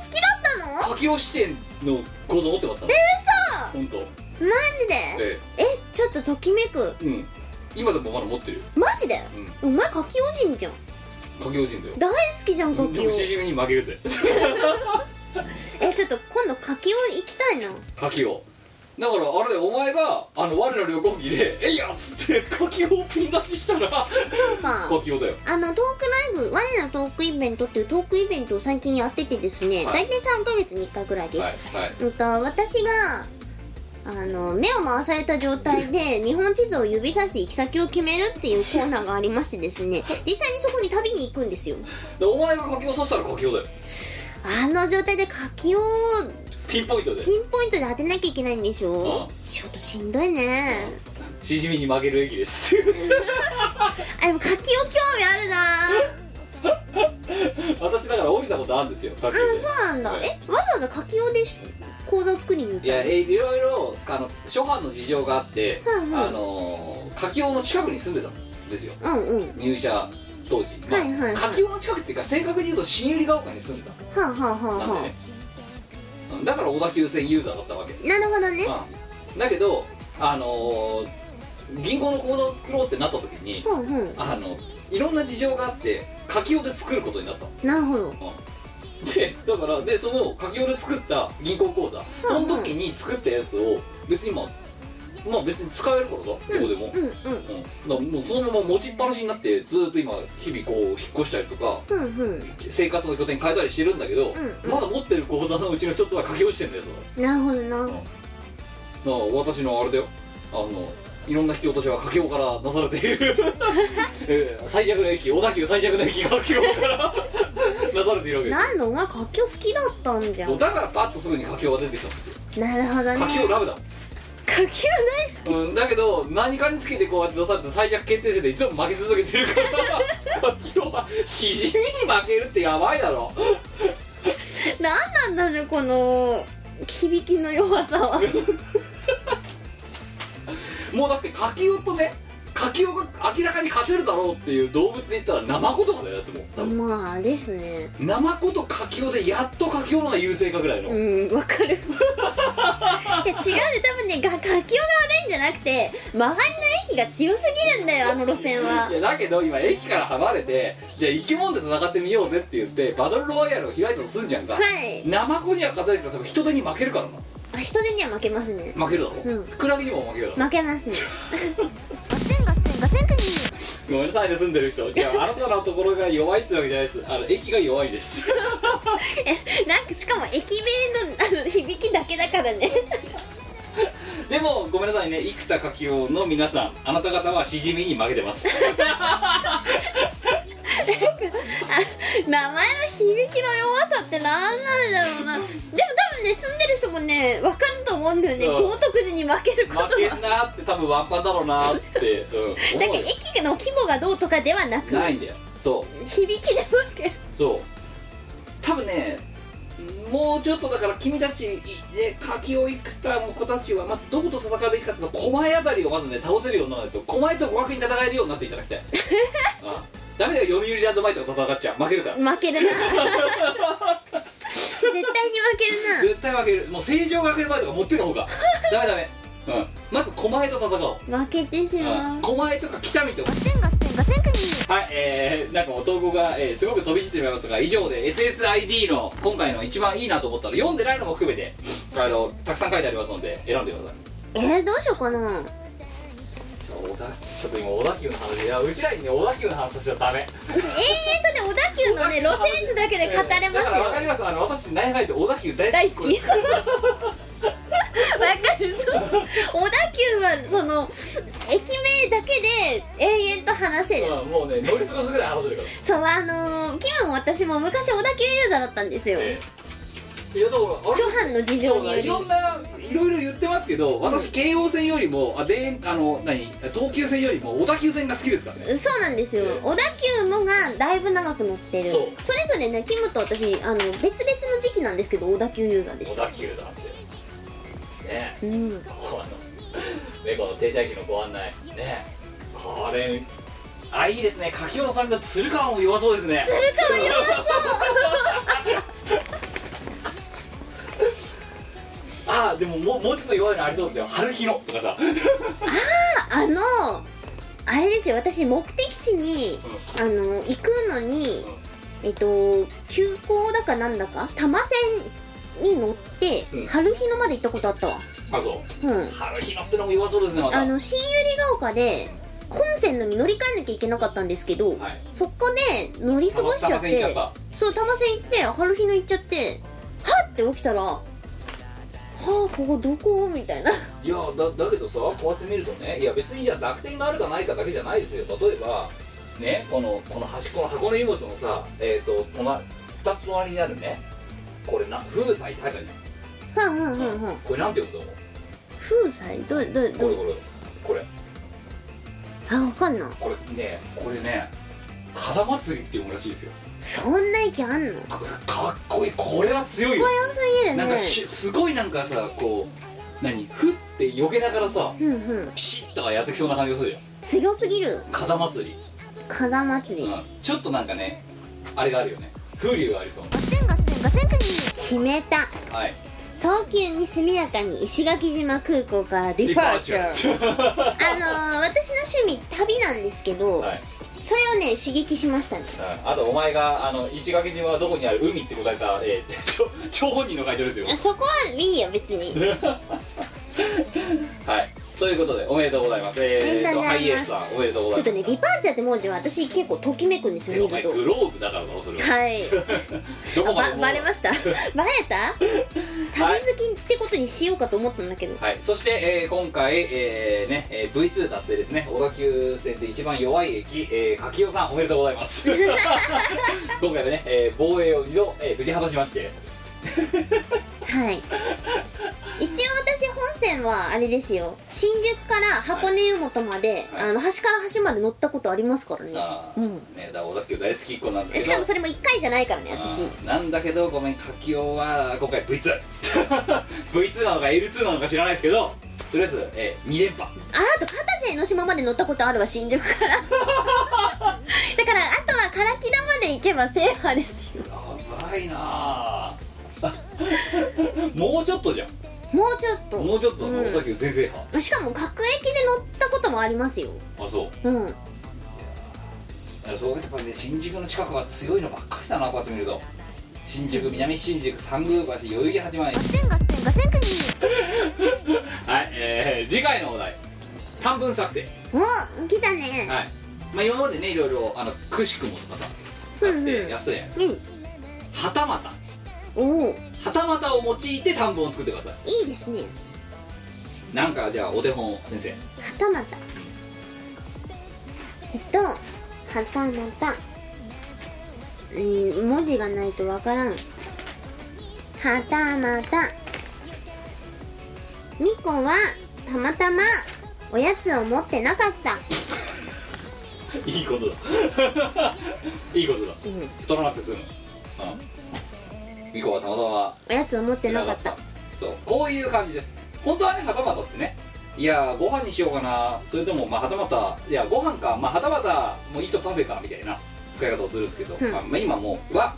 Speaker 2: ったの
Speaker 1: 柿雄支店の口座持ってますからねえ嘘本
Speaker 2: マジで
Speaker 1: 当え
Speaker 2: えちょっとときめく
Speaker 1: えうん今でもまだ持ってるよ
Speaker 2: マジで
Speaker 1: うん
Speaker 2: お前柿尾人じゃん
Speaker 1: 柿雄人だよ
Speaker 2: 大好きじゃん
Speaker 1: で
Speaker 2: 柿
Speaker 1: も
Speaker 2: 尾
Speaker 1: しじみに負ける ぜ
Speaker 2: えちょっと今度柿尾行きたいな
Speaker 1: 柿雄だからあれだよお前があの我の旅行機で「えいや!」っつって柿雄をピン刺ししたら
Speaker 2: そうか
Speaker 1: 柿雄だよ
Speaker 2: あのトークライブ我のトークイベントっていうトークイベントを最近やっててですね、
Speaker 1: はい
Speaker 2: 大体3ヶ月に1回ぐらいです、
Speaker 1: はいはい
Speaker 2: うんと私があの目を回された状態で日本地図を指さして行き先を決めるっていうコーナーがありましてですね実際にそこに旅に行くんですよ
Speaker 1: でお前が柿雄刺したら柿雄だよ
Speaker 2: あの状態で柿を
Speaker 1: ピンポイントで
Speaker 2: ピンポイントで当てなきゃいけないんでし
Speaker 1: あ
Speaker 2: ょちょっとしんどいね
Speaker 1: しじみに負ける駅ですって言って
Speaker 2: あでも柿を興味ある な
Speaker 1: 私だから降りたことあるんですよ柿雄
Speaker 2: うん
Speaker 1: で
Speaker 2: そうなんだえわざわざ柿をでし講座を作りに行っ
Speaker 1: い
Speaker 2: た
Speaker 1: やえいろいろあの諸般の事情があって、
Speaker 2: うんうん
Speaker 1: あのー柿雄の近くに住んでたんですよ
Speaker 2: うんうんは
Speaker 1: 入社当時、まあ
Speaker 2: はいはいはい
Speaker 1: 柿雄の近くっていうか正確に言うと新百合ヶ丘に住んで
Speaker 2: あ、はあはあ
Speaker 1: たなんで
Speaker 2: は
Speaker 1: ね、うんだから小田急線ユーザーだったわけ、
Speaker 2: あ、なるほどね
Speaker 1: うんだけどあのー銀行の口座を作ろうってなった時に
Speaker 2: うんうん
Speaker 1: あのいろんな事情があって柿雄で作ることになったの
Speaker 2: なるほど
Speaker 1: でだからでその柿俺作った銀行口座その時に作ったやつを別にまあまあ別に使えるからさどこでも、
Speaker 2: うんうん
Speaker 1: うんだからもうそのまま持ちっぱなしになってずーっと今日々こう引っ越したりとか
Speaker 2: うんうん
Speaker 1: 生活の拠点変えたりしてるんだけど、
Speaker 2: んうん
Speaker 1: まだ持ってる口座のうちの一つは書き落ちてんだよそ
Speaker 2: なるほどな
Speaker 1: のだから私のあれだよあのいろんな引き落としは書き尾からなされている、 えー最弱の駅小田急最弱の駅が書き尾から なされているわけですよ
Speaker 2: なんだお前柿を好きだったんじゃ
Speaker 1: そうんだからパッとすぐに柿雄が出てきたんですよ
Speaker 2: なるほどね
Speaker 1: 柿雄ラブだ
Speaker 2: 柿を大好
Speaker 1: もん、うん、だけど何かにつけてこうやって出されて最弱決定戦でいつも負け続けてるから 柿雄はしじみに負けるってやばいだろ
Speaker 2: きなんなんだろうねこの響きの弱さは
Speaker 1: もうだってカキオとねカキオが明らかに勝てるだろうっていう動物で言ったらナマコとかだよだってもう多分
Speaker 2: まあですね
Speaker 1: ナマコとカキオでやっとカキオの方が優勢かぐらいの、
Speaker 2: うんわかるいや違うね多分ねが活況が悪いんじゃなくて周りの駅が強すぎるんだよあの路線はい
Speaker 1: やだけど今駅から離れてじゃあ生き物で戦ってみようぜって言ってバトルロワイヤルを開いたとすんじゃんか、
Speaker 2: はい
Speaker 1: ナマコには勝たれても多分人手に負けるからな
Speaker 2: あ人手には負けますね
Speaker 1: 負けるだろ、
Speaker 2: うん
Speaker 1: クラゲにも負けるだろ、
Speaker 2: 負けますね
Speaker 1: ごめんなさいね住んでる人じゃ ああなたのところが弱いってわけじゃないですあの駅が弱いです
Speaker 2: なんかしかも駅名のあの響きだけだからね
Speaker 1: でもごめんなさいね生田カキオの皆さんあなた方はしじみに負けて ます
Speaker 2: 名前の響きの弱さってなんなんだろうなでも多分ね住んでる人もねわかると思うんだよね
Speaker 1: うん
Speaker 2: 豪徳寺に負けることは
Speaker 1: 負けんなーって多分ワンパンだろうなーって、うん、
Speaker 2: なん
Speaker 1: 思
Speaker 2: か
Speaker 1: うよ
Speaker 2: 駅の規模がどうとかではなく
Speaker 1: ないんだよそう
Speaker 2: 響きで負ける
Speaker 1: そう多分ねもうちょっとだから君たちで柿を生田の子たちはまずどこと戦うべきかっていうと狛江あたりをまずね倒せるようにならないと狛江と互角に戦えるようになっていただきたいあダメだよ読売ランドマイとか戦っちゃう負けるから
Speaker 2: 負けるな絶対に負けるな
Speaker 1: 絶対負けるもう成城学園前とか持ってる方がダメダメうんまず狛江と戦おう
Speaker 2: 負けてしま
Speaker 1: う
Speaker 2: うん
Speaker 1: 狛江とか北見とかはいえー、なんかもう投稿が、えーすごく飛び散ってしまいますが以上で SSID の今回の一番いいなと思ったら読んでないのも含めてあのたくさん書いてありますので選んでください
Speaker 2: えー、どうしようかな
Speaker 1: ちょ小田ちょっと今小田急の話いやうちらにね小田急の話しちゃダメ
Speaker 2: 永遠とね小田急のね路線図だけで語れま
Speaker 1: だから分
Speaker 2: す
Speaker 1: か
Speaker 2: よ
Speaker 1: りますあの私内配で小田急大
Speaker 2: 大
Speaker 1: 好き
Speaker 2: 好き わかるそう小田急はその駅名だけで永遠と話せる
Speaker 1: うんもうね乗り過ごすぐらい話せるから
Speaker 2: そうあのー、キムも私も昔小田急ユーザーだったんですよ、
Speaker 1: ええいやだからあ
Speaker 2: 初
Speaker 1: れ
Speaker 2: 版の事情
Speaker 1: そう
Speaker 2: に
Speaker 1: だ
Speaker 2: よ
Speaker 1: い
Speaker 2: り
Speaker 1: ろんないろいろ言ってますけど私京王線よりもあ電あの何東急線よりも小田急線が好きですからね
Speaker 2: そうなんですよ
Speaker 1: ええ
Speaker 2: 小田急のがだいぶ長く乗ってる
Speaker 1: そう
Speaker 2: それぞれねキムと私あの別々の時期なんですけど小田急ユーザーでし
Speaker 1: 小
Speaker 2: た
Speaker 1: 田急なんですよねえ
Speaker 2: うん
Speaker 1: この猫の停車駅のご案内ねえこれあいいですね柿尾さんが鶴川も弱そうですね鶴川弱そうああでももうもうちょっと弱いのありそうですよ春日野とかさ
Speaker 2: あのあれですよ私目的地にあの行くのにえっと急行だかなんだか多摩線に乗って、
Speaker 1: うん
Speaker 2: 春日野まで行ったことあったわ
Speaker 1: あそう
Speaker 2: うん
Speaker 1: 春日野ってのも弱そうですねまた
Speaker 2: あの新百合ヶ丘で本線のに乗り換えなきゃいけなかったんですけど、
Speaker 1: はい
Speaker 2: そこで乗り過ごしちゃっ
Speaker 1: あの多摩線行っちゃってた
Speaker 2: そう多摩線行って春日野行っちゃってはって起きたらはあここどこみたいな
Speaker 1: いやだだけどさこうやって見るとねいや別にじゃあ楽天があるかないかだけじゃないですよ例えばねこのこの端っこの箱の湯本のさえっ、とこの2つ隣にあるねこれな風彩って書いてあるね、
Speaker 2: ふんふんふんふん
Speaker 1: これなんて読むと
Speaker 2: 風彩どれどれど
Speaker 1: 思うこ
Speaker 2: れ
Speaker 1: れこれ
Speaker 2: あわかんない
Speaker 1: これこれねこれね風祭りって読むらしいですよ
Speaker 2: そんな駅あんの
Speaker 1: かかっこいいこれは強いよ
Speaker 2: 強すぎるね
Speaker 1: なんかしすごいなんかさこう何ふって避けながらさ
Speaker 2: ふんふん
Speaker 1: ピシッとかやってきそうな感じがするよ
Speaker 2: 強すぎる
Speaker 1: 風祭り
Speaker 2: 風祭り
Speaker 1: うんちょっとなんかねあれがあるよね風流がありそう
Speaker 2: 決めた
Speaker 1: なはい
Speaker 2: 早急に速やかに石垣島空港からディパーチャー
Speaker 1: ー
Speaker 2: あのー、私の趣味旅なんですけ ど、
Speaker 1: はい
Speaker 2: それをね刺激しましたね
Speaker 1: あとお前があの石垣島はどこにある海って答えた、えー、 ちょ張本人の回答ですよ
Speaker 2: あそこはいいよ別 に
Speaker 1: はいということでおめでとうございますえ
Speaker 2: おめで
Speaker 1: ー
Speaker 2: とう
Speaker 1: と
Speaker 2: ございます
Speaker 1: ハイエースさんおめでとうご
Speaker 2: ち
Speaker 1: ざ
Speaker 2: ょ
Speaker 1: い
Speaker 2: っとね
Speaker 1: ま
Speaker 2: ディパーチャーって文字は私結構ときめくんで
Speaker 1: す
Speaker 2: すよ
Speaker 1: で
Speaker 2: 見
Speaker 1: お前
Speaker 2: ると
Speaker 1: グローブだからだろそれ は
Speaker 2: はい
Speaker 1: どこまで
Speaker 2: ば
Speaker 1: も
Speaker 2: バレまし たバレた
Speaker 1: は
Speaker 2: 旅
Speaker 1: い
Speaker 2: 好きってことにしようかと思ったんだけど
Speaker 1: はい、そして、えー今回、えーねえー V2 達成ですね小田急線で一番弱い駅、えー、柿尾さんおめでとうございます 今回はね、えー防衛を2度、えー無事果たしまして
Speaker 2: はい一応私本線はあれですよ新宿から箱根湯本まで、
Speaker 1: はい
Speaker 2: あの端から端まで乗ったことありますからね
Speaker 1: あー
Speaker 2: うん
Speaker 1: ね、だから小田急大好きっ子なんですけど
Speaker 2: しかもそれも1回じゃないからね私
Speaker 1: うんなんだけど ごめん柿雄は今回 V2V2 なのか L2 なのか知らないですけどとりあえず、えー、2連覇
Speaker 2: ああと片瀬江ノ島まで乗ったことあるわ新宿 からだからあとは唐木田まで行けば制覇ですよ
Speaker 1: やばいなあ もうちょっとじゃん
Speaker 2: もうちょっと
Speaker 1: もうちょっと
Speaker 2: うん
Speaker 1: さっきの全制覇
Speaker 2: しかも各駅で乗ったこともありますよ
Speaker 1: あそう
Speaker 2: うんうん
Speaker 1: だからそうやっぱりね新宿の近くは強いのばっかりだなこうやって見ると新宿南新宿三宮橋代々木八幡駅
Speaker 3: 千合千合千国
Speaker 1: はいえー、次回のお題短文作成
Speaker 2: お来たね
Speaker 1: はいまあ今までねいろいろあのくしくもとかさ使っ
Speaker 2: うんうん
Speaker 1: て安いやつ
Speaker 2: ね
Speaker 1: はたまた
Speaker 2: おおい
Speaker 1: はたまたを用いて短文を作ってくださ
Speaker 2: いですね
Speaker 1: いなんかじゃあお手本を先生
Speaker 2: はたまたえっとはたまたうん文字がないとわからんはたまたみこはたまたまおやつを持ってなかった
Speaker 1: いいことだ いいことだ太らなくて済むうんミコはたまたま
Speaker 2: おやつを持ってなかった
Speaker 1: そうこういう感じです本当はねはたまたってねいやーご飯にしようかなそれともまあはたまたいやご飯かまあはたまたもういっそパフェかみたいな使い方をするんですけど、
Speaker 2: うん
Speaker 1: まあ、まあ今もうは、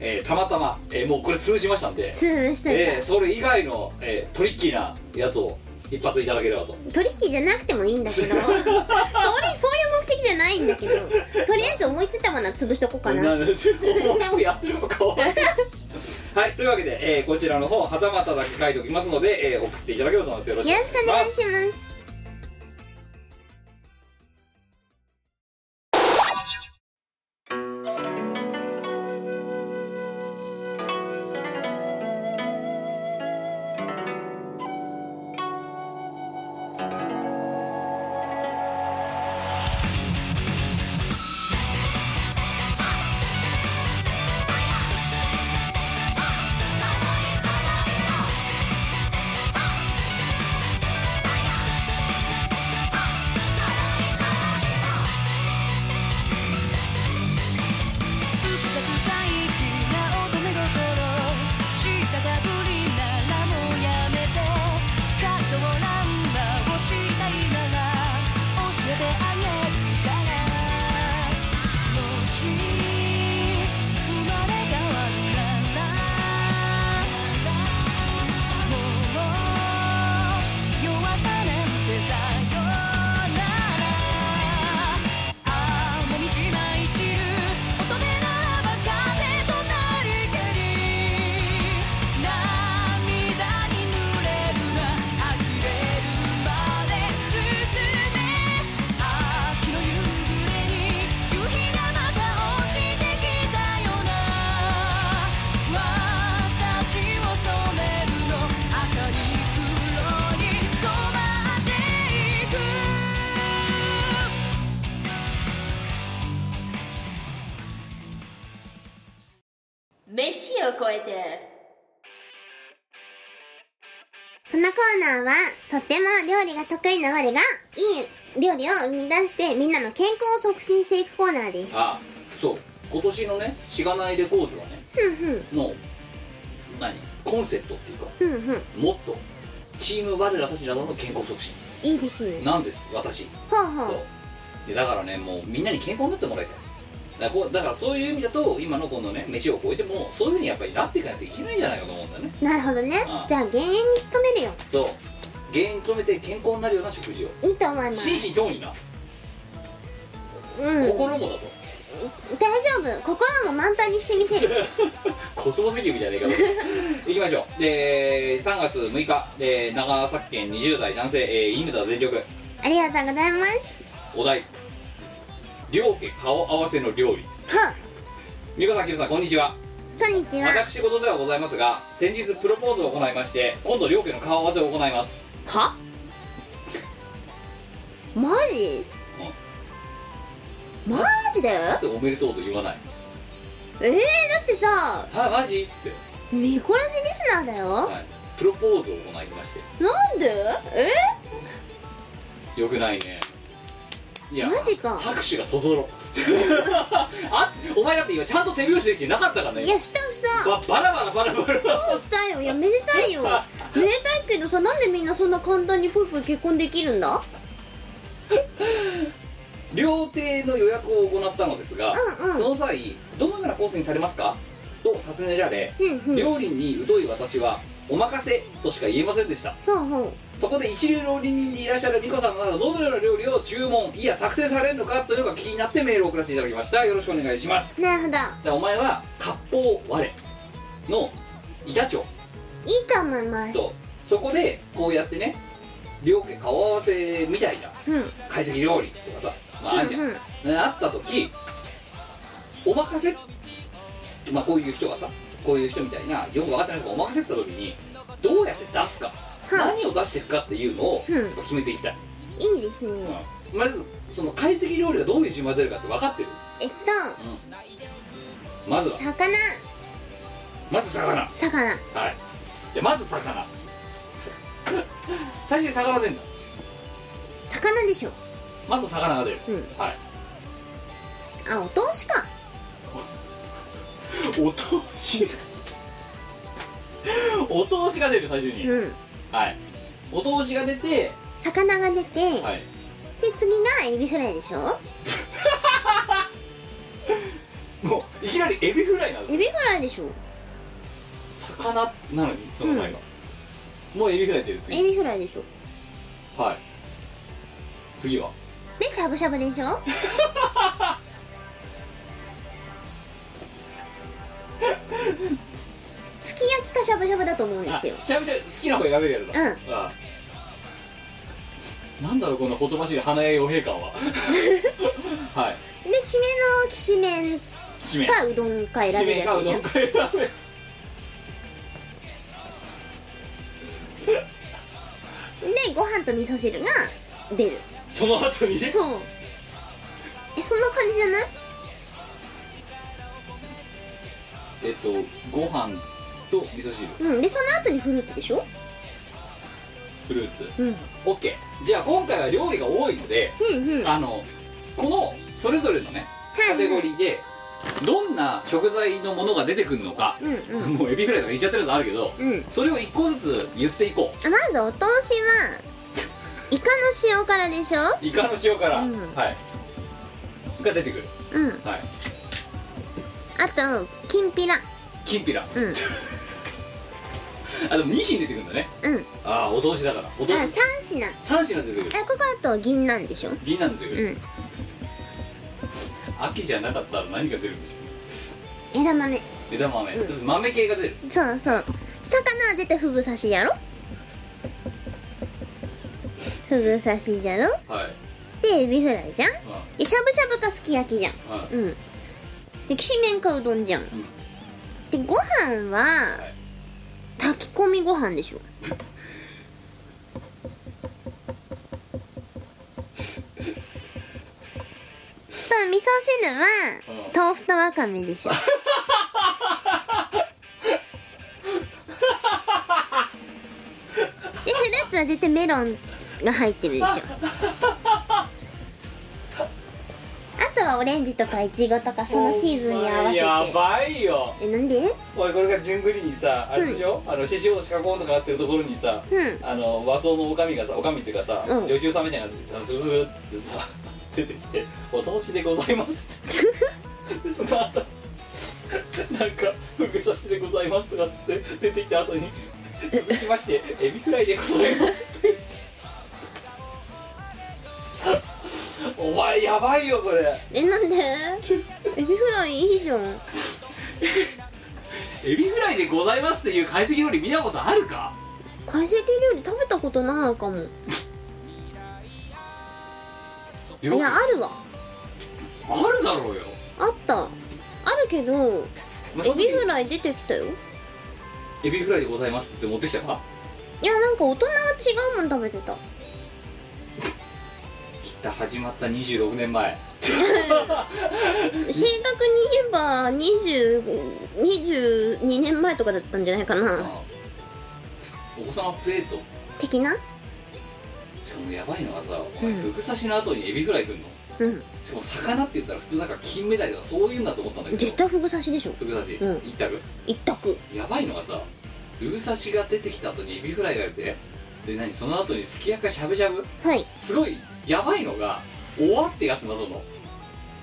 Speaker 1: えーたまたま、えーもうこれ通じましたんで、
Speaker 2: 潰したい
Speaker 1: えーそれ以外の、えートリッキーなやつを一発いただければと
Speaker 2: トリッキーじゃなくてもいいんだけどそれそういう目的じゃないんだけどとりあえず思いついたものは潰しとこうかな
Speaker 1: なお前もやってること変わらないはいというわけで、えーこちらの方はたまただけ書いておきますので、えー送っていただければと思いますよろしく
Speaker 2: よろしくお願いします
Speaker 7: 「つかつたいきな乙女心」「したたぶりならもうやめて」「カットをランナーをしたいなら教えてあげるから」「もし生まれ変わるならもう弱さなんてさよなら」「ああもみじまい散る乙女ならば風となりけり」「涙に濡れるな呆れるまで進め」「秋の夕暮れに夕日がまた落ちてきたよな」「私を染めるの赤に黒に染まっていく」
Speaker 3: 飯を超えて
Speaker 2: このコーナーはとっても料理が得意な我がいい料理を生み出してみんなの健康を促進していくコーナーです
Speaker 1: あそう今年のねしがないレコーズはね
Speaker 2: ふんふん
Speaker 1: の何コンセプトっていうか
Speaker 2: ふんふん
Speaker 1: もっとチーム我らたちなどの健康促進
Speaker 2: いいですね
Speaker 1: なんです私
Speaker 2: ほうほ
Speaker 1: そう
Speaker 2: う
Speaker 1: でだからねもうみんなに健康になってもらいたいだからこうだからそういう意味だと今のこのね飯を超えてもそういうふうにやっぱりなっていかないといけないんじゃないかと思うんだよね
Speaker 2: なるほどね
Speaker 1: ああ
Speaker 2: じゃあ減塩に努めるよ
Speaker 1: そう原因止めて健康になるような食事を
Speaker 2: いいと思います
Speaker 1: 心身ともにな、
Speaker 2: うん大丈
Speaker 1: 心もだぞ
Speaker 2: 夫心も満タンにしてみせる
Speaker 1: コスモ石油みたいな言 い方いきましょうで3月6日で長崎県20代男性、えー、犬田全力
Speaker 2: ありがとうございます
Speaker 1: お題両家顔合わせの料理
Speaker 2: は
Speaker 1: 美子さんキムさんこんにちは
Speaker 2: こんにちは
Speaker 1: 私事ではございますが先日プロポーズを行いまして今度両家の顔合わせを行います
Speaker 2: はマジマジで
Speaker 1: なぜおめでとうと言わない
Speaker 2: えー、だってさ
Speaker 1: あマジって、
Speaker 2: ミコラジリスナーだよ
Speaker 1: はい、プロポーズを行いまして
Speaker 2: なんでえ
Speaker 1: よくないねいや
Speaker 2: マジか
Speaker 1: 拍手がそぞろ あお前だって今ちゃんと手拍子できてなかったからね
Speaker 2: いやしたした
Speaker 1: ばバラバラバラバラ
Speaker 2: そうしたよいやめでたいよめでたいけどさなんでみんなそんな簡単にぽいぽい結婚できるんだ
Speaker 1: 料亭の予約を行ったのですが、
Speaker 2: うんうん
Speaker 1: その際どのようなコースにされますかと尋ねられ、
Speaker 2: うんうん
Speaker 1: 料理に疎い私はお任せとしか言えませんでした
Speaker 2: ほうほ
Speaker 1: そこで一流料理人でいらっしゃる美子さんならどのような料理を注文いや作成されるのかというのが気になってメールを送らせていただきましたよろしくお願いします
Speaker 2: うなるほど
Speaker 1: じゃあお前は割烹我の板長
Speaker 2: いいと思います
Speaker 1: そうそこでこうやってね両家顔合わせみたいな
Speaker 2: うん
Speaker 1: 懐石料理とかさ、まあ、あんじゃん、
Speaker 2: うんうん
Speaker 1: ねあった時お任せまあこういう人がさこういう人みたいなよく分かってない人がお任せって言った時にどうやって出すか、何を出していくかっていうのを
Speaker 2: うん
Speaker 1: やっぱ決めていきたい、
Speaker 2: いいですね
Speaker 1: うんまずその懐石料理がどういう順番で出るかって分かってる、
Speaker 2: えっ
Speaker 1: うんまずは
Speaker 2: と魚
Speaker 1: まず魚
Speaker 2: 魚
Speaker 1: はいじゃあまず魚 最初に魚出るんだ
Speaker 2: 魚でしょ
Speaker 1: まず魚が出る、
Speaker 2: うん
Speaker 1: はい
Speaker 2: あお通しか
Speaker 1: お通し お通しが出る最初に、
Speaker 2: うん
Speaker 1: はいお通しが出て
Speaker 2: 魚が出て、
Speaker 1: はい
Speaker 2: で次がエビフライでしょ
Speaker 1: もういきなりエビフライなんで
Speaker 2: エビフライでしょ
Speaker 1: す魚なのにその前が、もうエビフライ出る
Speaker 2: エ
Speaker 1: 次
Speaker 2: ビフライでしょ
Speaker 1: はい次は
Speaker 2: でしゃぶしゃぶでしょ すき焼きかしゃぶしゃぶだと思うんで
Speaker 1: あ
Speaker 2: すよ
Speaker 1: しゃぶしゃぶ好きな方選べるやつだ
Speaker 2: うん
Speaker 1: あなんだろうこのほとばしい花屋洋平感 ははい
Speaker 2: で締めのきしめんか
Speaker 1: 締め
Speaker 2: うどんか
Speaker 1: 締
Speaker 2: 選べ
Speaker 1: め
Speaker 2: るや
Speaker 1: か
Speaker 2: つ
Speaker 1: う
Speaker 2: でし
Speaker 1: ど
Speaker 2: ょ
Speaker 1: んか選べ
Speaker 2: でご飯と味噌汁が出る
Speaker 1: その後に
Speaker 2: そうえそんな感じじゃない
Speaker 1: えっとご飯と味噌汁
Speaker 2: うんでその後にフルーツでしょ
Speaker 1: フルーツ
Speaker 2: うんうん
Speaker 1: OK じゃあ今回は料理が多いので、
Speaker 2: うん
Speaker 1: あのこのそれぞれのねカテゴリーでどんな食材のものが出てくるのか、
Speaker 2: うんうん
Speaker 1: もうエビフライとか言っちゃってるやつあるけど、
Speaker 2: うん
Speaker 1: それを一個ずつ言っていこ
Speaker 2: あまずお通しはイカの塩辛でしょ
Speaker 1: うイカの塩から、
Speaker 2: うん
Speaker 1: はいが出てくる
Speaker 2: うん
Speaker 1: はい
Speaker 2: あときんぴら
Speaker 1: きんぴら、
Speaker 2: うん
Speaker 1: あでも2品出てくるんだね
Speaker 2: うん
Speaker 1: ああお通しだからお通
Speaker 2: あ
Speaker 1: し
Speaker 2: 三品あ
Speaker 1: 3品出てくる
Speaker 2: ここあと銀なんでしょ
Speaker 1: 銀杏出てく
Speaker 2: う
Speaker 1: る、
Speaker 2: ん
Speaker 1: 秋じゃなかったら何が出るんでしょ
Speaker 2: 枝豆
Speaker 1: う枝豆、そして豆系が出る
Speaker 2: そうそう魚は絶対フグ刺しやろフグ刺しじゃろ
Speaker 1: はい、
Speaker 2: でエビフライじゃん
Speaker 1: うん
Speaker 2: でしゃぶしゃぶかすき焼きじゃん
Speaker 1: はい
Speaker 2: うんできしめんかうどんじゃん
Speaker 1: ん
Speaker 2: でご飯はい炊き込みご飯でしょと味噌汁は
Speaker 1: うん
Speaker 2: 豆腐とわかめで しょでフルーツは絶対メロンが入ってるでしょあとはオレンジとかイチゴとかそのシーズンに合わせて
Speaker 1: やばいよ
Speaker 2: えなんで
Speaker 1: おいこれがじゅんぐりにさあれでしょ、あの獅子王四角ンとかあってるところにさ、
Speaker 2: うん
Speaker 1: あの和装のおかみがさおかみっていうかさ、
Speaker 2: うん
Speaker 1: 女中さんみたいなのがスルスルってさ出てきて「お通しでございます」って でその後なんか「ふぐ刺しでございます」とかっつって出てきた後に「続きましてエビフライでございます」 って言ってお前やばいよこれ
Speaker 2: えなん でエビフライいいじゃん
Speaker 1: エビフライでございますっていう解析料理見たことあるか
Speaker 2: 懐石料理食べたことないかもい
Speaker 1: いや
Speaker 2: やあるわ
Speaker 1: あるだろうよ
Speaker 2: あったあるけどエビフライ出てきたよ
Speaker 1: エビフライでございますって持ってきたか
Speaker 2: いやなんか大人は違うもん食べてた
Speaker 1: きっと始まった26年 前
Speaker 2: 正確に言えば20 22年前とかだったんじゃないかな
Speaker 1: お子様プレート
Speaker 2: 的な
Speaker 1: しかもやばいのがさお前ふぐ刺しの後にエビフライくんの、
Speaker 2: うん
Speaker 1: しかも魚って言ったら普通なんか金目鯛とかそういうんだと思ったんだけど
Speaker 2: 絶対フグ刺しでしょ
Speaker 1: フグ刺し、
Speaker 2: うん
Speaker 1: 一択
Speaker 2: 一択
Speaker 1: やばいのがさルー刺しが出てきた後にエビフライが出てで何その後にすき焼きかしゃぶしゃぶ
Speaker 2: はい
Speaker 1: すごいやばいのがおわってやつなその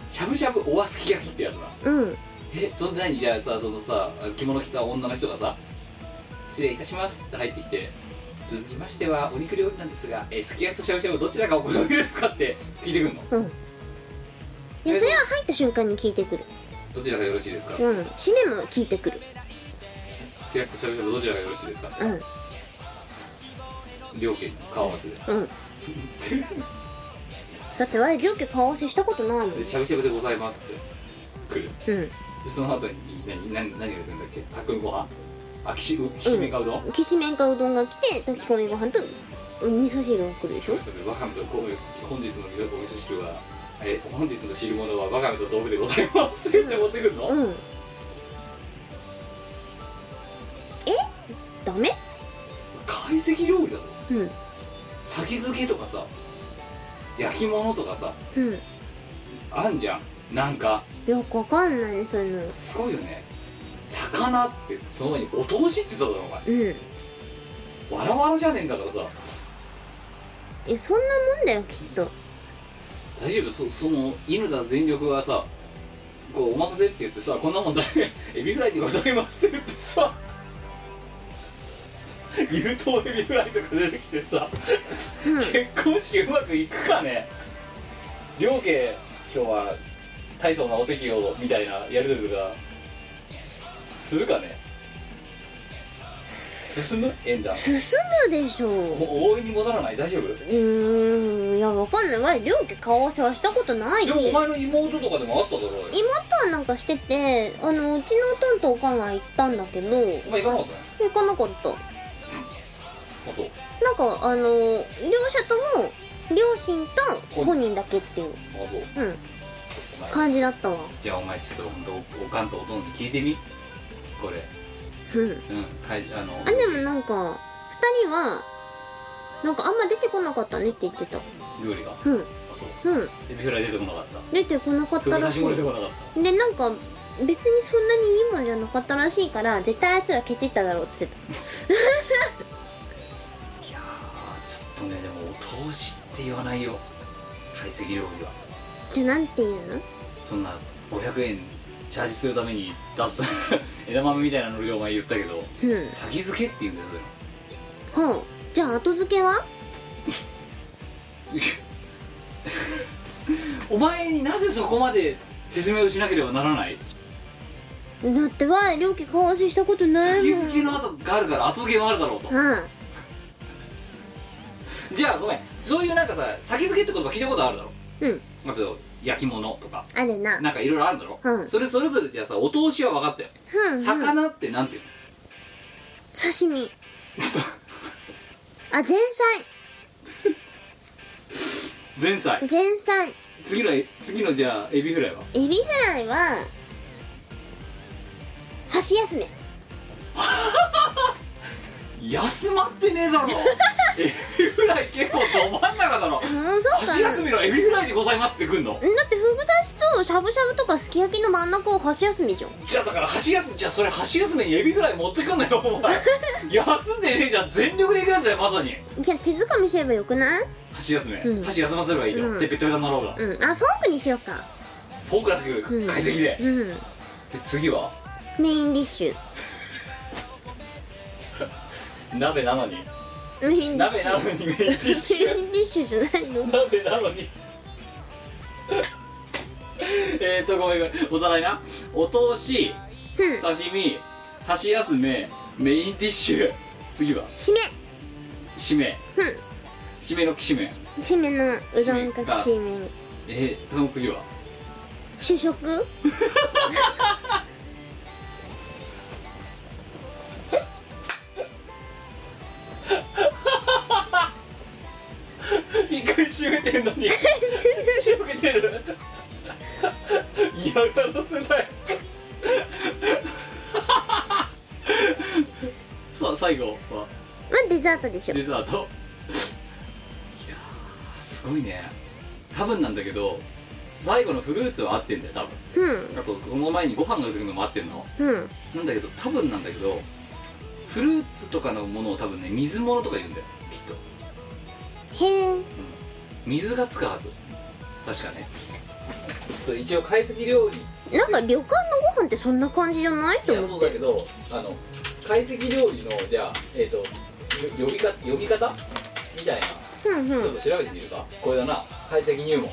Speaker 1: しゃぶしゃぶおわすき焼きってやつな
Speaker 2: うん
Speaker 1: えそんで何じゃあさそのさ着物着た女の人がさ「失礼いたします」って入ってきて「続きましてはお肉料理なんですがえすき焼きとしゃぶしゃぶどちらがお好みですか?」って聞いてくんの
Speaker 2: いやそれは入った瞬間に聞いてくる
Speaker 1: どちらがよろしいですか
Speaker 2: うん締めも聞いてくる
Speaker 1: すき焼きとしゃぶしゃぶどちらがよろしいですか
Speaker 2: うん
Speaker 1: 両家顔合わせで
Speaker 2: うんだって我両家顔合わせしたことないもん
Speaker 1: でしゃぶしゃぶでございますって来る
Speaker 2: う
Speaker 1: でその後に何何何が出てるんだっけ炊くご飯あきしうきしめんかうどん、
Speaker 2: んきしめんかうどんが来て炊き込みご飯とうん味噌汁が来るでし
Speaker 1: そ
Speaker 2: ょ
Speaker 1: うですねわかめとこう本日の味噌お味噌汁はえ本日の汁物はわかめと豆腐でございますって言って持ってくるの、
Speaker 2: うんえダメ
Speaker 1: 懐石料理だぞ
Speaker 2: うん
Speaker 1: 先漬けとかさ焼き物とかさ
Speaker 2: うん
Speaker 1: あんじゃんなんか
Speaker 2: よくわかんないねそういうの
Speaker 1: すごいよね魚ってその前にお通しって言っただろお前
Speaker 2: うん
Speaker 1: わらわらじゃねえんだからさ
Speaker 2: えそんなもんだよきっと
Speaker 1: 大丈夫そその犬だ全力はさこうお任せって言ってさこんなもんだ エビフライでございますって言ってさ 優等エビフライとか出てきてさ、結婚式うまくいくかね両家今日は大層なお席をみたいなやり取りとかすするかね進む縁談
Speaker 2: 進むでしょう
Speaker 1: お大いに戻らない大丈夫
Speaker 2: ーんいやわかんないわい両家顔合わせはしたことないって
Speaker 1: でもお前の妹とかでもあっただろうよ
Speaker 2: 妹はなんかしててあのうちのおとんとおかんが行ったんだけど
Speaker 1: お前行かなかったね
Speaker 2: 行かなかった
Speaker 1: あそう
Speaker 2: なんかあの両者とも両親と本人だけっていう、
Speaker 1: あそう
Speaker 2: うん、
Speaker 1: お前
Speaker 2: 感じだったわ
Speaker 1: じゃあお前ちょっと本当おおかんとおとんに聞いてみこれ
Speaker 2: うん
Speaker 1: うんかいあの
Speaker 2: あでもなんか二人はなんかあんま出てこなかったねって言ってた
Speaker 1: 料理があ
Speaker 2: うん
Speaker 1: そう
Speaker 2: うん
Speaker 1: エビフライ出てこなかった
Speaker 2: 出てこなかった
Speaker 1: 餃
Speaker 2: ら
Speaker 1: 子
Speaker 2: し
Speaker 1: しも出て
Speaker 2: い
Speaker 1: こなかっ
Speaker 2: でなんか別にそんなにいいもんじゃなかったらしいから絶対あいつらケチっただろうっつっ
Speaker 1: た
Speaker 2: て
Speaker 1: いやーちょっとねでもお通しって言わないよ懐石料理は
Speaker 2: たじゃあなんて言うの
Speaker 1: そんな500円チャージするために出す 枝豆みたいなのりをお前言ったけど
Speaker 2: うん
Speaker 1: 先漬けって言うんだよそれ
Speaker 2: はあじゃあ後付けは
Speaker 1: お前になぜそこまで説明をしなければならない
Speaker 2: だってわい両家顔合わせしたことない
Speaker 1: 先
Speaker 2: もん
Speaker 1: 付けの後があるから後付けもあるだろうと
Speaker 2: うん
Speaker 1: じゃあごめんそういうなんかさ先付けって言葉聞いたことあるだろ
Speaker 2: うん
Speaker 1: あと焼き物とか
Speaker 2: あれな
Speaker 1: なんかいろいろあるだろ、
Speaker 2: うん
Speaker 1: それそれぞれじゃあさお通しは分かったよ、
Speaker 2: うん、うん、
Speaker 1: 魚ってなんていう
Speaker 2: 刺身あ前菜
Speaker 1: の前菜
Speaker 2: 前菜
Speaker 1: 次の次のじゃあエビフライは
Speaker 2: エビフライは箸休め
Speaker 1: 休まってねえ だろエビフライ結構ど真ん中だろ
Speaker 2: うんそうか
Speaker 1: 箸
Speaker 2: な
Speaker 1: 休みのエビフライでございますってくんの
Speaker 2: だってフグ刺しとしゃぶしゃぶとかすき焼きの真ん中を箸休みじゃん
Speaker 1: じゃあだから箸休みじゃあそれ箸休みにエビフライ持ってくんなよお 前休んでねえじゃん全力でいくやつだよまさに
Speaker 2: いや手づかみすればよくない
Speaker 1: 箸休め、
Speaker 2: うん
Speaker 1: 箸休ませればいいよ、
Speaker 2: うん
Speaker 1: てっぺったべたになろうが、
Speaker 2: うんあフォークにしようか
Speaker 1: フォークラスく
Speaker 2: うん
Speaker 1: る解析で、で
Speaker 2: うん
Speaker 1: 次は
Speaker 2: メインディッシュ
Speaker 1: 鍋なのに
Speaker 2: メインディッシ
Speaker 1: 鍋なの
Speaker 2: ュ
Speaker 1: にメインディッシ
Speaker 2: メイ
Speaker 1: ュ
Speaker 2: ンディッシュじゃないの
Speaker 1: 鍋なのに えーっとごめんごめんおさらいなお通し
Speaker 2: うん
Speaker 1: 刺身箸休めメインディッシュ次は
Speaker 2: 締め
Speaker 1: 締め
Speaker 2: う
Speaker 1: 締めのきしめん
Speaker 2: ん締めのうどんかきしめん
Speaker 1: えー、その次は
Speaker 2: 主食
Speaker 1: 一回締めてんのに締めてる嫌がらせないさあ最後は
Speaker 2: はデザートでしょ
Speaker 1: デザートいやーすごいね多分なんだけど最後のフルーツは合ってんだよ多分
Speaker 2: うん
Speaker 1: あとその前にご飯が出てくるのも合ってんの
Speaker 2: うん
Speaker 1: なんだけど多分なんだけどフルーツとかのものを多分ね水物とか言うんだよきっと
Speaker 3: へえ
Speaker 1: 水がつくはず確かねちょっと一応解析料理
Speaker 2: なんか旅館のご飯ってそんな感じじゃない
Speaker 1: い
Speaker 2: と
Speaker 1: や
Speaker 2: 思
Speaker 1: そ
Speaker 2: っ
Speaker 1: う
Speaker 2: て
Speaker 1: だけどあの解析料理のじゃあえっ、とよ呼びか呼び方みたいな
Speaker 2: うんうん
Speaker 1: ちょっと調べてみるかこれだな解析入門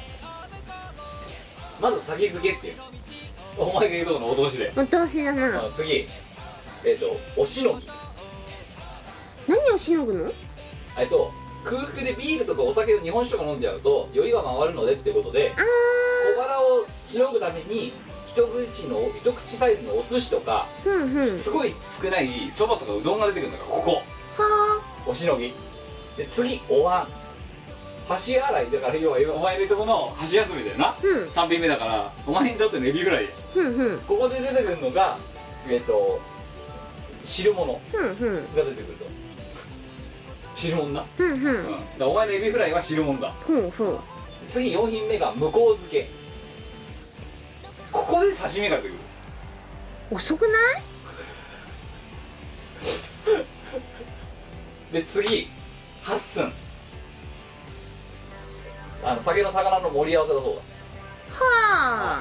Speaker 1: まず先付けっていうお前が言うとこのお通しで、
Speaker 2: お通しだな
Speaker 1: あ次えっ、とおしのぎ
Speaker 2: 何をしのぐの
Speaker 1: えっと空腹でビールとかお酒を日本酒とか飲んじゃうと酔いが回るのでってことで小腹をしのぐために一口の一口サイズのお寿司とか
Speaker 2: うんうん
Speaker 1: すごい少ないそばとかうどんが出てくるのがここ
Speaker 2: は
Speaker 1: おしのぎで次お椀箸洗いだから要はお前のとこの箸休めだよな、
Speaker 2: うん
Speaker 1: 3品目だからお前にとってのエビフライ
Speaker 2: あふんふんうん
Speaker 1: ここで出てくるのがえっ、と汁物が
Speaker 2: ふんふん
Speaker 1: 出てくると汁物な、
Speaker 2: ふんふ
Speaker 1: うんん、だからお前のエビフライは汁物だ
Speaker 2: ほうほう
Speaker 1: 次4品目が向こう漬けここで刺身が出てくる
Speaker 2: 遅くない
Speaker 1: で次八寸あの酒の魚の盛り合わせだそうだ
Speaker 2: は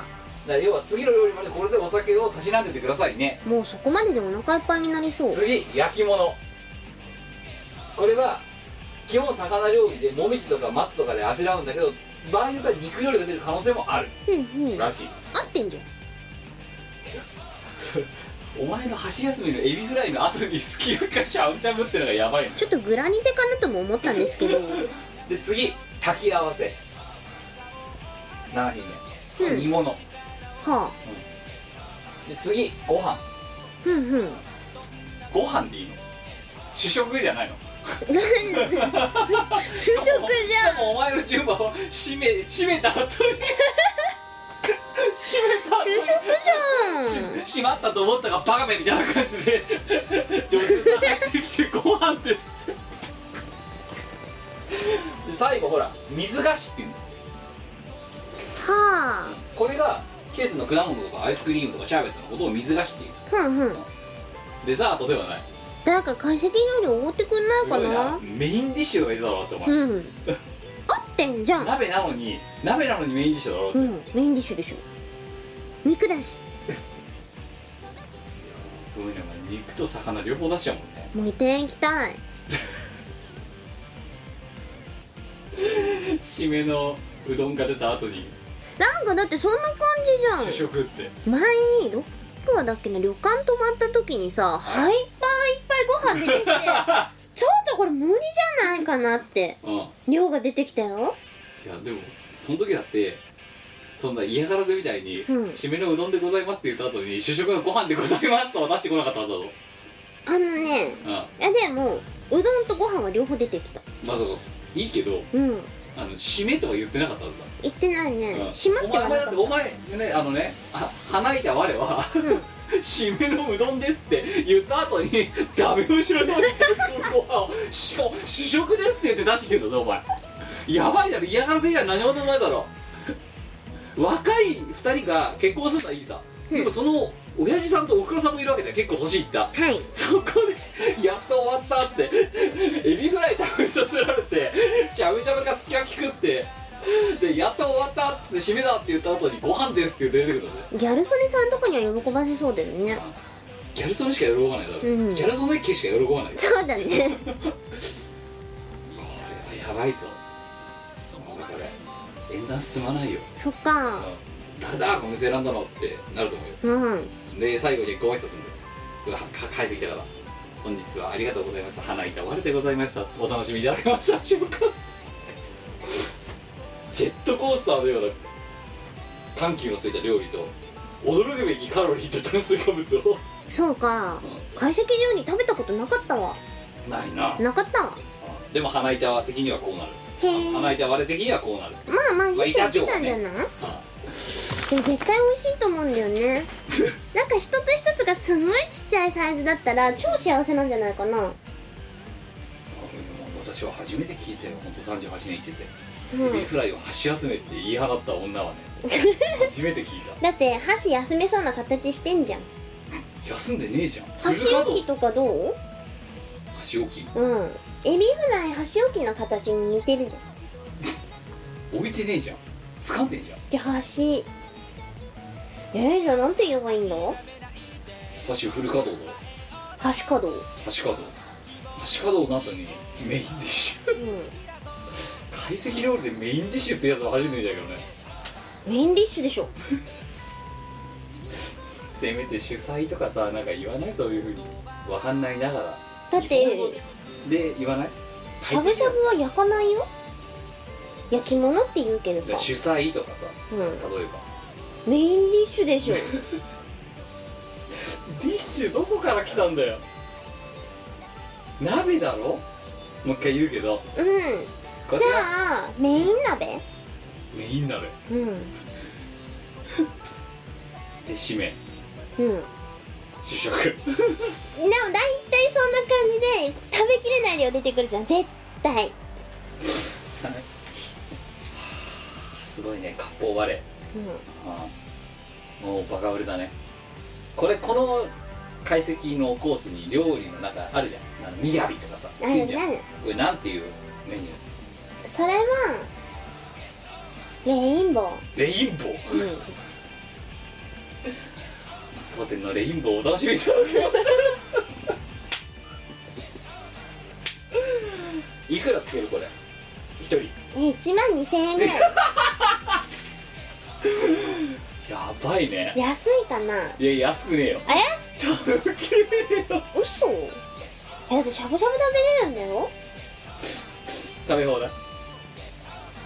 Speaker 2: あ
Speaker 1: だから要は次の料理までこれでお酒をたしなんでてくださいね
Speaker 2: もうそこまででお腹いっぱいになりそう
Speaker 1: 次焼き物これは基本魚料理でもみじとか松とかであしらうんだけど場合によっては肉料理が出る可能性もある
Speaker 2: ふんふん合
Speaker 1: らしい
Speaker 2: ってんじゃん
Speaker 1: お前の箸休みのエビフライの後にすき焼きかしゃぶしゃぶってのがやばいの
Speaker 2: ちょっとグラニテかなとも思ったんですけ ど
Speaker 1: で次炊き合わせ7品目、
Speaker 2: うん
Speaker 1: 煮物
Speaker 2: はあ
Speaker 1: で次ご飯
Speaker 2: ふんふん
Speaker 1: ご飯でいいの主食じゃないの
Speaker 2: 主食じ
Speaker 1: しかもお前の順番を締め 締めた 後に締めた後
Speaker 2: 主
Speaker 1: に
Speaker 2: 食じゃん
Speaker 1: しまったと思ったがバカめみたいな感じで 女性さん入ってきてご飯ですってで最後ほら水菓子っていうの
Speaker 2: はあ
Speaker 1: これが季節の果物とかアイスクリームとかシャーベットのことを水菓子っていう
Speaker 2: ふんふん
Speaker 1: デザートではない
Speaker 2: 誰か解析料理おごってくんない
Speaker 1: すご
Speaker 2: か
Speaker 1: いな
Speaker 2: な
Speaker 1: メインディッシュがいるだろうってお前、
Speaker 2: うん合ってんじゃん
Speaker 1: 鍋なのに鍋なのにメインディッシュだろうって、
Speaker 2: うんメインディッシュでしょ肉だし
Speaker 1: すごいねお前肉と魚両方出しちゃうもんね
Speaker 2: 森店行きたい
Speaker 1: 締めのうどんが出た後に
Speaker 2: なんかだってそんな感
Speaker 1: 主
Speaker 2: じじ
Speaker 1: 食って、
Speaker 2: ゃん前にどっかだっけな旅館泊まった時にさハイパーいっぱいご飯出てきて ちょっとこれ無理じゃないかなって
Speaker 1: うん
Speaker 2: 量が出てきたよ
Speaker 1: いやでもその時だってそんな嫌がらずみたいに「
Speaker 2: うん
Speaker 1: 締めのうどんでございます」って言った後に「主食のご飯でございます」とは出してこなかったはずだぞ
Speaker 2: あのね
Speaker 1: うん
Speaker 2: えでもうどんとご飯は両方出てきた
Speaker 1: まあそういいけど
Speaker 2: うん
Speaker 1: あの締めとは言ってなかったはずだ、
Speaker 2: 行ってないね
Speaker 1: うん
Speaker 2: 閉まって
Speaker 1: お
Speaker 2: はな
Speaker 1: 前だ
Speaker 2: かっ
Speaker 1: って
Speaker 2: た
Speaker 1: お前ねあのねあ花いた我は、締めのうどんですって言った後に ダメ後ろに置いてあるご飯をしかも主食ですって言って出してきてるんだぞお前やばいだろ嫌がらせ以外何事もないだろ若い2人が結婚するのはいいさ、でもその親父さんとおふくろさんもいるわけだよ結構年いった
Speaker 2: はい
Speaker 1: そこでやっと終わったってエビフライ食べさせられてしゃぶしゃぶかすき焼き食ってでやっと終わったっつって締めだって言った後にご飯ですって言って出てくるのね
Speaker 2: ギャル曽根さんとかには喜ばせそうだよね
Speaker 1: ギャルソネしか喜ばないだろ、
Speaker 2: うん
Speaker 1: ギャルソネ家しか喜ばないこ
Speaker 2: そうだね
Speaker 1: れはやばいぞなんだこれ縁談進まないよ
Speaker 2: そっか
Speaker 1: 誰だこの店選んだのってなると思うよ
Speaker 2: うん
Speaker 1: で最後にご挨拶にうわか返してきたから本日はありがとうございました花板我でございましたお楽しみいただけましたでしょうかジェットコースターのような緩急のついた料理と驚くべきカロリーと炭水化物を
Speaker 2: そうか解析料理食べたことなかったわ
Speaker 1: ないな
Speaker 2: なかったわ
Speaker 1: でも花板的にはこうなる
Speaker 2: へえま
Speaker 1: 花板我的にはこうなる
Speaker 2: あまあいい
Speaker 1: まあ
Speaker 2: 線いってたんじゃないでも
Speaker 1: は
Speaker 2: 絶対美味しいと思うんだよ ねなんか一つ一つがすんごいちっちゃいサイズだったら超幸せなんじゃないかな
Speaker 1: 私は初めて聞いたよ本当38年生きててエビフライを箸休めって言い放った女はね初めて聞いた
Speaker 2: だって箸休めそうな形してんじゃん
Speaker 1: 休んでねえじゃん
Speaker 2: 箸置きとかどう
Speaker 1: 箸置き
Speaker 2: うんエビフライ箸置きの形に似てるじゃん
Speaker 1: 置いてねえじゃん掴んでんじゃん
Speaker 2: じゃあ箸えー、じゃあなんて言えばいいんだ
Speaker 1: 箸フル稼働だろ
Speaker 2: 箸角
Speaker 1: 箸稼働箸稼働の後にメインディッシュ
Speaker 2: うん
Speaker 1: 懐石料理でメインディッシュってやつは初めてだけどね
Speaker 2: メインディッシュでしょ
Speaker 1: せめて主催とかさなんか言わないそういうふうにわかんないながら
Speaker 2: だって
Speaker 1: で言わない
Speaker 2: しゃぶしゃぶは焼かないよ焼き物って言うけど
Speaker 1: じゃあ
Speaker 2: さ
Speaker 1: 主催とかさ
Speaker 2: うん
Speaker 1: 例えば
Speaker 2: メインディッシュで しょ
Speaker 1: ディッシュどこから来たんだよ鍋だろもう一回言うけど
Speaker 2: うん
Speaker 1: こ
Speaker 2: じ
Speaker 1: れ
Speaker 2: ゃ
Speaker 1: は
Speaker 2: あメイン鍋
Speaker 1: メイン鍋
Speaker 2: うん
Speaker 1: で締め
Speaker 2: うん
Speaker 1: 主食
Speaker 2: でも大体そんな感じで食べきれない量出てくるじゃん絶対
Speaker 1: すごいね割烹割れ
Speaker 2: う
Speaker 1: ああもうバカ売れだねこれこの解析のコースに料理の中あるじゃんあのみやびとかさつけんじゃん
Speaker 2: あるね
Speaker 1: これなんていうメニュ
Speaker 2: んそれはレインボー
Speaker 1: ーレインボー
Speaker 2: うん
Speaker 1: 当店のレインボーをお楽しみいただけます いくらつけるこれ一人
Speaker 2: え1万2000円 ぐらい
Speaker 1: やばいね
Speaker 2: 安いかない
Speaker 1: や安くねえよ
Speaker 2: え
Speaker 1: 高えよ
Speaker 2: 嘘えだってしゃぶしゃぶ食べれるんだよ
Speaker 1: 食べ放題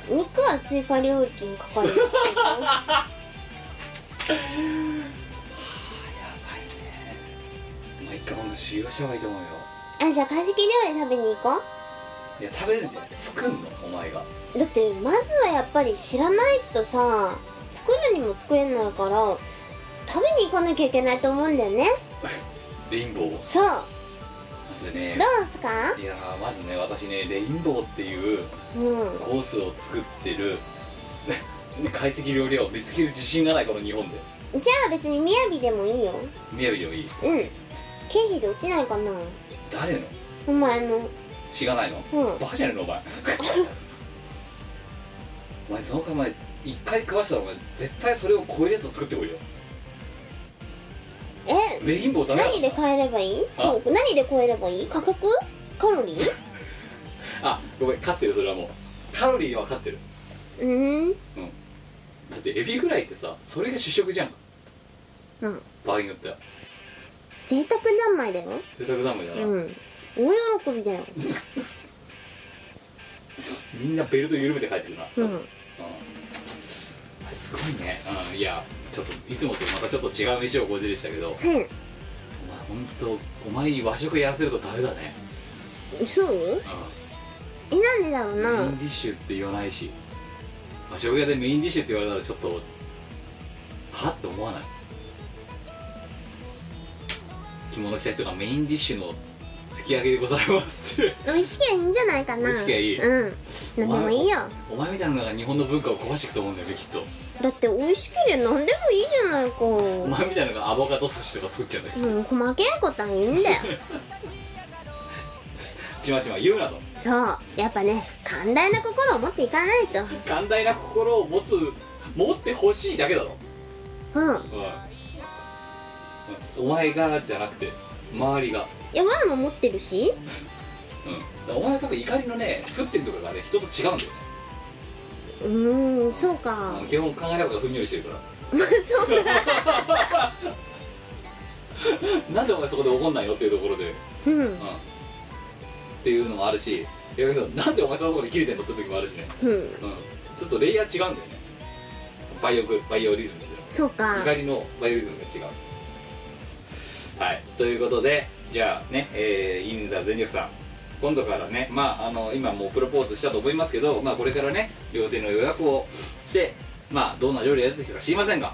Speaker 2: 肉は追加料金かかるんですけ ど
Speaker 1: もう一回ほんと修行した方がいいと思うよ
Speaker 2: あじゃあ懐石料理食べに行こ
Speaker 1: いや食べるんじゃない作んのお前が
Speaker 2: うだってまずはやっぱり知らないとさ作るにも作れないから食べに行かなきゃいけないと思うんだよね
Speaker 1: レインボーを
Speaker 2: そう
Speaker 1: まずね
Speaker 2: どうすか
Speaker 1: いやーまずね私ねレインボーっていう
Speaker 2: うん
Speaker 1: コースを作ってる 懐石料理屋を見つける自信がないこの日本で
Speaker 2: じゃあ別にみやびでもいいよ
Speaker 1: みやびでもいい
Speaker 2: うん経費で落ちないかな
Speaker 1: 誰の
Speaker 2: お前の
Speaker 1: 知らないの
Speaker 2: うん
Speaker 1: バカじゃねえのお前 お前その回前一回食わしたらお前絶対それを超えるやつを作ってこいよ
Speaker 2: え
Speaker 1: レインボーダメだ
Speaker 2: 何で買えればいい
Speaker 1: あ
Speaker 2: こう何で超えればいい価格カロリー
Speaker 1: あごめん勝ってるそれはもうカロリーは勝ってる
Speaker 2: うーん
Speaker 1: だってエビフライってさそれが主食じゃん
Speaker 2: うん
Speaker 1: 場合によっては
Speaker 2: 贅沢三昧だよ
Speaker 1: 贅沢侍だな、
Speaker 2: うん大喜びだよ
Speaker 1: みんなベルト緩めて帰ってくるな
Speaker 2: うん
Speaker 1: うんすごいね、うん、いやちょっといつもとまたちょっと違う飯をこうてでしたけどお前
Speaker 2: は
Speaker 1: 本当お前に和食やらせるとダメだね、
Speaker 2: いそうえなんでだろう
Speaker 1: うん
Speaker 2: な
Speaker 1: メインディッシュって言わないし和食屋でメインディッシュって言われたらちょっとはって思わない着物着た人がメインディッシュのすき揚げでございますって
Speaker 2: 美味しきゃいいんじゃないかな
Speaker 1: 美味しきゃいい
Speaker 2: うん何でもいいよ
Speaker 1: お前みたいなのが日本の文化を壊していくと思うんだよねきっと
Speaker 2: だって美味しけりゃ何でもいいじゃないか
Speaker 1: お前みたいなのがアボカド寿司とか作っちゃうんだよ
Speaker 2: うん細けいことはいいんだよ
Speaker 1: ちまちま言うなと
Speaker 2: そうやっぱね寛大な心を持っていかないと
Speaker 1: 寛大な心を持つ持ってほしいだけだろ、
Speaker 2: うん
Speaker 1: うん、お前がじゃなくて周りが、
Speaker 2: いやワンも持ってるし
Speaker 1: うん、お前は多分怒りのね沸点とかがね人と違うんだよね、
Speaker 2: うーんそうか
Speaker 1: うん、基本考え方がふんよりしてるから
Speaker 2: まあそうか
Speaker 1: なんでお前そこで怒んないのっていうところで、うん、っ
Speaker 2: うん
Speaker 1: ていうのもあるしいやけどなんでお前そのとこで切れてんのって時もあるしね、
Speaker 2: うん
Speaker 1: うん、ちょっとレイヤー違うんだよねバイオバイオリズムですよ
Speaker 2: そうか
Speaker 1: 怒りのバイオリズムが違うはいということでじゃあねえー、インザ全力さん今度からねまああの今もうプロポーズしたと思いますけどまあこれからね料亭の予約をしてまあどんな料理が出てきたか知りませんが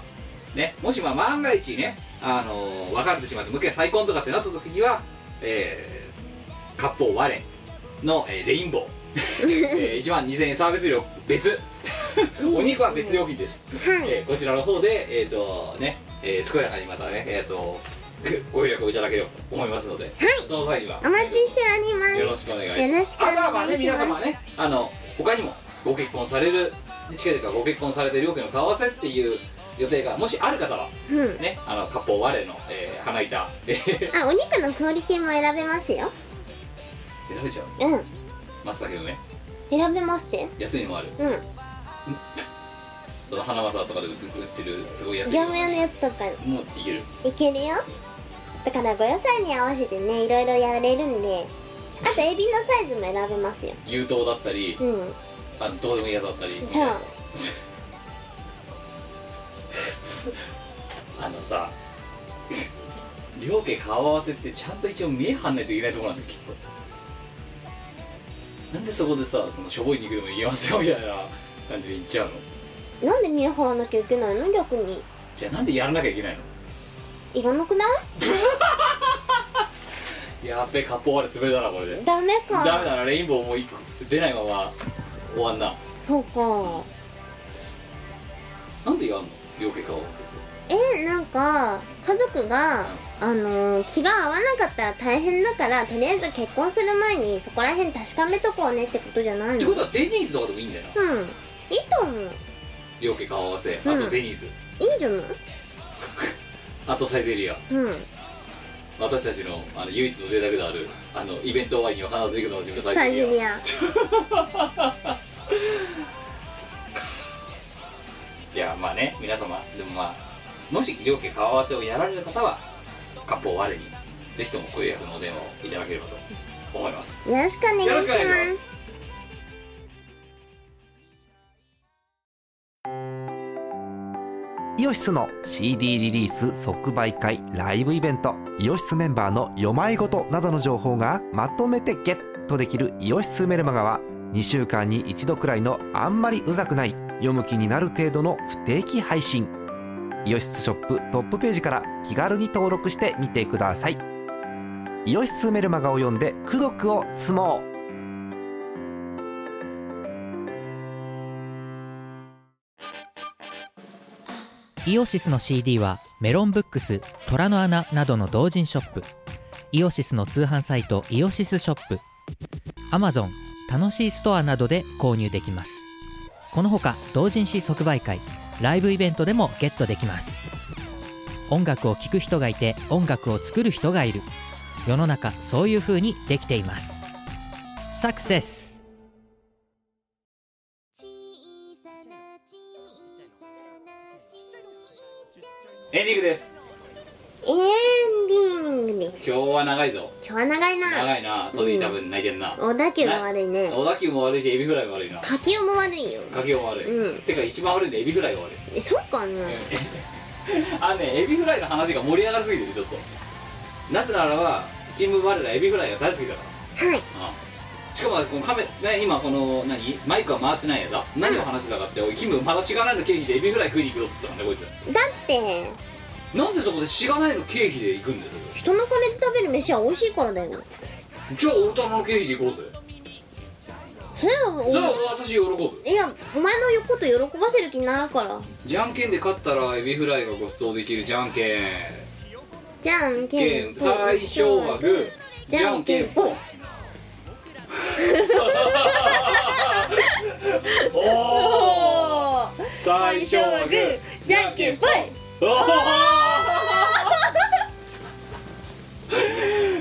Speaker 1: ねもしまあ万が一ねあの別れてしまってもう一回再婚とかってなった時にはえー、割烹我の、えーレインボー、えー、1万2000円サービス料別お肉は別料金です、
Speaker 2: はい
Speaker 1: えーこちらの方でえっ、とね、えー健やかにまたねえっ、と ごご予約をいただければと思いますので、その際には
Speaker 2: お待ちしておりま
Speaker 1: よろ
Speaker 2: す
Speaker 1: しくお願いします
Speaker 2: よろしくお願いします
Speaker 1: あとはまあね皆様ねあの他にもご結婚される近々ご結婚されて両家の顔合わせっていう予定がもしある方は
Speaker 2: うん
Speaker 1: ねあの割烹我の、えー、花板え ー選
Speaker 2: あお肉のクオリティも選べますよ
Speaker 1: べちゃう
Speaker 2: うん
Speaker 1: 松茸のね
Speaker 2: 選べますよ
Speaker 1: 安いのもある
Speaker 2: うん
Speaker 1: その花正とかで売ってるすごい安い
Speaker 2: 業務用のやつとか
Speaker 1: もういける
Speaker 2: いけるよだからご野菜に合わせてねいろいろやれるんであとエビのサイズも選べますよ
Speaker 1: 優等だったり
Speaker 2: うん
Speaker 1: あのどうでもいいやつだったり
Speaker 2: そう
Speaker 1: あのさ 両家顔合わせってちゃんと一応見え張んないといけないところなんだよきっとなんでそこでさそのしょぼい肉でもいけますよみたいな感じで言っちゃうの
Speaker 2: なんで見え張らなきゃいけないの逆に
Speaker 1: じゃあなんでやらなきゃいけない
Speaker 2: いらなくない
Speaker 1: のやっべえ割烹割れ潰れたなこれで
Speaker 2: ダメ
Speaker 1: ダ
Speaker 2: か
Speaker 1: メだなレインボーもう一個出ないまま終わんな
Speaker 2: そうか
Speaker 1: なんでやんの両家顔合わせって
Speaker 2: えなんか家族があのー気が合わなかったら大変だからとりあえず結婚する前にそこら辺確かめとこうねってことじゃない
Speaker 1: って
Speaker 2: の
Speaker 1: ことはデニーズとかでもいいんだよな
Speaker 2: うんいいと思ういいん
Speaker 1: 両家顔合わせあとデニーズ、
Speaker 2: じゃない
Speaker 1: あとサイゼリア
Speaker 2: うん
Speaker 1: 私たちのあの唯一の贅沢であるあのイベント終わりには必ず行くのが自分の
Speaker 2: サイゼリア
Speaker 1: じゃあまあね皆様でもまあもし両家顔合わせをやられる方は割烹我にぜひともご予約のお電話をいただければと思います
Speaker 2: よろしくお願いし
Speaker 1: よろ
Speaker 2: ま
Speaker 1: しくお願いしますす
Speaker 8: イオシスの CD リリース即売会ライブイベントイオシスメンバーの読まいごとなどの情報がまとめてゲットできる「イオシスメルマガ」は2週間に1度くらいのあんまりうざくない読む気になる程度の不定期配信イオシスショップトップページから気軽に登録してみてくださいイオシスメルマガを読んで「功徳を積もう」
Speaker 9: イオシスの CD はメロンブックス、虎の穴などの同人ショップイオシスの通販サイトイオシスショップ Amazon 楽しいストアなどで購入できますこのほか同人誌即売会ライブイベントでもゲットできます音楽を聴く人がいて音楽を作る人がいる世の中そういう風にできていますサクセス
Speaker 1: エンディングです
Speaker 2: エンディングです
Speaker 1: 今日は長いぞ
Speaker 2: 今日は長いな
Speaker 1: 長いなトディ多分泣いてんな
Speaker 2: 小田急が悪いね
Speaker 1: 小田急も悪いしエビフライも悪いな
Speaker 2: 柿雄も悪いよ
Speaker 1: かけようも悪い、
Speaker 2: うん
Speaker 1: てか一番悪いんでエビフライが悪い
Speaker 2: えそうかな
Speaker 1: あのねエビフライの話が盛り上がりすぎてるちょっとなぜならばチーム我らエビフライが大好きだから
Speaker 2: はい
Speaker 1: うんしかもこのカメ、ね、今この何マイクは回ってないやだ何を話してたかっておいキムまだしがないの経費でエビフライ食いに行くぞっつってたもんねこい
Speaker 2: だって
Speaker 1: つなんでそこでしがないの経費で行くんだよそれ
Speaker 2: 人の金で食べる飯は美味しいからだよ
Speaker 1: じゃあオルタナの経費で行こうぜ
Speaker 2: それは
Speaker 1: それは
Speaker 2: お
Speaker 1: 私喜ぶ
Speaker 2: いやお前の言うこと喜ばせる気になるから
Speaker 1: じゃんけんで勝ったらエビフライがご馳走できるじゃんけん
Speaker 2: じゃんけ
Speaker 1: け
Speaker 2: ん
Speaker 1: ん最初はグー
Speaker 2: じゃんけんぽん
Speaker 1: おお
Speaker 2: おー
Speaker 1: 最初はグー
Speaker 2: じゃんけんぽい
Speaker 1: お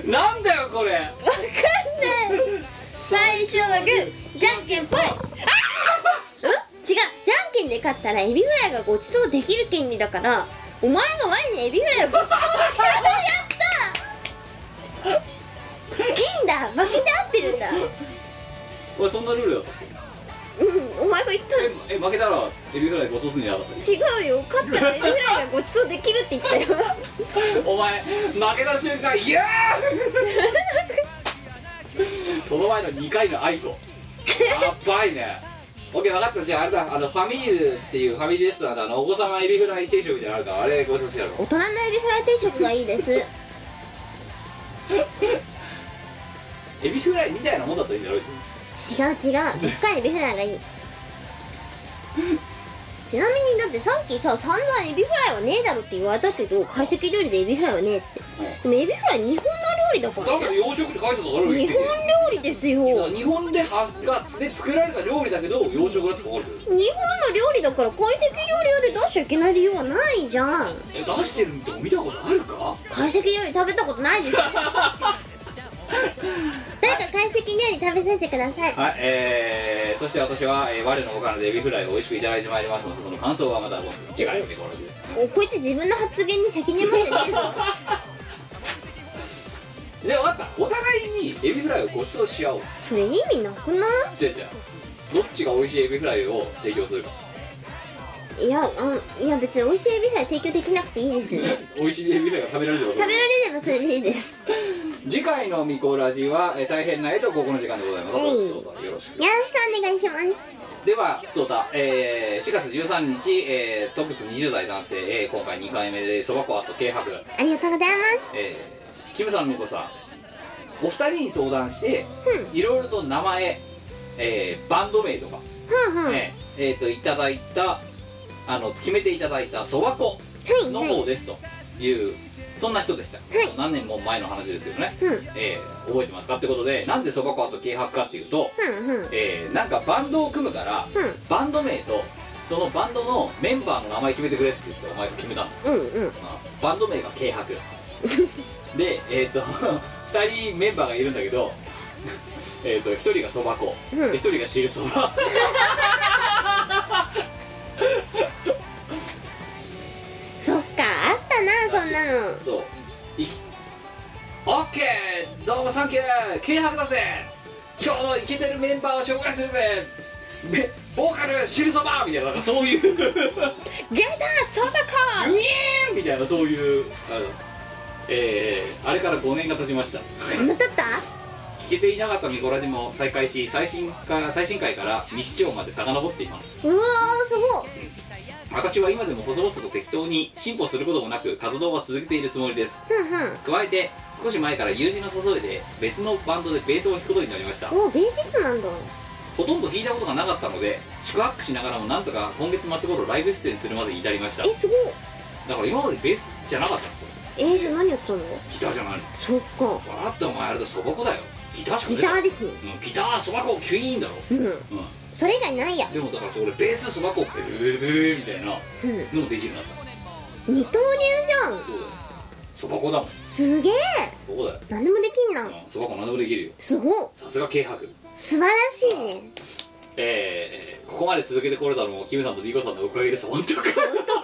Speaker 1: おなんだよこれ
Speaker 2: 最初はグーじゃんけんぽいあーん違うじゃんけんで勝ったらエビフライがごちそうできる権利だからお前が我にエビフライをごちそうできるやったいいんだ負けて合ってるんだ
Speaker 1: おいそんなルールだったっけ
Speaker 2: うんお前が言った
Speaker 1: ええ負けたらエビフライごとすんじゃなかっ
Speaker 2: 違うよ勝ったらエビフライがごちそうできるって言った よ
Speaker 1: たお前負けた瞬間イエーイ その前の2回の愛子やばいねオッケー分かったじゃああれだあのファミリールっていうファミリーレストランであのお子様エビフライ定食みたいなのあるからあれご馳走してやろう
Speaker 2: 大人のエビフライ定食がいいです
Speaker 1: エビフライみたいなもんだったらいいんだろ別に
Speaker 2: 違う違うでっかいエビフライがいいちなみにだってさっきさ散々エビフライはねえだろって言われたけど懐石料理でエビフライはねえってでもエビフライ日本の料理だから
Speaker 1: だけど洋食って書いてたから俺言っ
Speaker 2: 日
Speaker 1: て
Speaker 2: 本
Speaker 1: る
Speaker 2: 料理ですよ日
Speaker 1: だか
Speaker 2: 本
Speaker 1: ら日本ではがで作られた料理だけど洋食だって書かれてる
Speaker 2: の料理だから懐石料理用で出しちゃいけない理由はないじゃん
Speaker 1: じゃあ出してるのとこ見たことあるか
Speaker 2: 懐石料理食べたことないで すよ
Speaker 3: 誰か懐石料理食べさせてください
Speaker 1: はいえー、そして私は、えー我のおからでエビフライを美味しくいただいてまいりますのでその感想はまた次回のところで
Speaker 2: おこいつ自分の発言に責任持ってねえぞ
Speaker 1: じゃあ分かったお互いにエビフライをごちそうし合おう
Speaker 2: それ意味なくな
Speaker 1: じゃあじゃあどっちが美味しいエビフライを提供するか
Speaker 2: いいやあいや別に美味しいエビフライ提供できなくていいです食
Speaker 1: 美味しいエビフライが食べられるってこ
Speaker 2: べ
Speaker 1: と
Speaker 2: られればそれでいいです
Speaker 1: 次回のミコラジは、えー大変な絵とここの時間でございます、
Speaker 2: はい
Speaker 1: どうぞよろしく
Speaker 2: よろしくお願いします
Speaker 1: ではふとた、えー4月13日、えー、特別20代男性、えー今回2回目でそば粉あと軽薄、
Speaker 2: ありがとうございます
Speaker 1: えーキムさんミコさんお二人に相談していろいろと名前、えーバンド名とか、
Speaker 2: はんはん
Speaker 1: ねえーといただいたあの決めていただいたそば粉
Speaker 2: はい
Speaker 1: の
Speaker 2: はい
Speaker 1: 方ですというそんな人でした、何年も前の話ですけどね、
Speaker 2: うん
Speaker 1: えー覚えてますかってことでなんでそば粉と軽薄かっていうと、
Speaker 2: うんうん
Speaker 1: えーなんかバンドを組むから、
Speaker 2: ん
Speaker 1: バンド名とそのバンドのメンバーの名前決めてくれって言ってお前が決めたの
Speaker 2: うんうん
Speaker 1: バンド名が軽薄でえっ、と2人メンバーがいるんだけど えっと1人がそば粉
Speaker 2: うん
Speaker 1: 1人が汁そば
Speaker 2: そっかあったなそんなの
Speaker 1: そういきオッケーどうもサンキュー軽薄だぜ今日のイケてるメンバーを紹介するぜめボーカル汁そばみたいななんかそういう
Speaker 2: ゲーターそばか
Speaker 1: イエーンみたいなそういうあのえーあれから5年が経ちました
Speaker 2: そんなとった
Speaker 1: 聞けていなかったミコラジも再開し最新か最新回から西町まで遡っています
Speaker 2: うわーすごい
Speaker 1: 私は今でも細々と適当に進歩することもなく活動は続けているつもりです
Speaker 2: ふ
Speaker 1: 加えて少し前から友人の誘いで別のバンドでベースを弾くことになりました
Speaker 2: んふんおベーシストなんだ
Speaker 1: ほとんど弾いたことがなかったので宿泊しながらもなんとか今月末頃ライブ出演するまでに至りました
Speaker 2: えすごい
Speaker 1: だから今までベースじゃなかった
Speaker 2: えー、じゃあ何やったの
Speaker 1: ギターじゃないの
Speaker 2: そっか
Speaker 1: 笑ってお前あれだそば粉だよギターしか
Speaker 2: ギ
Speaker 1: ねえ
Speaker 2: タ
Speaker 1: だろ
Speaker 2: ーですね
Speaker 1: うんギターそば粉キュイーンだろ
Speaker 2: うん
Speaker 1: うん
Speaker 2: それ以外ないや
Speaker 1: でもだからそれベースそば粉ベルベルベルベルみたいなのもできるようになった
Speaker 2: 二刀流じゃん
Speaker 1: そうだよそば粉だもん
Speaker 2: すげえ
Speaker 1: ここだよ
Speaker 2: 何でもできんな
Speaker 1: うんそば粉何でもできるよ
Speaker 2: すごい
Speaker 1: さすが軽薄
Speaker 2: 素晴らしいね
Speaker 1: えーえーここまで続けてこれたのもキムさんとリコさんのおかげです本当か
Speaker 2: 本当か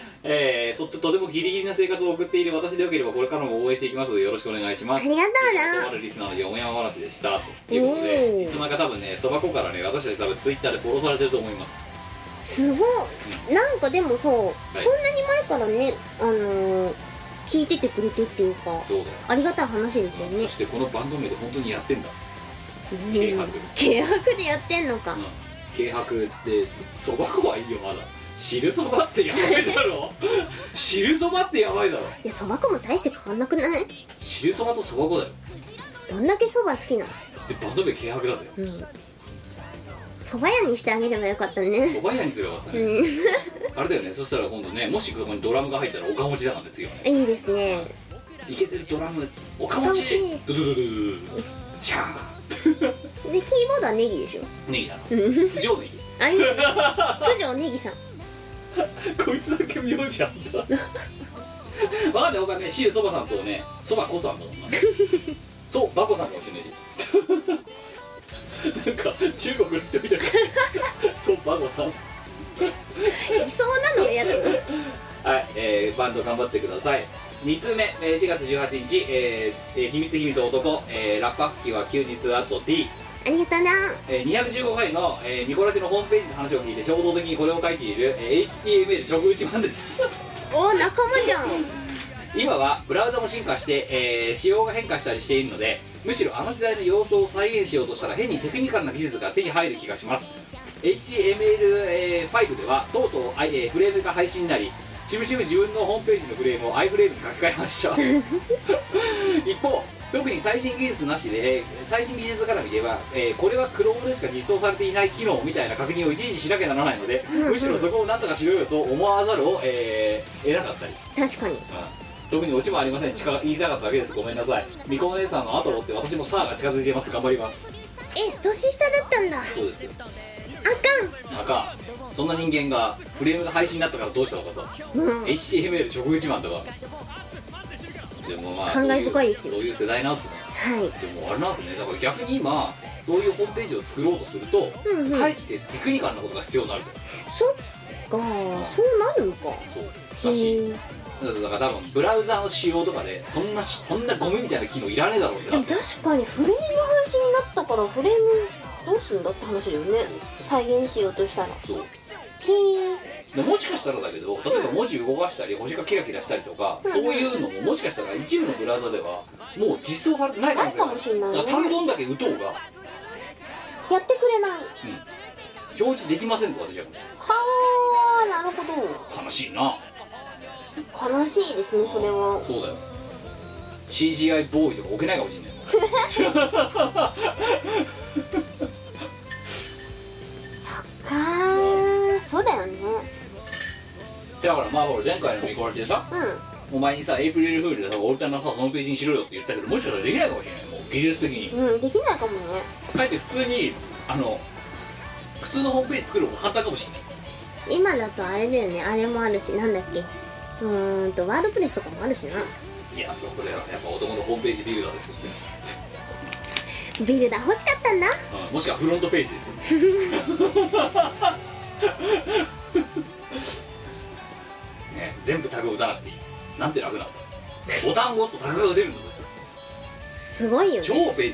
Speaker 1: えー、そっととてもギリギリな生活を送っている私でよければこれからも応援していきますのでよろしくお願いしま
Speaker 2: あ
Speaker 1: す
Speaker 2: りがと
Speaker 1: とあるリスナーのよもやま話でしたということ
Speaker 2: お
Speaker 1: で
Speaker 2: ー
Speaker 1: いつまか多分ねそば粉からね私たち多分ツイッターでフォローされてると思います
Speaker 2: うなすごいなんかでもさそんなに前からねあのー、聞いててくれてっていうか
Speaker 1: そうだよ
Speaker 2: ありがたい話ですよね
Speaker 1: そしてこのバンド名で本当にやってんだ
Speaker 2: うん
Speaker 1: 軽薄
Speaker 2: 契約でやってんのか
Speaker 1: 軽薄ってそば粉はいいよまだ汁そばってやばいだろ汁そばってやばいだろ
Speaker 2: いやそば粉も大して変わんなくない
Speaker 1: 汁そばとそば粉だよ
Speaker 2: どんだけそば好きなの
Speaker 1: でバンド名軽薄だぜ
Speaker 2: うんそば屋にしてあげればよかったね
Speaker 1: そば屋にすればよかったね、
Speaker 2: うん
Speaker 1: あれだよねそしたら今度ねもしここにドラムが入ったらおかもちだからね次はね
Speaker 2: いいですね
Speaker 1: いけてるドラムおかもちドドドドドドドシャー
Speaker 2: でキーボードはネギでしょ
Speaker 1: ンネギだろ以上ネギ
Speaker 2: あれ九条ネギさん
Speaker 1: こいつだけ名字あったわか んないわかんないシールそばさんとねそばこさんだもんなそうばこさんかもしれないし なんか中国の人みたい なそうばこさん
Speaker 2: いそうなのが嫌だな
Speaker 1: はい、えーバンド頑張ってください2つ目、えー4月18日、えーえー秘密秘密男、えーラッパッキーは休日アット D」
Speaker 2: ありがとうな
Speaker 1: えー215回の、えーミコラジのホームページの話を聞いて衝動的にこれを書いている、えー HTML 直打ち版です
Speaker 2: お仲間じゃん
Speaker 1: 今はブラウザも進化して、えー仕様が変化したりしているのでむしろあの時代の様相を再現しようとしたら変にテクニカルな技術が手に入る気がします HTML5、えーではとうとう、あいえーフレームが配信になりしぶしぶ自分のホームページのフレームを iFrame に書き換えました 一方特に最新技術なしで、えー最新技術絡みで言えば、えーこれはクロールしか実装されていない機能みたいな確認をいちいちしなきゃならないので、むしろそこをなんとかしろよと思わざるを、えー得なかったり、
Speaker 2: 確かに
Speaker 1: うん特にオチもありません近言いたかっただけですごめんなさいみこお姉さんの後を追って私もサーが近づいています頑張ります
Speaker 2: え年下だったんだあ
Speaker 1: そうですよ
Speaker 2: か
Speaker 1: なんかそんな人間がフレームが廃止になったからどうしたのかさ、
Speaker 2: んうん
Speaker 1: HTML 直打ちマンとかでもまあ
Speaker 2: 感慨深いですよ
Speaker 1: そういうそういう世代なんすね
Speaker 2: はい
Speaker 1: でもあれなんすねだから逆に今そういうホームページを作ろうとすると、
Speaker 2: うんうん
Speaker 1: かえってテクニカルなことが必要になると
Speaker 2: そっかそうなるのか
Speaker 1: そうらしい
Speaker 2: へえ
Speaker 1: だから多分ブラウザーの仕様とかでそんなそんなゴミみたいな機能いらねえだろうって
Speaker 2: で
Speaker 1: なっ
Speaker 2: も
Speaker 1: て
Speaker 2: 確かにフレーム廃止になったからフレームどうするんだって話だよね再現しようとしたらへ
Speaker 1: そう
Speaker 2: え
Speaker 1: でもしかしたらだけど例えば文字動かしたり星がキラキラしたりとか、そういうのももしかしたら一部のブラウザではもう実装されてないかもしれない
Speaker 2: ないかもしれないね
Speaker 1: だから単語だけ打とうが
Speaker 2: やってくれない
Speaker 1: 表示できませんとかでしょ
Speaker 2: はあなるほど
Speaker 1: 悲しいな
Speaker 2: 悲しいですねそれ は
Speaker 1: そうだよ CGI ボーイとか置けないかもしれない
Speaker 2: そっかーそうだよね
Speaker 1: だからまあほら前回の見こられてさ
Speaker 2: う
Speaker 1: お前にさエイプリルフールでさオルタナのさそのページにしろよって言ったけどもしかしたらできないかもしれないもう技術的に
Speaker 2: んうんできないかもね
Speaker 1: かえって普通にあの普通のホームページ作る方が簡単かもしれない
Speaker 2: 今だとあれだよねあれもあるしなんだっけうーんとワードプレスとかもあるしない
Speaker 1: やそこではやっぱ男のホームページビルダーですよね
Speaker 2: ビルダー欲しかったんだ
Speaker 1: うんもしくはフロントページですよね ね全部タグを打たなくていいなんて楽なんだボタンを押すとタグが出るんだぞ
Speaker 2: すごいよ
Speaker 1: 超
Speaker 2: ね
Speaker 1: 便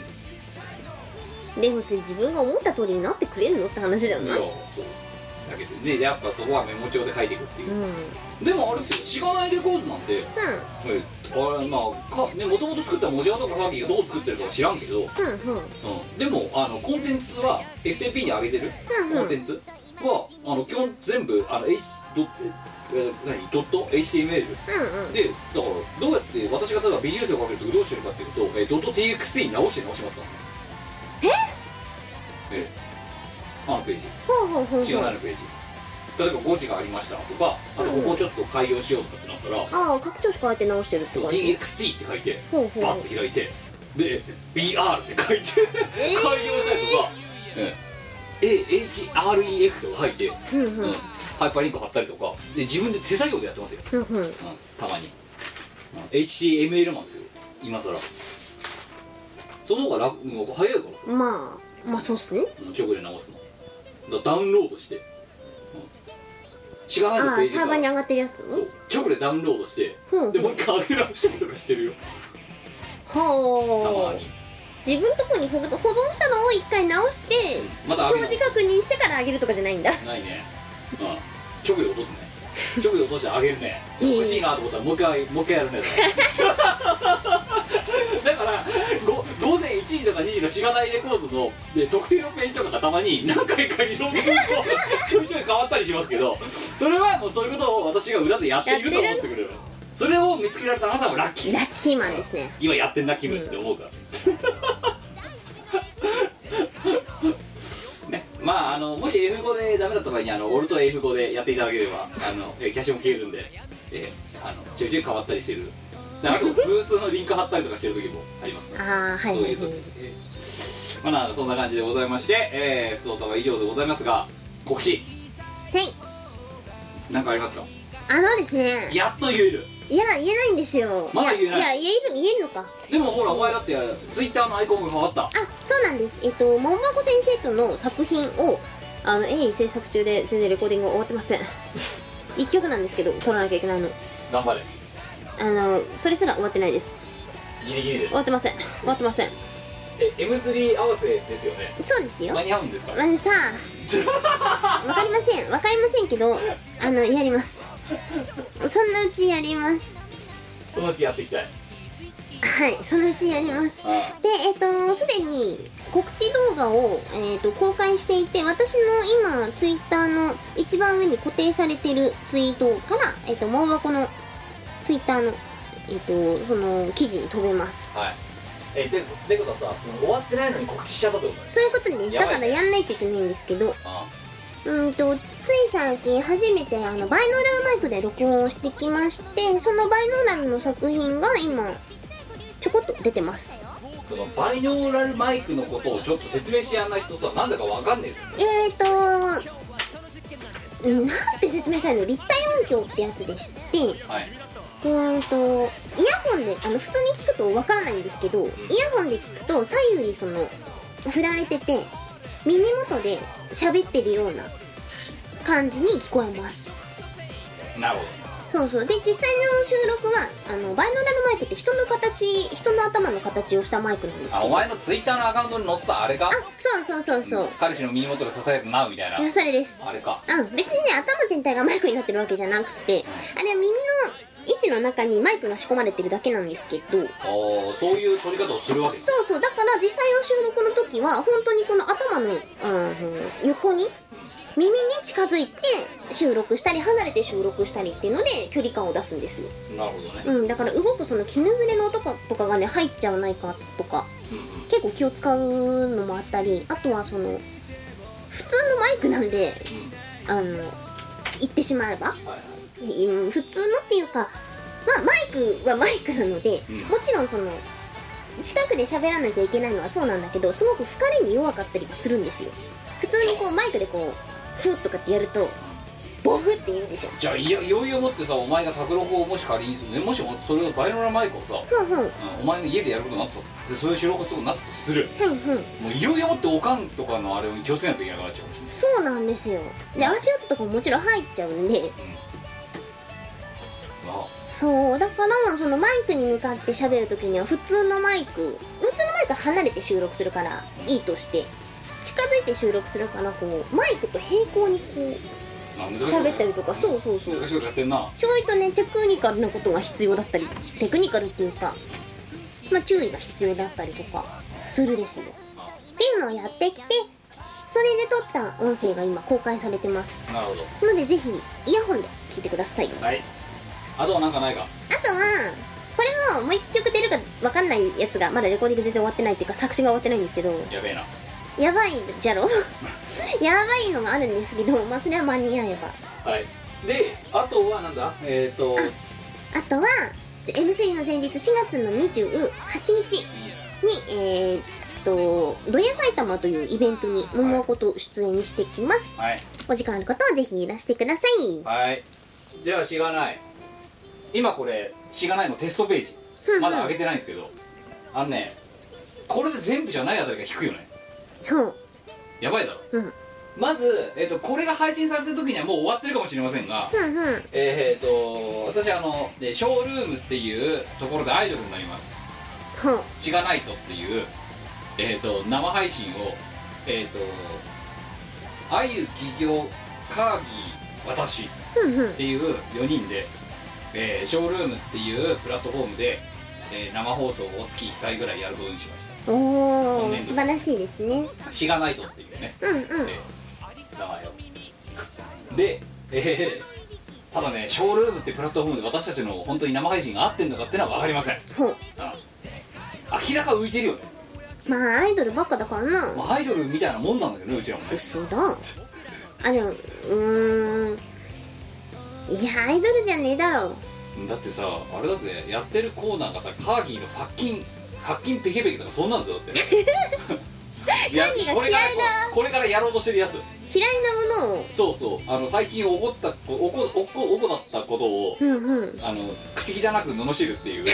Speaker 1: 利
Speaker 2: でもそれ自分が思った通りになってくれるのって話だよ
Speaker 1: い
Speaker 2: な
Speaker 1: やそうだけどねやっぱそこはメモ帳で書いていくっていうう、
Speaker 2: んうん
Speaker 1: でもあれですよしがないレコーズなんて、えあれまあかねもともと作った文字型とか書きがどう作ってるかは知らんけど、
Speaker 2: うんうん
Speaker 1: うん、でもあのコンテンツは FTP に上げてる
Speaker 2: うんうん
Speaker 1: コンテンツはあの基本全部あの H ドッえー何ドット HTML
Speaker 2: うんうん
Speaker 1: でだからどうやって私が例えば微修正をかけるときどうしてるかっていうと、えードット TXT に直して直しますからええあのページ
Speaker 2: ほうほうほう
Speaker 1: 違
Speaker 2: ほ
Speaker 1: う
Speaker 2: う
Speaker 1: なるページ例えば誤字がありましたとかあとここちょっと改良しようとかってなったら、
Speaker 2: ああ拡張子変えて直してるって感じ
Speaker 1: DXT って書いて
Speaker 2: ほうほう
Speaker 1: バッて開いてで BR って書いて改良したりとか、AHREF とか書いて、
Speaker 2: うんう
Speaker 1: うんんハイパーリンク貼ったりとかで自分で手作業でやってますよ、
Speaker 2: うんう
Speaker 1: う
Speaker 2: ん
Speaker 1: んたまに、うん HTML マンですよ今更その方が楽もう早いからさ
Speaker 2: まあまあそうっすね
Speaker 1: 直で直すのだダウンロードして、うん、しがないと
Speaker 2: あ
Speaker 1: ペ
Speaker 2: あ
Speaker 1: ージ
Speaker 2: サーバーに上がってるやつ
Speaker 1: そう直でダウンロードして
Speaker 2: ほう
Speaker 1: でもう一回上げ直したりとかしてるよたま
Speaker 2: ほう
Speaker 1: に
Speaker 2: 自分とこに保保存したのを一回直して
Speaker 1: まだ上
Speaker 2: 表
Speaker 1: げ直
Speaker 2: 示確認してから上げるとかじゃないんだ
Speaker 1: すないねうん直で落とすね直で落として上げるね
Speaker 2: いい
Speaker 1: おかしいなと思ったらもう一回もう一回やるね だからだからご午前1時とか2時のしがないレコーズので特定のページとかがたまに何回かリロードする とちょいちょい変わったりしますけどそれはもうそういうことを私が裏でやっていると思ってくれるそれを見つけられたあなたもラッキー
Speaker 2: ラッキーマンですね
Speaker 1: 今やってんなキムって思うから、 ね、まああのもし F5 でダメだった場合にあの俺と F5 でやっていただければあのえキャッシュも消えるんで、えあのちょいちょい変わったりしてるであ とブースのリンク貼ったりとかしてる時もありますから
Speaker 2: ああはい
Speaker 1: そう
Speaker 2: はいいうは
Speaker 1: 時
Speaker 2: い
Speaker 1: えーまあなんかそんな感じでございまして、えー、不登場は以上でございますが告知
Speaker 2: はい
Speaker 1: なんかありますか
Speaker 2: あのですね
Speaker 1: やっと言える
Speaker 2: いや言えないんですよ
Speaker 1: まだ言えない
Speaker 2: やいや言える言えるのか
Speaker 1: でもほらお前だってツイッターのアイコンが変わった
Speaker 2: あそうなんですえっと桃箱先生との作品をあの鋭意制作中で全然レコーディング終わって ません一曲なんですけど撮らなきゃいけないの
Speaker 1: 頑張れ
Speaker 2: あのそれすら終わってないです
Speaker 1: ギリギリで
Speaker 2: 終わってません終わってません
Speaker 1: え M3 合わせですよね
Speaker 2: そうですよ
Speaker 1: 間に合うんですか
Speaker 2: まず さわかりませんわかりませんけどあのやりますそんなうちやります
Speaker 1: そのうちやっていきたい
Speaker 2: はいそのうちやりますで
Speaker 1: あ
Speaker 2: えっ、とすでに告知動画を、えっと公開していて私の今ツイッターの一番上に固定されてるツイートからえっ、ともう箱のツイッターのえっ、とその記事に飛べます
Speaker 1: はいえでってことはさ終わってないのに告知しちゃったってことだよ
Speaker 2: そういうことです
Speaker 1: や
Speaker 2: だ
Speaker 1: ばいね
Speaker 2: からやんないといけないんですけど
Speaker 1: あ
Speaker 2: うんとつい最近初めてあのバイノーラルマイクで録音をしてきましてそのバイノーラルの作品が今ちょこっと出てます
Speaker 1: あそのバイノーラルマイクのことをちょっと説明してやんないとさなんだかわかんねえぞ
Speaker 2: えーとうんなんて説明したらいいの立体音響ってやつでして
Speaker 1: はい、
Speaker 2: うーんとイヤホンであの普通に聞くとわからないんですけどイヤホンで聞くと左右にその振られてて耳元で喋ってるような感じに聞こえます
Speaker 1: なるほ
Speaker 2: そうそうで実際の収録はあのバイノーラルマイクって人の形人の頭の形をしたマイクなんです
Speaker 1: どあ
Speaker 2: け
Speaker 1: お
Speaker 2: どあ
Speaker 1: 前のツイッターのアカウントに載ってたあれか
Speaker 2: そうそうそうそう
Speaker 1: 彼氏の耳元で支えるなみたい
Speaker 2: いや
Speaker 1: な
Speaker 2: それです
Speaker 1: あれか
Speaker 2: うん別にね頭全体がマイクになってるわけじゃなくてあれは耳の位置の中にマイクが仕込まれてるだけなんですけど
Speaker 1: おーそういう取り方をするわけ
Speaker 2: そうそうだから実際の収録の時は本当にこの頭の、うん、横に耳に近づいて収録したり離れて収録したりっていうので距離感を出すんですよ、
Speaker 1: なるほどね
Speaker 2: うん、だから動くその絹ずれの音とかがね入っちゃわないかとか結構気を使うのもあったりあとはその普通のマイクなんであの言ってしまえば
Speaker 1: はいはい
Speaker 2: うん普通のっていうか、まあ、マイクはマイクなので、もちろんその近くで喋らなきゃいけないのはそうなんだけどすごく吹かれに弱かったりするんですよ普通にこうマイクでこうフッとかってやるとボフって言うでしょ
Speaker 1: じゃあいや余裕を持ってさお前が卓録をもし仮にねもしそれをバイノーラルマイクをさ、
Speaker 2: ふんふんはい
Speaker 1: うんお前の家でやることになったでそういう収録することになったとする
Speaker 2: ふん
Speaker 1: もういよいよもっておかんとかのあれに気をつけないといけなくなっちゃうかもしれない
Speaker 2: そうなんですよで足音とかももちろん入っちゃうんで
Speaker 1: あ
Speaker 2: そうだからそのマイクに向かって喋るときには普通のマイク普通のマイクは離れて収録するからいいとして近づいて収録するからこうマイクと平行にこう
Speaker 1: まあ難しいことね
Speaker 2: 喋ったりとかそうそうそう
Speaker 1: 難しいことやってんな
Speaker 2: ちょいとねテクニカルなことが必要だったりテクニカルっていうかまあ注意が必要だったりとかするですよっていうのをやってきてそれで撮った音声が今公開されてます
Speaker 1: なるほど
Speaker 2: のでぜひイヤホンで聞いてください
Speaker 1: はいあとはなんかないか
Speaker 2: あとはこれももう1曲出るか分かんないやつがまだレコーディング全然終わってないっていうか作詞が終わってないんですけど
Speaker 1: やべえな
Speaker 2: やばいじゃろやばいのがあるんですけどまあそれは間に合えば
Speaker 1: はいであとはなんだえっ、ー、と
Speaker 2: あとは M3 の前日4月の28日にえーっと「ドヤ埼玉」というイベントに桃子と出演してきます、
Speaker 1: はい
Speaker 2: お時間ある方はぜひいらしてください
Speaker 1: はいではしがない今これしがないのテストページまだ上げてないんですけどあのねこれで全部じゃないあたりが低いよね
Speaker 2: ほう
Speaker 1: やばいだろ、
Speaker 2: うん
Speaker 1: まず、えっとこれが配信された時にはもう終わってるかもしれませんが、
Speaker 2: ふんふん
Speaker 1: えー、と私あのでショールームっていうところでアイドルになります
Speaker 2: ほう
Speaker 1: 「シガナイト」っていう、えー、と生配信をえっ、と「あゆ企業カーギー私」っ
Speaker 2: ふんふん
Speaker 1: ていう4人で、えーショールームっていうプラットフォームで、えー生放送を月1回ぐらいやることにしまし
Speaker 2: おー素晴らしいですね
Speaker 1: た「シガナイト」っていうね
Speaker 2: うんうん
Speaker 1: えー名前をで、えーただねショールームってプラットフォームで私たちの本当に生配信が合ってんのかっていうのは分かりません、
Speaker 2: ほう
Speaker 1: うん明らか浮いてるよね、
Speaker 2: まあアイドルばっかだからな
Speaker 1: まあ、アイドルみたいなもんなんだけどねうちらもね
Speaker 2: 嘘だあでもうーんいやアイドルじゃねえだろ
Speaker 1: だってさあれだぜやってるコーナーがさカーギーのファッキンファッキンペケペケとかそんなんだよだっていや
Speaker 2: カーギーが
Speaker 1: これから
Speaker 2: 嫌いな
Speaker 1: これからやろうとしてるやつ
Speaker 2: 嫌いなものを
Speaker 1: そうそうあの最近怒ったこ怒怒怒だったことを
Speaker 2: うんうん
Speaker 1: あの口汚く罵るって いう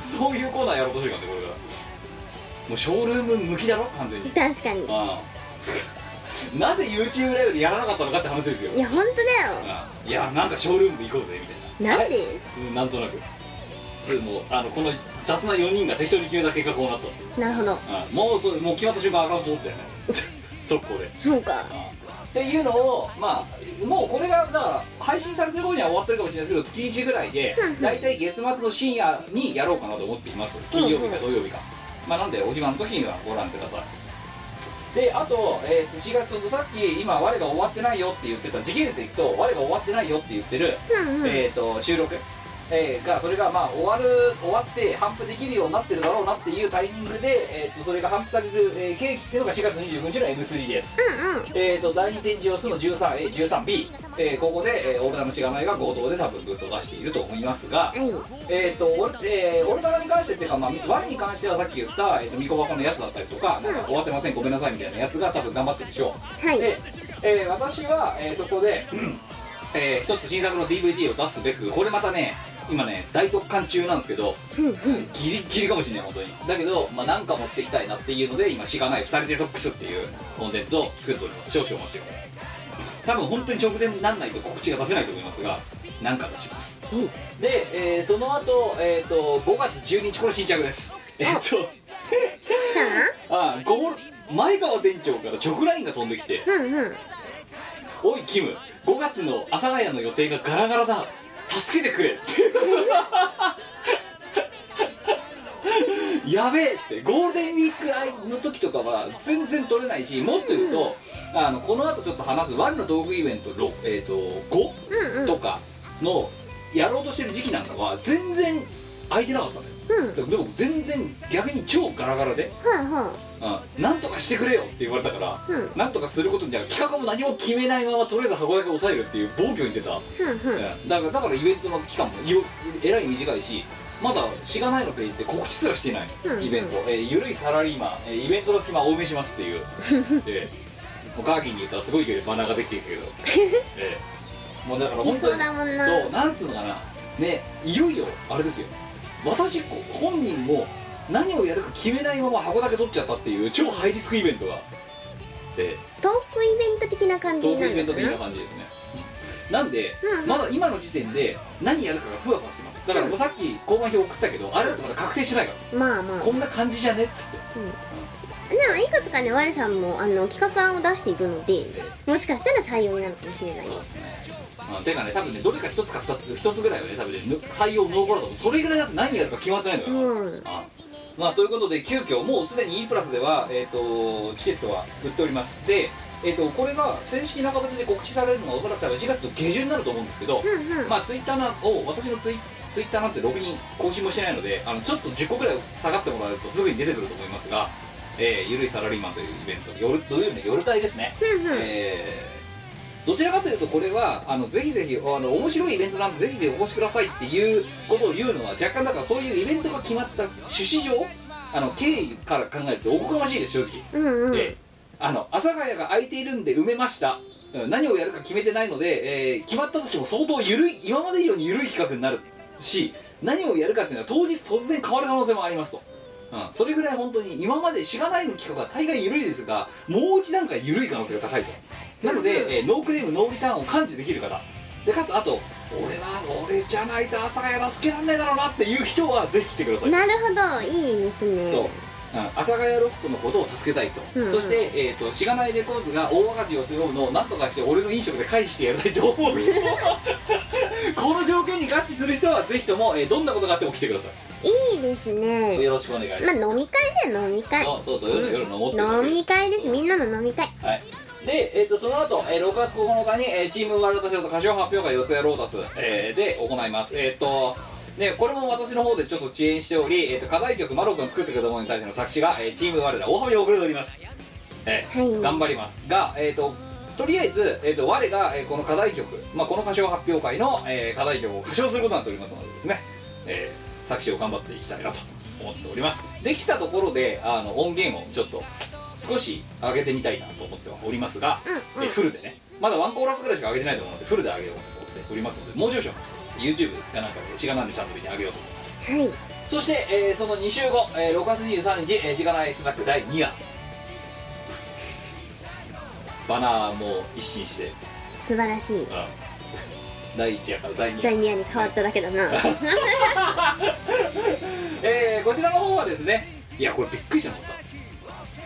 Speaker 1: そういうコーナーやろうとしてるからねこれからもうショールーム向きだろ完全に
Speaker 2: 確かに
Speaker 1: ああなぜ YouTube ライブでやらなかったのかって話ですよ
Speaker 2: いや本当だよ
Speaker 1: ああいやなんかショールームで行こうぜみたいな
Speaker 2: なん
Speaker 1: あ
Speaker 2: で
Speaker 1: れうんなんとなくでもあのこの雑な4人が適当に決めた結果こうなったっていう
Speaker 2: なるほど
Speaker 1: ああもうそうもう決まった瞬間アカウント取ったよね 速攻で
Speaker 2: そうか
Speaker 1: っていうのをまあもうこれがだから配信されてる頃には終わってるかもしれないですけど月1ぐらいで大体月末の深夜にやろうかなと思っています金曜日か土曜日か、まあなんでお暇の時にはご覧くださいであと,、えーと4月とさっき今我が終わってないよって言ってた時系列でいくと我が終わってないよって言ってる、
Speaker 2: うんうん
Speaker 1: えー、と収録えーがそれがまあ終わる終わって反布できるようになってるだろうなっていうタイミングで、えー、とそれが反布される、えーケーキっていうのが4月25日の M3 です、えー、と第2展示をするの 13A13B、えーここで、えー、オルタのしがないが合同で多分ブースを出していると思いますが、えーとオルえーオルタナに関してっていうか、まあ、我に関してはさっき言った、えー、とミコ箱のやつだったりとかなんか終わってませんごめんなさいみたいなやつが多分頑張ってるでしょう、
Speaker 3: はい
Speaker 1: で、えー私は、えーそこで、えー一つ新作の DVD を出すべくこれまたね今ね大特刊中なんですけど、ギリッギリかもしれない本当にだけど、まあ、なんか持ってきたいなっていうので今しがない2人でトックスっていうコンテンツを作っております少々お待ちを多分本当に直前になんないと告知が出せないと思いますがなんか出しますで、えーその後、えー、と5月12日これ新着ですえっ、とあゴール前川店長から直ラインが飛んできて
Speaker 2: うんうん
Speaker 1: おいキム5月の阿佐ヶ谷の予定がガラガラだ助けてくれって やべえってゴールデンウィークの時とかは全然取れないしもっと言うと、あのこの後ちょっと話すワンの道具イベント、ろえー、と5、とかのやろうとしてる時期なんかは全然空いてなかったのよ、だからでも全然逆に超ガラガラで
Speaker 3: はいは
Speaker 1: うんなんとかしてくれよって言われたから、
Speaker 3: うん
Speaker 1: なんとかすることにだから企画も何も決めないままとりあえず箱だけ抑えるっていう暴挙に出た、
Speaker 3: いふんふん
Speaker 1: うんだからだからイベントの期間もよえらい短いしまだしがないのページで告知すらしてない、
Speaker 3: うん
Speaker 1: イベント、えーゆるいサラリーマン、えーイベントの隙間多めしますっ ていう、えー、もうガーキンに言ったらすごい勢いでバナーができてきたけど、 えーもうだから本当に
Speaker 3: 好きそうだもんな
Speaker 1: そうなんつうのかなねいよいよあれですよ私こ本人も何をやるか決めないまま箱だけ取っちゃったっていう超ハイリスクイベントが、えー
Speaker 3: トークイベント的な感じ
Speaker 1: ト
Speaker 3: に
Speaker 1: ーク
Speaker 3: な
Speaker 1: イベ
Speaker 3: る
Speaker 1: ン
Speaker 3: の
Speaker 1: ト
Speaker 3: か
Speaker 1: 的
Speaker 3: な
Speaker 1: な感じですねなんで、
Speaker 3: うん
Speaker 1: まだ今の時点で何やるかがふわふわしてますだからもうさっき購買表送ったけど、あれだとまだ確定してないから、
Speaker 3: まあまあ
Speaker 1: こんな感じじゃねっつって
Speaker 3: でもいくつかね我さんもあの企画案を出しているのでもしかしたら採用になるかもしれない
Speaker 1: そうですね、うん、てかね多分ねどれか一つか二つ一つぐらいはね多分ねぬ採用濃厚だと思うそれぐらいだと何やるか決まってないんだから、
Speaker 3: うん
Speaker 1: あまあということで急遽もうすでに E プラスでは、えー、とチケットは売っておりますで、えー、とこれが正式な形で告知されるのがおそらく多分4月の下旬になると思うんですけど、
Speaker 3: うんうん
Speaker 1: まあツイッターなを私のツイツイッターなんてログに更新もしてないのであのちょっと10個ぐらい下がってもらうとすぐに出てくると思いますが、えーゆるいサラリーマンというイベント夜土曜日の夜帯ですね、
Speaker 3: うんうん
Speaker 1: えーどちらかというとこれはあのぜひぜひあの面白いイベントなんでぜひぜひお越しくださいっていうことを言うのは若干だからそういうイベントが決まった趣旨上あの経緯から考えるとおこがましいです正直、
Speaker 3: うんうん
Speaker 1: えーあの阿佐ヶ谷が空いているんで埋めましたうん何をやるか決めてないので、えー決まったとしても相当緩い今まで以上に緩い企画になるし何をやるかっていうのは当日突然変わる可能性もありますと、うん、それぐらい本当に今までしがないの企画は大概緩いですがもう一段階緩い可能性が高いとなので、えーノークレームノーリターンを感知できる方でかつあと俺は俺じゃないと阿佐ヶ谷助けられないだろうなっていう人はぜひ来てください
Speaker 3: なるほどいいですね
Speaker 1: そう、うん、阿佐ヶ谷ロフトのことを助けたい人、
Speaker 3: うんうん
Speaker 1: そして、えー、としがないレコーズが大赤字を背負うのをなんとかして俺の飲食で返してやりたいと思 う人この条件に合致する人はぜひとも、えーどんなことがあっても来てくださ
Speaker 3: いいですね
Speaker 1: いよろしくお願いします、
Speaker 3: まあ飲み会だよ飲み会
Speaker 1: そうそう土曜の夜の思って
Speaker 3: 飲み会ですみんなの飲み会
Speaker 1: はい、で、えー、とその後、えー6月9日に、えーチームワールドショーと歌唱発表会四谷ロータス、えーで行いますえっ、とね、これも私の方でちょっと遅延しており、えー、と課題曲「マロ君作ってくれたもの」に対しての作詞が、えーチーム我ら大幅に遅れております、えー
Speaker 3: はい
Speaker 1: 頑張りますが、えー、ととりあえず、えー、と我が、えーこの課題曲、まあ、この歌唱発表会の、えー課題曲を歌唱することになっておりますのでですね、えー作詞を頑張っていきたいなと思っておりますできたところであの音源をちょっと少し上げてみたいなと思ってはおりますが、
Speaker 3: うんうん
Speaker 1: えーフルでねまだワンコーラスぐらいしか上げてないと思うのでフルで上げようと思っておりますのでもう少々 YouTube かなんかでしがないのチャンネルに上げようと思います
Speaker 3: はい
Speaker 1: そして、えーその2週後、えー6月23日、えーしがないスナック第2夜バナーも一新して、
Speaker 3: 素晴らしい
Speaker 1: 第1夜から第2夜
Speaker 3: 第2話に変わっただけだな
Speaker 1: えーこちらの方はですねいやこれびっくりしたのがさ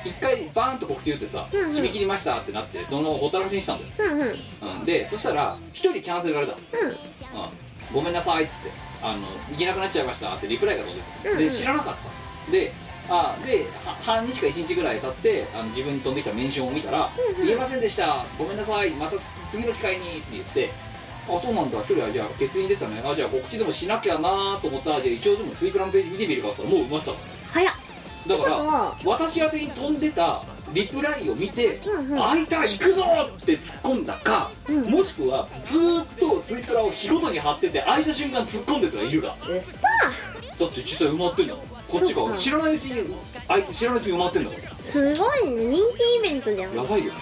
Speaker 1: 一回バーンと告知打ってさ、
Speaker 3: うんうん
Speaker 1: 締め切りましたってなってそのままほったらかしにしたんだよ、
Speaker 3: うんうん
Speaker 1: うん、でそしたら一人キャンセルが出たの、
Speaker 3: うん
Speaker 1: うんごめんなさいっつってあの行けなくなっちゃいましたってリプライが飛んでた、
Speaker 3: うんうん
Speaker 1: で知らなかったであでは半日か1日ぐらい経ってあの自分に飛んできたメンションを見たら「言えませんでしたごめんなさいまた次の機会に」って言ってあそうなんだ一人はじゃあ欠員出たねあじゃあ告知でもしなきゃなーと思ったらじゃあ一応でも追加のページ見てみるかっつったらもう埋まってたの
Speaker 2: 早っ
Speaker 1: だ
Speaker 2: あと
Speaker 1: から
Speaker 2: は
Speaker 1: 私宛てに飛んでたリプライを見て
Speaker 2: うんう
Speaker 1: 「
Speaker 2: ん
Speaker 1: あいた行くぞ!」って突っ込んだか、
Speaker 2: うん
Speaker 1: もしくはずーっとツイッターを日ごとに貼ってて開いた瞬間突っ込んだやつがいるが
Speaker 2: うっそ
Speaker 1: だって実際埋まってんだもんこっち
Speaker 2: そう
Speaker 1: が
Speaker 2: か
Speaker 1: 知らないうちに相手知らないうちに埋まってんだから
Speaker 2: すごいね人気イベントじゃん
Speaker 1: やばいよね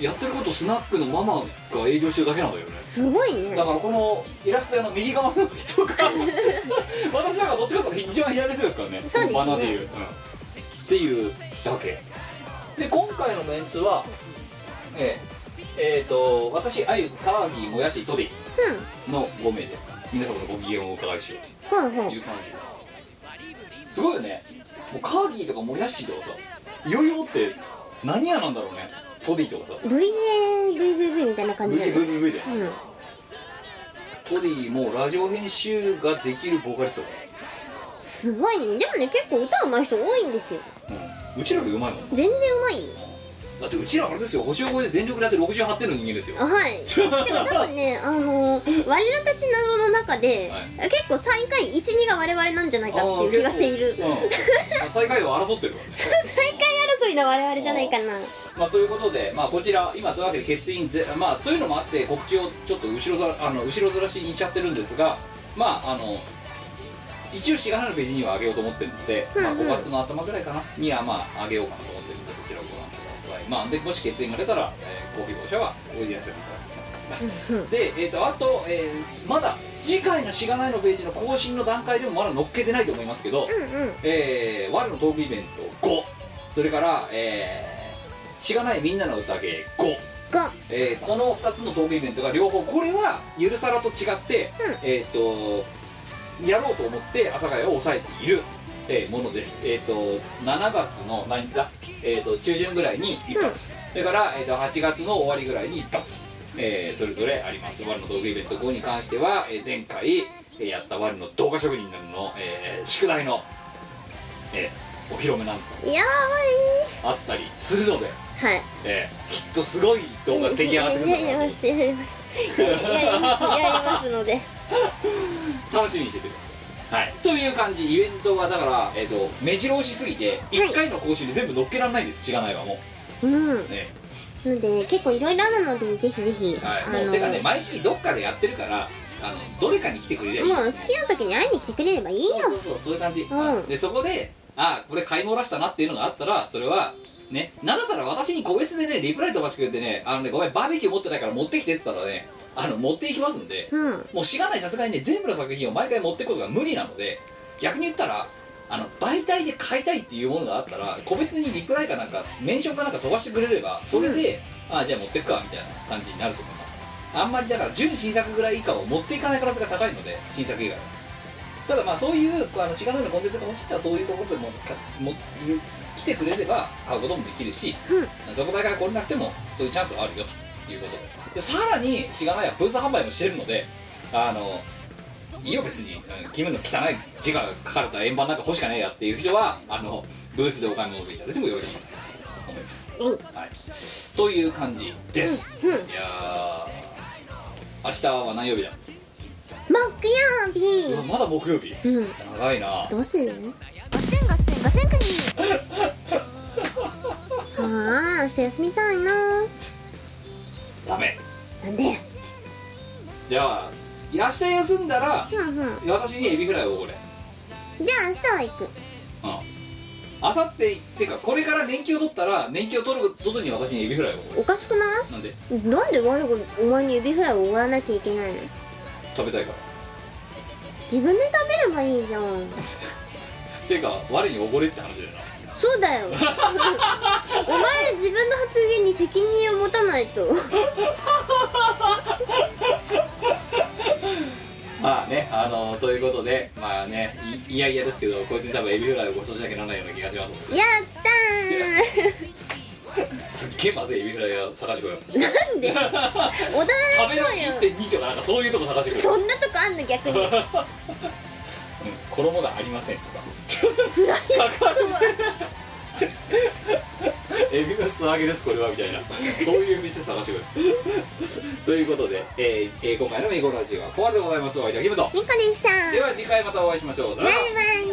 Speaker 1: やってることスナックのママが営業してるだけなんだよね
Speaker 2: すごいね
Speaker 1: だからこのイラスト屋の右側の人 が私なんかどっちかというと一番左の人ですからね
Speaker 2: そうですね
Speaker 1: このバナーでいう、うんっていうだけで今回のメンツはえええー、と私あゆカーギーもやしトディの5名で皆様のご機嫌をお伺いしよう
Speaker 2: うんはいは
Speaker 1: とい
Speaker 2: いう
Speaker 1: 感じですすごいよねもうカーギーとかもやしとかさいよいよって何屋なんだろうねトディとかさ
Speaker 2: VJVVV みたいな感じだね
Speaker 1: VGVV で、
Speaker 2: うん
Speaker 1: トディもラジオ編集ができるボーカリストだね
Speaker 2: すごいねでもね結構歌うまい人多いんですよ
Speaker 1: うちらよりうまいもん
Speaker 2: 全然うまいよ
Speaker 1: だってうちらあれですよ星を超えて全力でやって68点の人間ですよ
Speaker 2: あはい てか多分ねあの我らたちなどの中で、
Speaker 1: は
Speaker 2: 結構最下位12が我々なんじゃないかっていう気がしている
Speaker 1: あー結構うん、最下位を争ってるわ ね、
Speaker 2: そう 最下位争いの我々じゃないかな
Speaker 1: まあ、ということで、まあ、こちら今というわけで欠員ゼまあというのもあって告知をちょっと後ろざあの後ろずらしにしちゃってるんですがまああの一応しがらのページには上げようと思ってるので、まあ、
Speaker 2: うんうん
Speaker 1: 5月の頭ぐらいかなにはまあ上げようかなと思ってるんでそちらをご覧ください、まあ、でもし欠員が出たら、えー、ご希望者はおいでいらっしゃっていただきたいと思いますで、えー、とあと、えーまだ次回の「しがない」のページの更新の段階でもまだ載っけてないと思いますけど、
Speaker 2: うんうん
Speaker 1: えー、我のトークイベント5それから、えー、しがないみんなの宴5、
Speaker 2: 5
Speaker 1: えーこの2つのトークイベントが両方これはゆるさらと違って、
Speaker 2: うん
Speaker 1: えっ、とやろうと思って朝会を抑えている、えーものですえっ、と7月の何日だ、えー、と中旬ぐらいに一発、それから、えー、と8月の終わりぐらいに一発、えーそれぞれあります我のトークイベント5に関しては、えー前回、えーやった我の動画職人の、えー宿題の、えーお披露目なんか
Speaker 2: や
Speaker 1: もあったりするので、
Speaker 2: ばいはい
Speaker 1: えーきっとすごい動画出来上がってくるんだろうなと思
Speaker 2: や
Speaker 1: い
Speaker 2: り
Speaker 1: ま
Speaker 2: ますすやりますやりますやりますので
Speaker 1: 楽しみにしててください、はい、という感じイベントはだから、えっと目白押しすぎて1回の更新で全部乗っけられないんですしがないはも
Speaker 2: うん
Speaker 1: うね
Speaker 2: ので結構いろいろあるのでぜひぜひ、
Speaker 1: はい
Speaker 2: あ
Speaker 1: も
Speaker 2: の
Speaker 1: うてかね毎月どっかでやってるからあのどれかに来てくれりゃいい
Speaker 2: もう
Speaker 1: で
Speaker 2: 好
Speaker 1: す
Speaker 2: きな時に会いに来てくれればいいよ
Speaker 1: そうそうそうそういう感じ、
Speaker 2: うん
Speaker 1: でそこであこれ買い漏らしたなっていうのがあったらそれはねなんだったら私に個別でねリプライ飛ばしてくれてねあのねごめんバーベキュー持ってないから持ってきてって言ったらねあの持っていきますんで、
Speaker 2: うん
Speaker 1: もうしがないさすがにね全部の作品を毎回持っていくことが無理なので逆に言ったらあの媒体で買いたいっていうものがあったら個別にリプライかなんかメンションかなんか飛ばしてくれればそれで、あじゃあ持ってくかみたいな感じになると思いますあんまりだから純新作ぐらい以下は持っていかない可能性が高いので新作以外はただまあそういうあのしがないのコンテンツが欲しい人はそういうところでもかも来てくれれば買うこともできるし、そこだけが来れなくてもそういうチャンスはあるよということですでさらにしがないはブース販売もしてるのであのいいよ別にうん君の汚い字が書かれた円盤なんか欲しかねえやっていう人はあのブースでお買い物をいただいてもよろしいかなと思います、はい、という感じです、いやー明日は何曜日だ
Speaker 2: 木曜日
Speaker 1: うわまだ木曜日
Speaker 2: うん
Speaker 1: 長いな
Speaker 2: どうするガセンガセンガセン 国ああ明日休みたいな
Speaker 1: ダメ
Speaker 2: なんで
Speaker 1: じゃあ明日休んだら
Speaker 2: うんうんじゃ
Speaker 1: 私にエビフライをおごれ
Speaker 2: あ明日は行く
Speaker 1: うんあさってってかこれから年休を取ったら年休を取ることに私にエビフライをおごれ
Speaker 2: おかしくな
Speaker 1: なんで
Speaker 2: いなんで我がお前にエビフライをおごらなきゃいけないの
Speaker 1: 食べたいから
Speaker 2: 自分で食べればいいじゃん
Speaker 1: っていうか我におごれって話だよな
Speaker 2: そう だよお前自分の発言に責任を持たないと
Speaker 1: まあね、あのということで、まあね、いいやいやですけど、こいつに多分エビフライをご馳走しなきゃならないような気がしますので、
Speaker 2: やった
Speaker 1: すっげえまずいエビフライを探してこよう。
Speaker 2: ーなんでおだ
Speaker 1: 食
Speaker 2: ら
Speaker 1: べ
Speaker 2: れ
Speaker 1: る
Speaker 2: とよ
Speaker 1: 1.2とかなんかそういうとこ探してこよ
Speaker 2: そんなとこあんの逆に
Speaker 1: う。うん、衣がありませんとか。
Speaker 2: フライ
Speaker 1: わかるエビの素揚げですこれはみたいなそういう店探してくれということで、えーえー今回の「メゴラジオ」はここまででございますお相手はキムト
Speaker 2: みこでした
Speaker 1: では次回またお会いしましょうさよ
Speaker 2: バ
Speaker 1: な
Speaker 2: イ
Speaker 1: ら
Speaker 2: バイ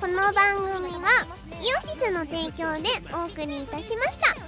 Speaker 2: この番組はイオシスの提供でお送りいたしました